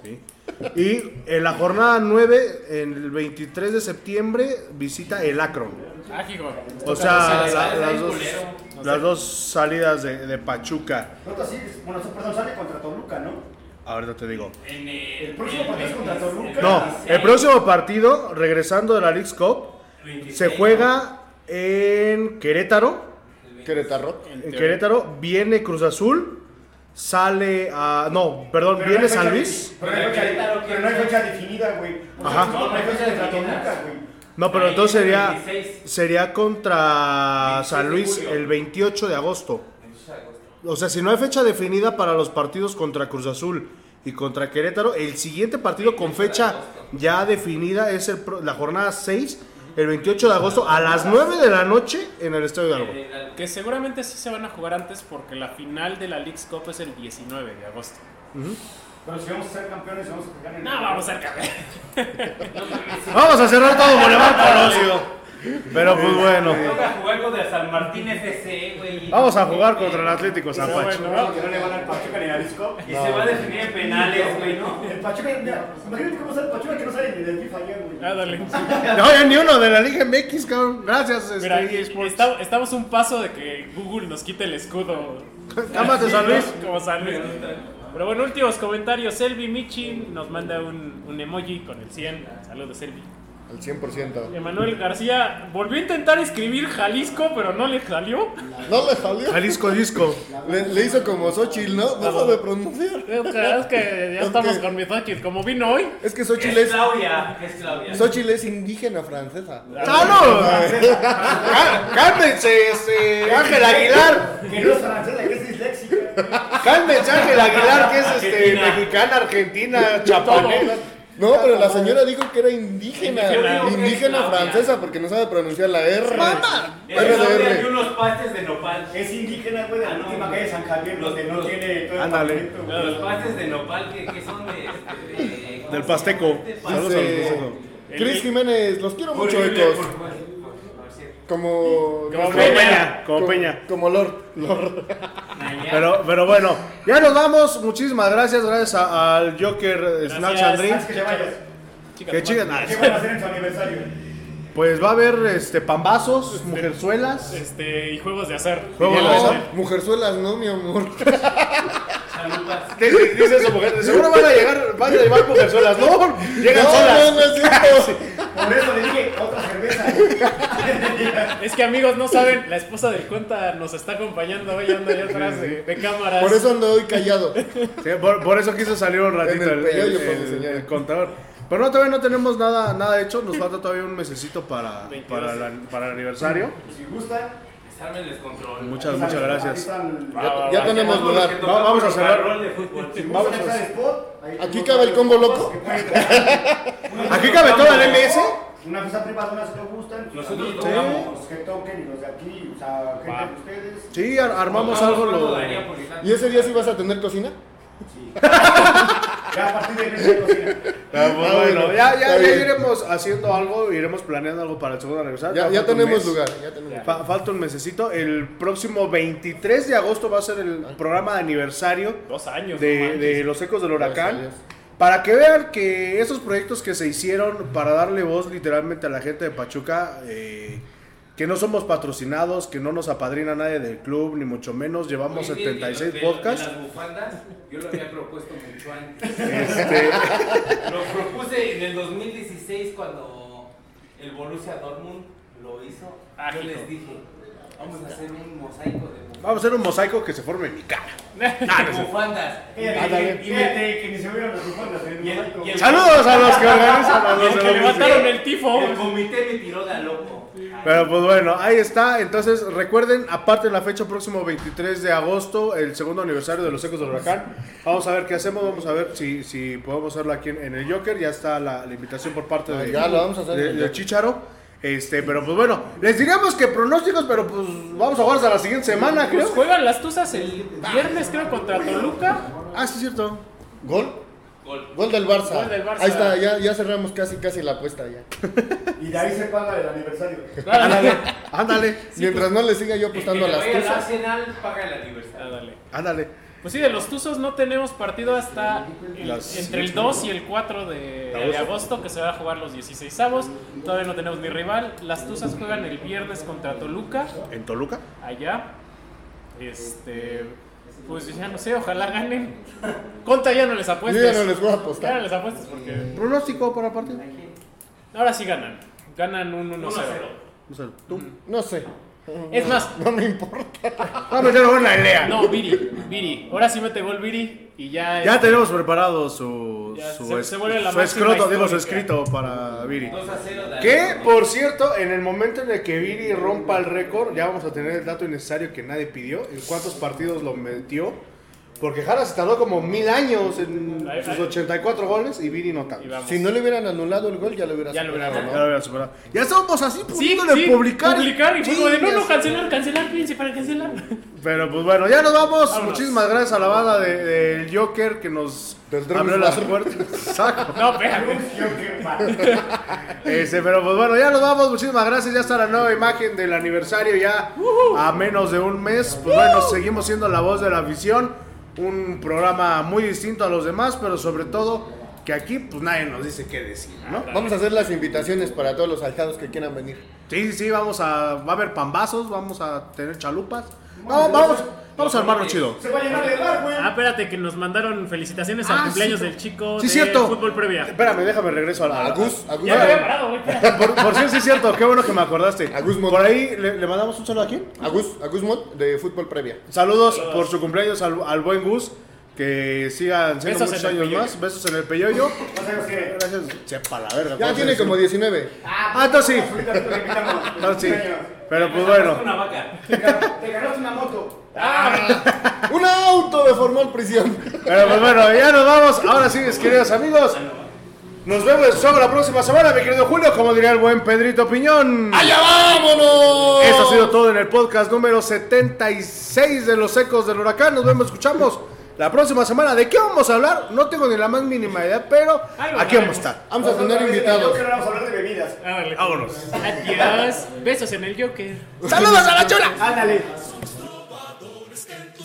Speaker 1: Y en la jornada 9, en el 23 de septiembre, visita el Akron.
Speaker 3: Ah, hijo.
Speaker 1: O sea, la-
Speaker 6: ¿eh?
Speaker 1: las, dos, las dos salidas de, de Pachuca.
Speaker 5: Pronto sí, bueno, su perdón sale contra Toluca, ¿no?
Speaker 1: Ahorita te digo.
Speaker 6: En el,
Speaker 5: El próximo partido es contra Toluca.
Speaker 1: No, el próximo partido, regresando de la League Cup,
Speaker 6: 26,
Speaker 1: se juega en Querétaro.
Speaker 2: Querétaro.
Speaker 1: En Querétaro viene Cruz Azul, sale a. No, perdón,
Speaker 5: Pero no
Speaker 1: viene
Speaker 5: hay fecha
Speaker 1: San
Speaker 5: de-
Speaker 1: Luis.
Speaker 5: Pero no hay fecha, pero no hay fecha definida, güey. O sea,
Speaker 1: Ajá.
Speaker 5: No hay fecha contra Toluca, güey.
Speaker 1: No, pero
Speaker 6: Ahí
Speaker 1: entonces
Speaker 6: es el
Speaker 1: sería,
Speaker 6: 26.
Speaker 1: sería contra
Speaker 6: 26
Speaker 1: San
Speaker 6: de
Speaker 1: Luis
Speaker 6: julio.
Speaker 1: el 28 de agosto. O sea, si no hay fecha definida para los partidos contra Cruz Azul y contra Querétaro, el siguiente partido con fecha ya definida es el pro- la jornada 6 el 28 de agosto a las 9 de la noche en el Estadio Hidalgo.
Speaker 6: En el-
Speaker 3: Que seguramente sí se van a jugar antes porque la final de la League's Cup es el 19 de agosto.
Speaker 5: Pero si vamos a ser campeones, vamos a ganar.
Speaker 3: No, vamos a caber.
Speaker 1: Vamos a cerrar todo Boulevard
Speaker 6: eh,
Speaker 1: Colosio. Pero pues bueno,
Speaker 6: Toca jugar contra San Martín FC, güey.
Speaker 1: vamos a jugar contra el Atlético Zapacho.
Speaker 5: No, porque no le van al Pachuca ni al Isco.
Speaker 6: Y se va a definir en penales, güey, ¿no?
Speaker 5: El Pachuca, mira, imagínate cómo está el Pachuca que no sale ni del FIFA ya, güey.
Speaker 3: Ah, dale.
Speaker 1: No, ya ni uno de la Liga MX, cabrón. Gracias, este,
Speaker 3: Mira,
Speaker 1: eSports.
Speaker 3: esta- estamos un paso de que Google nos quite el escudo.
Speaker 1: Camas de San Luis.
Speaker 3: Como San Luis. Pero bueno, últimos comentarios. Elvi Michi nos manda un, un emoji con el 100. Saludos, Elvi.
Speaker 2: Al 100%.
Speaker 3: Emanuel García volvió a intentar escribir Jalisco, pero no le salió.
Speaker 2: No le salió.
Speaker 1: Jalisco Disco.
Speaker 2: Le, le hizo como Xochitl, ¿no? No sabe pronunciar.
Speaker 3: Es que ya estamos con mis ochis. Como vino hoy.
Speaker 2: Es que Xochitl
Speaker 6: Es
Speaker 2: es,
Speaker 6: Claudia, es Claudia.
Speaker 2: Xochitl es indígena francesa.
Speaker 1: ¡Salud! Cá- ¡Cálmense, este, Ángel Aguilar!
Speaker 5: Que no es francesa, que es disléxica.
Speaker 1: ¡Cálmense, Ángel Aguilar, que es este, mexicana, argentina, chapanera!
Speaker 2: No, pero la señora dijo que era indígena.
Speaker 3: Indígena.
Speaker 2: Indígena francesa porque no sabe pronunciar la R.
Speaker 6: Es Claudia y
Speaker 2: RDR.
Speaker 6: unos pastes de nopal.
Speaker 5: Es indígena, güey, de la última calle de San Javier, donde no tiene todo el
Speaker 1: Ándale.
Speaker 5: pavimento, güey.
Speaker 6: Los pastes de nopal que, que son de, este, de- ¿cómo
Speaker 1: Del
Speaker 6: se
Speaker 1: Pasteco.
Speaker 6: llama? De Pasteco.
Speaker 1: Saludos a los pasteco.
Speaker 2: Cris Jiménez, los quiero mucho,
Speaker 6: Horrible,
Speaker 2: ecos.
Speaker 6: por- por- por- por cierto.
Speaker 2: Como.
Speaker 3: Como
Speaker 2: nuestro-
Speaker 3: Peña,
Speaker 1: como
Speaker 2: co-
Speaker 1: Peña.
Speaker 2: Como Lord. Lord.
Speaker 6: Nañá.
Speaker 1: Pero, pero bueno, ya nos vamos. Muchísimas gracias. Gracias a- al Joker eh, Snacks and
Speaker 5: Antes
Speaker 1: Drinks.
Speaker 5: Ah, que te vayas,
Speaker 1: Que chiquen.
Speaker 5: ¿Qué van a hacer en su aniversario?
Speaker 1: Pues va a haber este, pambazos, mujerzuelas.
Speaker 3: Este, y juegos de azar.
Speaker 1: Juegos de
Speaker 3: Y el-
Speaker 1: azar.
Speaker 2: Mujerzuelas, no, mi amor.
Speaker 6: Saludas.
Speaker 1: ¿Qué dice eso, mujer? Seguro van a llegar, van a llevar mujerzuelas. No, llegan
Speaker 2: no,
Speaker 1: solas.
Speaker 2: no, no es cierto.
Speaker 5: Por eso le dije, otra cerveza.
Speaker 3: Es que amigos no saben, la esposa del cuenta nos está acompañando hoy, anda allá atrás de, de cámaras.
Speaker 2: Por eso ando hoy callado.
Speaker 1: Sí, por, por eso quiso salir un ratito
Speaker 2: En el
Speaker 1: el,
Speaker 2: periódico,
Speaker 1: el- el-
Speaker 2: mi señora.
Speaker 1: el contador. Pero no, todavía no tenemos nada, nada hecho. Nos falta todavía un mesecito para,
Speaker 3: 22.
Speaker 1: para, la- para el aniversario.
Speaker 5: Si gusta,
Speaker 6: Desarme el descontrol.
Speaker 1: Muchas,
Speaker 5: ahí
Speaker 1: muchas
Speaker 5: están- ahí
Speaker 1: gracias.
Speaker 5: están-
Speaker 3: Va, Ah, va,
Speaker 2: Ya
Speaker 3: va.
Speaker 2: tenemos lugar.
Speaker 6: Porque
Speaker 1: Va- vamos a
Speaker 6: tocamos
Speaker 1: cerrar.
Speaker 6: rol de fútbol.
Speaker 5: si
Speaker 1: Vamos
Speaker 5: gustan
Speaker 1: a-
Speaker 5: esa de spot, ahí
Speaker 2: Aquí
Speaker 5: tenemos
Speaker 2: cabe el combo
Speaker 5: varios
Speaker 2: loco.
Speaker 5: que pueden traer. Una
Speaker 1: Aquí
Speaker 5: cosa-
Speaker 1: cabe todo el MS.
Speaker 5: Una cosa privada, una si no gustan.
Speaker 6: Nosotros
Speaker 5: los
Speaker 6: tocamos.
Speaker 5: Los que toquen y los de aquí, o sea, gente de ustedes.
Speaker 1: Sí, ar- armamos
Speaker 6: Tocamos
Speaker 1: algo.
Speaker 6: cuando
Speaker 1: Lo...
Speaker 6: daría por Isaac.
Speaker 2: ¿Y ese día sí vas a tener cocina?
Speaker 5: Sí. ya a partir de que se cocina.
Speaker 1: Ah, bueno,
Speaker 2: Ah, bueno,
Speaker 1: bueno, ya, ya,
Speaker 2: está
Speaker 1: ya
Speaker 2: bien.
Speaker 1: iremos haciendo algo, iremos planeando algo para el segundo aniversario.
Speaker 2: Ya,
Speaker 1: Falta
Speaker 2: ya
Speaker 1: un
Speaker 2: tenemos
Speaker 1: mes.
Speaker 2: lugar. Ya tenemos
Speaker 1: Fa- falta un mesecito. El próximo 23 de agosto va a ser el programa de aniversario
Speaker 3: Dos años. no
Speaker 1: de,
Speaker 3: manches.
Speaker 1: de Los Ecos del Huracán.
Speaker 2: Gracias a Dios.
Speaker 1: Para que vean que esos proyectos que se hicieron para darle voz literalmente a la gente de Pachuca, eh, que no somos patrocinados, que no nos apadrina nadie del club, ni mucho menos, llevamos
Speaker 6: Oye, bien,
Speaker 1: 76
Speaker 6: de- de-
Speaker 1: podcasts.
Speaker 6: de las bufandas, yo lo había propuesto mucho antes.
Speaker 1: Este,
Speaker 6: Lo propuse en el 2016 cuando el Borussia Dortmund lo hizo.
Speaker 3: Ah,
Speaker 6: yo
Speaker 3: hijo.
Speaker 6: les dije, vamos a hacer un mosaico de bufandas.
Speaker 1: vamos a hacer un mosaico que se forme en mi cara.
Speaker 6: De bufandas.
Speaker 5: Fíjate, fíjate que ni se hubieran respondido. se
Speaker 6: Y el-
Speaker 5: hubieran
Speaker 6: y el-
Speaker 1: Saludos a los que organizan a
Speaker 3: Y
Speaker 1: los
Speaker 3: el
Speaker 1: de
Speaker 3: que
Speaker 1: los-
Speaker 3: levantaron el tifo.
Speaker 6: El comité me tiró de a loco.
Speaker 1: Pero pues bueno, ahí está. Entonces recuerden, aparte de la fecha próximo 23 de agosto, el segundo aniversario de los Ecos del Huracán. Vamos a ver qué hacemos, vamos a ver si, si podemos hacerlo aquí en, en el Joker. Ya está la, la invitación por parte de,
Speaker 2: Ya lo vamos a hacer en
Speaker 1: de,
Speaker 2: el
Speaker 1: de
Speaker 2: Joker.
Speaker 1: Chicharo. Este, pero pues bueno, les diríamos que pronósticos, pero pues vamos a jugar hasta la siguiente semana,
Speaker 3: Pues
Speaker 1: creo.
Speaker 3: juegan las tuzas el viernes, creo, contra Toluca.
Speaker 1: Ah, sí, cierto.
Speaker 2: ¿Gol?
Speaker 6: Gol.
Speaker 2: Gol del Barça.
Speaker 3: Gol del Barça.
Speaker 2: Ahí está, ya, ya cerramos casi casi la apuesta ya.
Speaker 5: respondido. Y de ahí se paga el aniversario.
Speaker 1: Ándale, ándale,
Speaker 2: Mientras
Speaker 1: pues.
Speaker 2: no le siga yo apostando a
Speaker 6: El que
Speaker 2: las
Speaker 6: vaya al
Speaker 2: cosas.
Speaker 6: Arsenal paga el
Speaker 3: Ah,
Speaker 6: aniversario.
Speaker 1: ándale.
Speaker 3: Pues sí, de los Tuzos no tenemos partido hasta el-
Speaker 1: Las-
Speaker 3: entre el 2 y el 4 de, de agosto, que se va a jugar los 16 avos. Todavía no tenemos ni rival. Las Tuzas juegan el viernes contra Toluca,
Speaker 1: ¿En Toluca?
Speaker 3: allá. Este, pues ya no sé, ojalá ganen. Conta ya no les
Speaker 2: Yo ya no
Speaker 3: apuestas.
Speaker 2: les voy a
Speaker 3: Ya no
Speaker 2: apostar.
Speaker 3: les apuestas porque
Speaker 1: Pronóstico para el partido.
Speaker 3: ahora sí ganan. Ganan un 1-0.
Speaker 1: No sé, tú.
Speaker 2: No sé.
Speaker 3: Es más,
Speaker 2: No me importa.
Speaker 1: Va E a meter buena idea.
Speaker 3: no, Viri, Viri. Ahora sí mete gol Viri y ya.
Speaker 1: Ya
Speaker 3: este,
Speaker 1: tenemos preparado su,
Speaker 3: Ya,
Speaker 1: su,
Speaker 3: se-
Speaker 1: es-
Speaker 3: se vuelve la
Speaker 1: su
Speaker 3: máxima
Speaker 1: escroto, digo su
Speaker 3: histórica.
Speaker 1: escrito para Viri.
Speaker 6: 2 a 0 de
Speaker 1: Que, por cierto, en el momento en el que Viri rompa el récord, ya vamos a tener el dato innecesario que nadie pidió, en cuántos partidos lo metió Porque Jara se tardó como mil años en
Speaker 3: Ahí-
Speaker 1: sus
Speaker 3: ahí-
Speaker 1: 84 goles y Vini no tanto.
Speaker 3: Y vamos.
Speaker 2: Si no le hubieran anulado el gol, ya lo hubiera
Speaker 3: Ya lo hubiera
Speaker 2: superado,
Speaker 1: Ya lo había superado. Ya estábamos así
Speaker 3: Sí,
Speaker 1: pudiéndole
Speaker 3: sí,
Speaker 1: publicar.
Speaker 3: Publicar y fue como de, no,
Speaker 1: Chingas.
Speaker 3: no, cancelar, cancelar, fíjense para cancelar.
Speaker 1: Pero pues bueno, ya nos vamos.
Speaker 3: Vámonos.
Speaker 1: Muchísimas gracias a la banda de- del Joker que nos
Speaker 2: Del Drums
Speaker 1: abrió las
Speaker 2: Bar.
Speaker 1: puertas. Exacto.
Speaker 3: No, espérame.
Speaker 1: Este, pero pues bueno, ya nos vamos. Muchísimas gracias. Ya está la nueva imagen del aniversario ya a menos de un mes. Pues bueno, seguimos siendo la voz de la afición. Un programa muy distinto a los demás, pero sobre todo que aquí pues nadie nos dice qué decir, ¿no?
Speaker 2: ¿no? Vamos a hacer las invitaciones para todos los aljados que quieran venir.
Speaker 1: Sí, sí, sí, vamos a. Va a haber pambazos, vamos a tener chalupas. No, vamos, vamos a armarlo chido.
Speaker 5: Se va a llenar el bar, güey.
Speaker 4: Ah, espérate, que nos mandaron felicitaciones al
Speaker 1: Ah,
Speaker 4: cumpleaños
Speaker 1: sí.
Speaker 4: del chico
Speaker 1: Sí,
Speaker 4: de
Speaker 1: cierto.
Speaker 4: fútbol previa.
Speaker 1: Espérame, déjame regreso a la.
Speaker 2: A Gus, a Gus,
Speaker 4: Ya me había parado, güey.
Speaker 1: Por, por cierto, sí es cierto, qué bueno que me acordaste.
Speaker 2: A Gus Mon-
Speaker 1: Por ahí le, le mandamos un saludo a quién.
Speaker 2: a Gus- a Gus Mont de Fútbol Previa.
Speaker 1: Saludos, por su cumpleaños al, al buen Gus. Que sigan siendo
Speaker 4: Besos
Speaker 1: muchos
Speaker 4: en el
Speaker 1: años
Speaker 4: peyoyo.
Speaker 1: más. Besos en el peyoyo.
Speaker 5: ¿Sabes qué?
Speaker 1: Gracias. Sepa la verga.
Speaker 2: Ya
Speaker 1: ¿cómo se
Speaker 2: tiene
Speaker 1: dice?
Speaker 2: como 19.
Speaker 1: Ah, entonces sí.
Speaker 5: Ahorita te invitamos.
Speaker 1: Entonces sí.
Speaker 5: Cumpleaños.
Speaker 1: Pero pues
Speaker 6: Es
Speaker 1: bueno.
Speaker 6: una vaca.
Speaker 5: Te gan- Te ganaste una moto.
Speaker 2: ¡Un auto de formal prisión!
Speaker 1: Pero pues bueno, ya nos vamos. Ahora sí, mis queridos amigos. Nos vemos el sábado la próxima semana, mi querido Julio, como diría el buen Pedrito Piñón.
Speaker 2: ¡Allá vámonos!
Speaker 1: Eso ha sido todo en el podcast número 76 de Los Ecos del Huracán. Nos vemos, escuchamos la próxima semana. ¿De qué vamos a hablar? No tengo ni la más mínima idea, pero
Speaker 3: lo
Speaker 1: aquí vamos a
Speaker 3: hablaremos.
Speaker 1: estar.
Speaker 2: Vamos a tener invitados.
Speaker 5: Yo vamos a hablar de bebidas.
Speaker 3: Ah,
Speaker 4: Ándale.
Speaker 1: Vámonos.
Speaker 4: Adiós. Besos en el Joker.
Speaker 1: ¡Saludos a la chola!
Speaker 5: Ándale.
Speaker 8: trovadores que en tu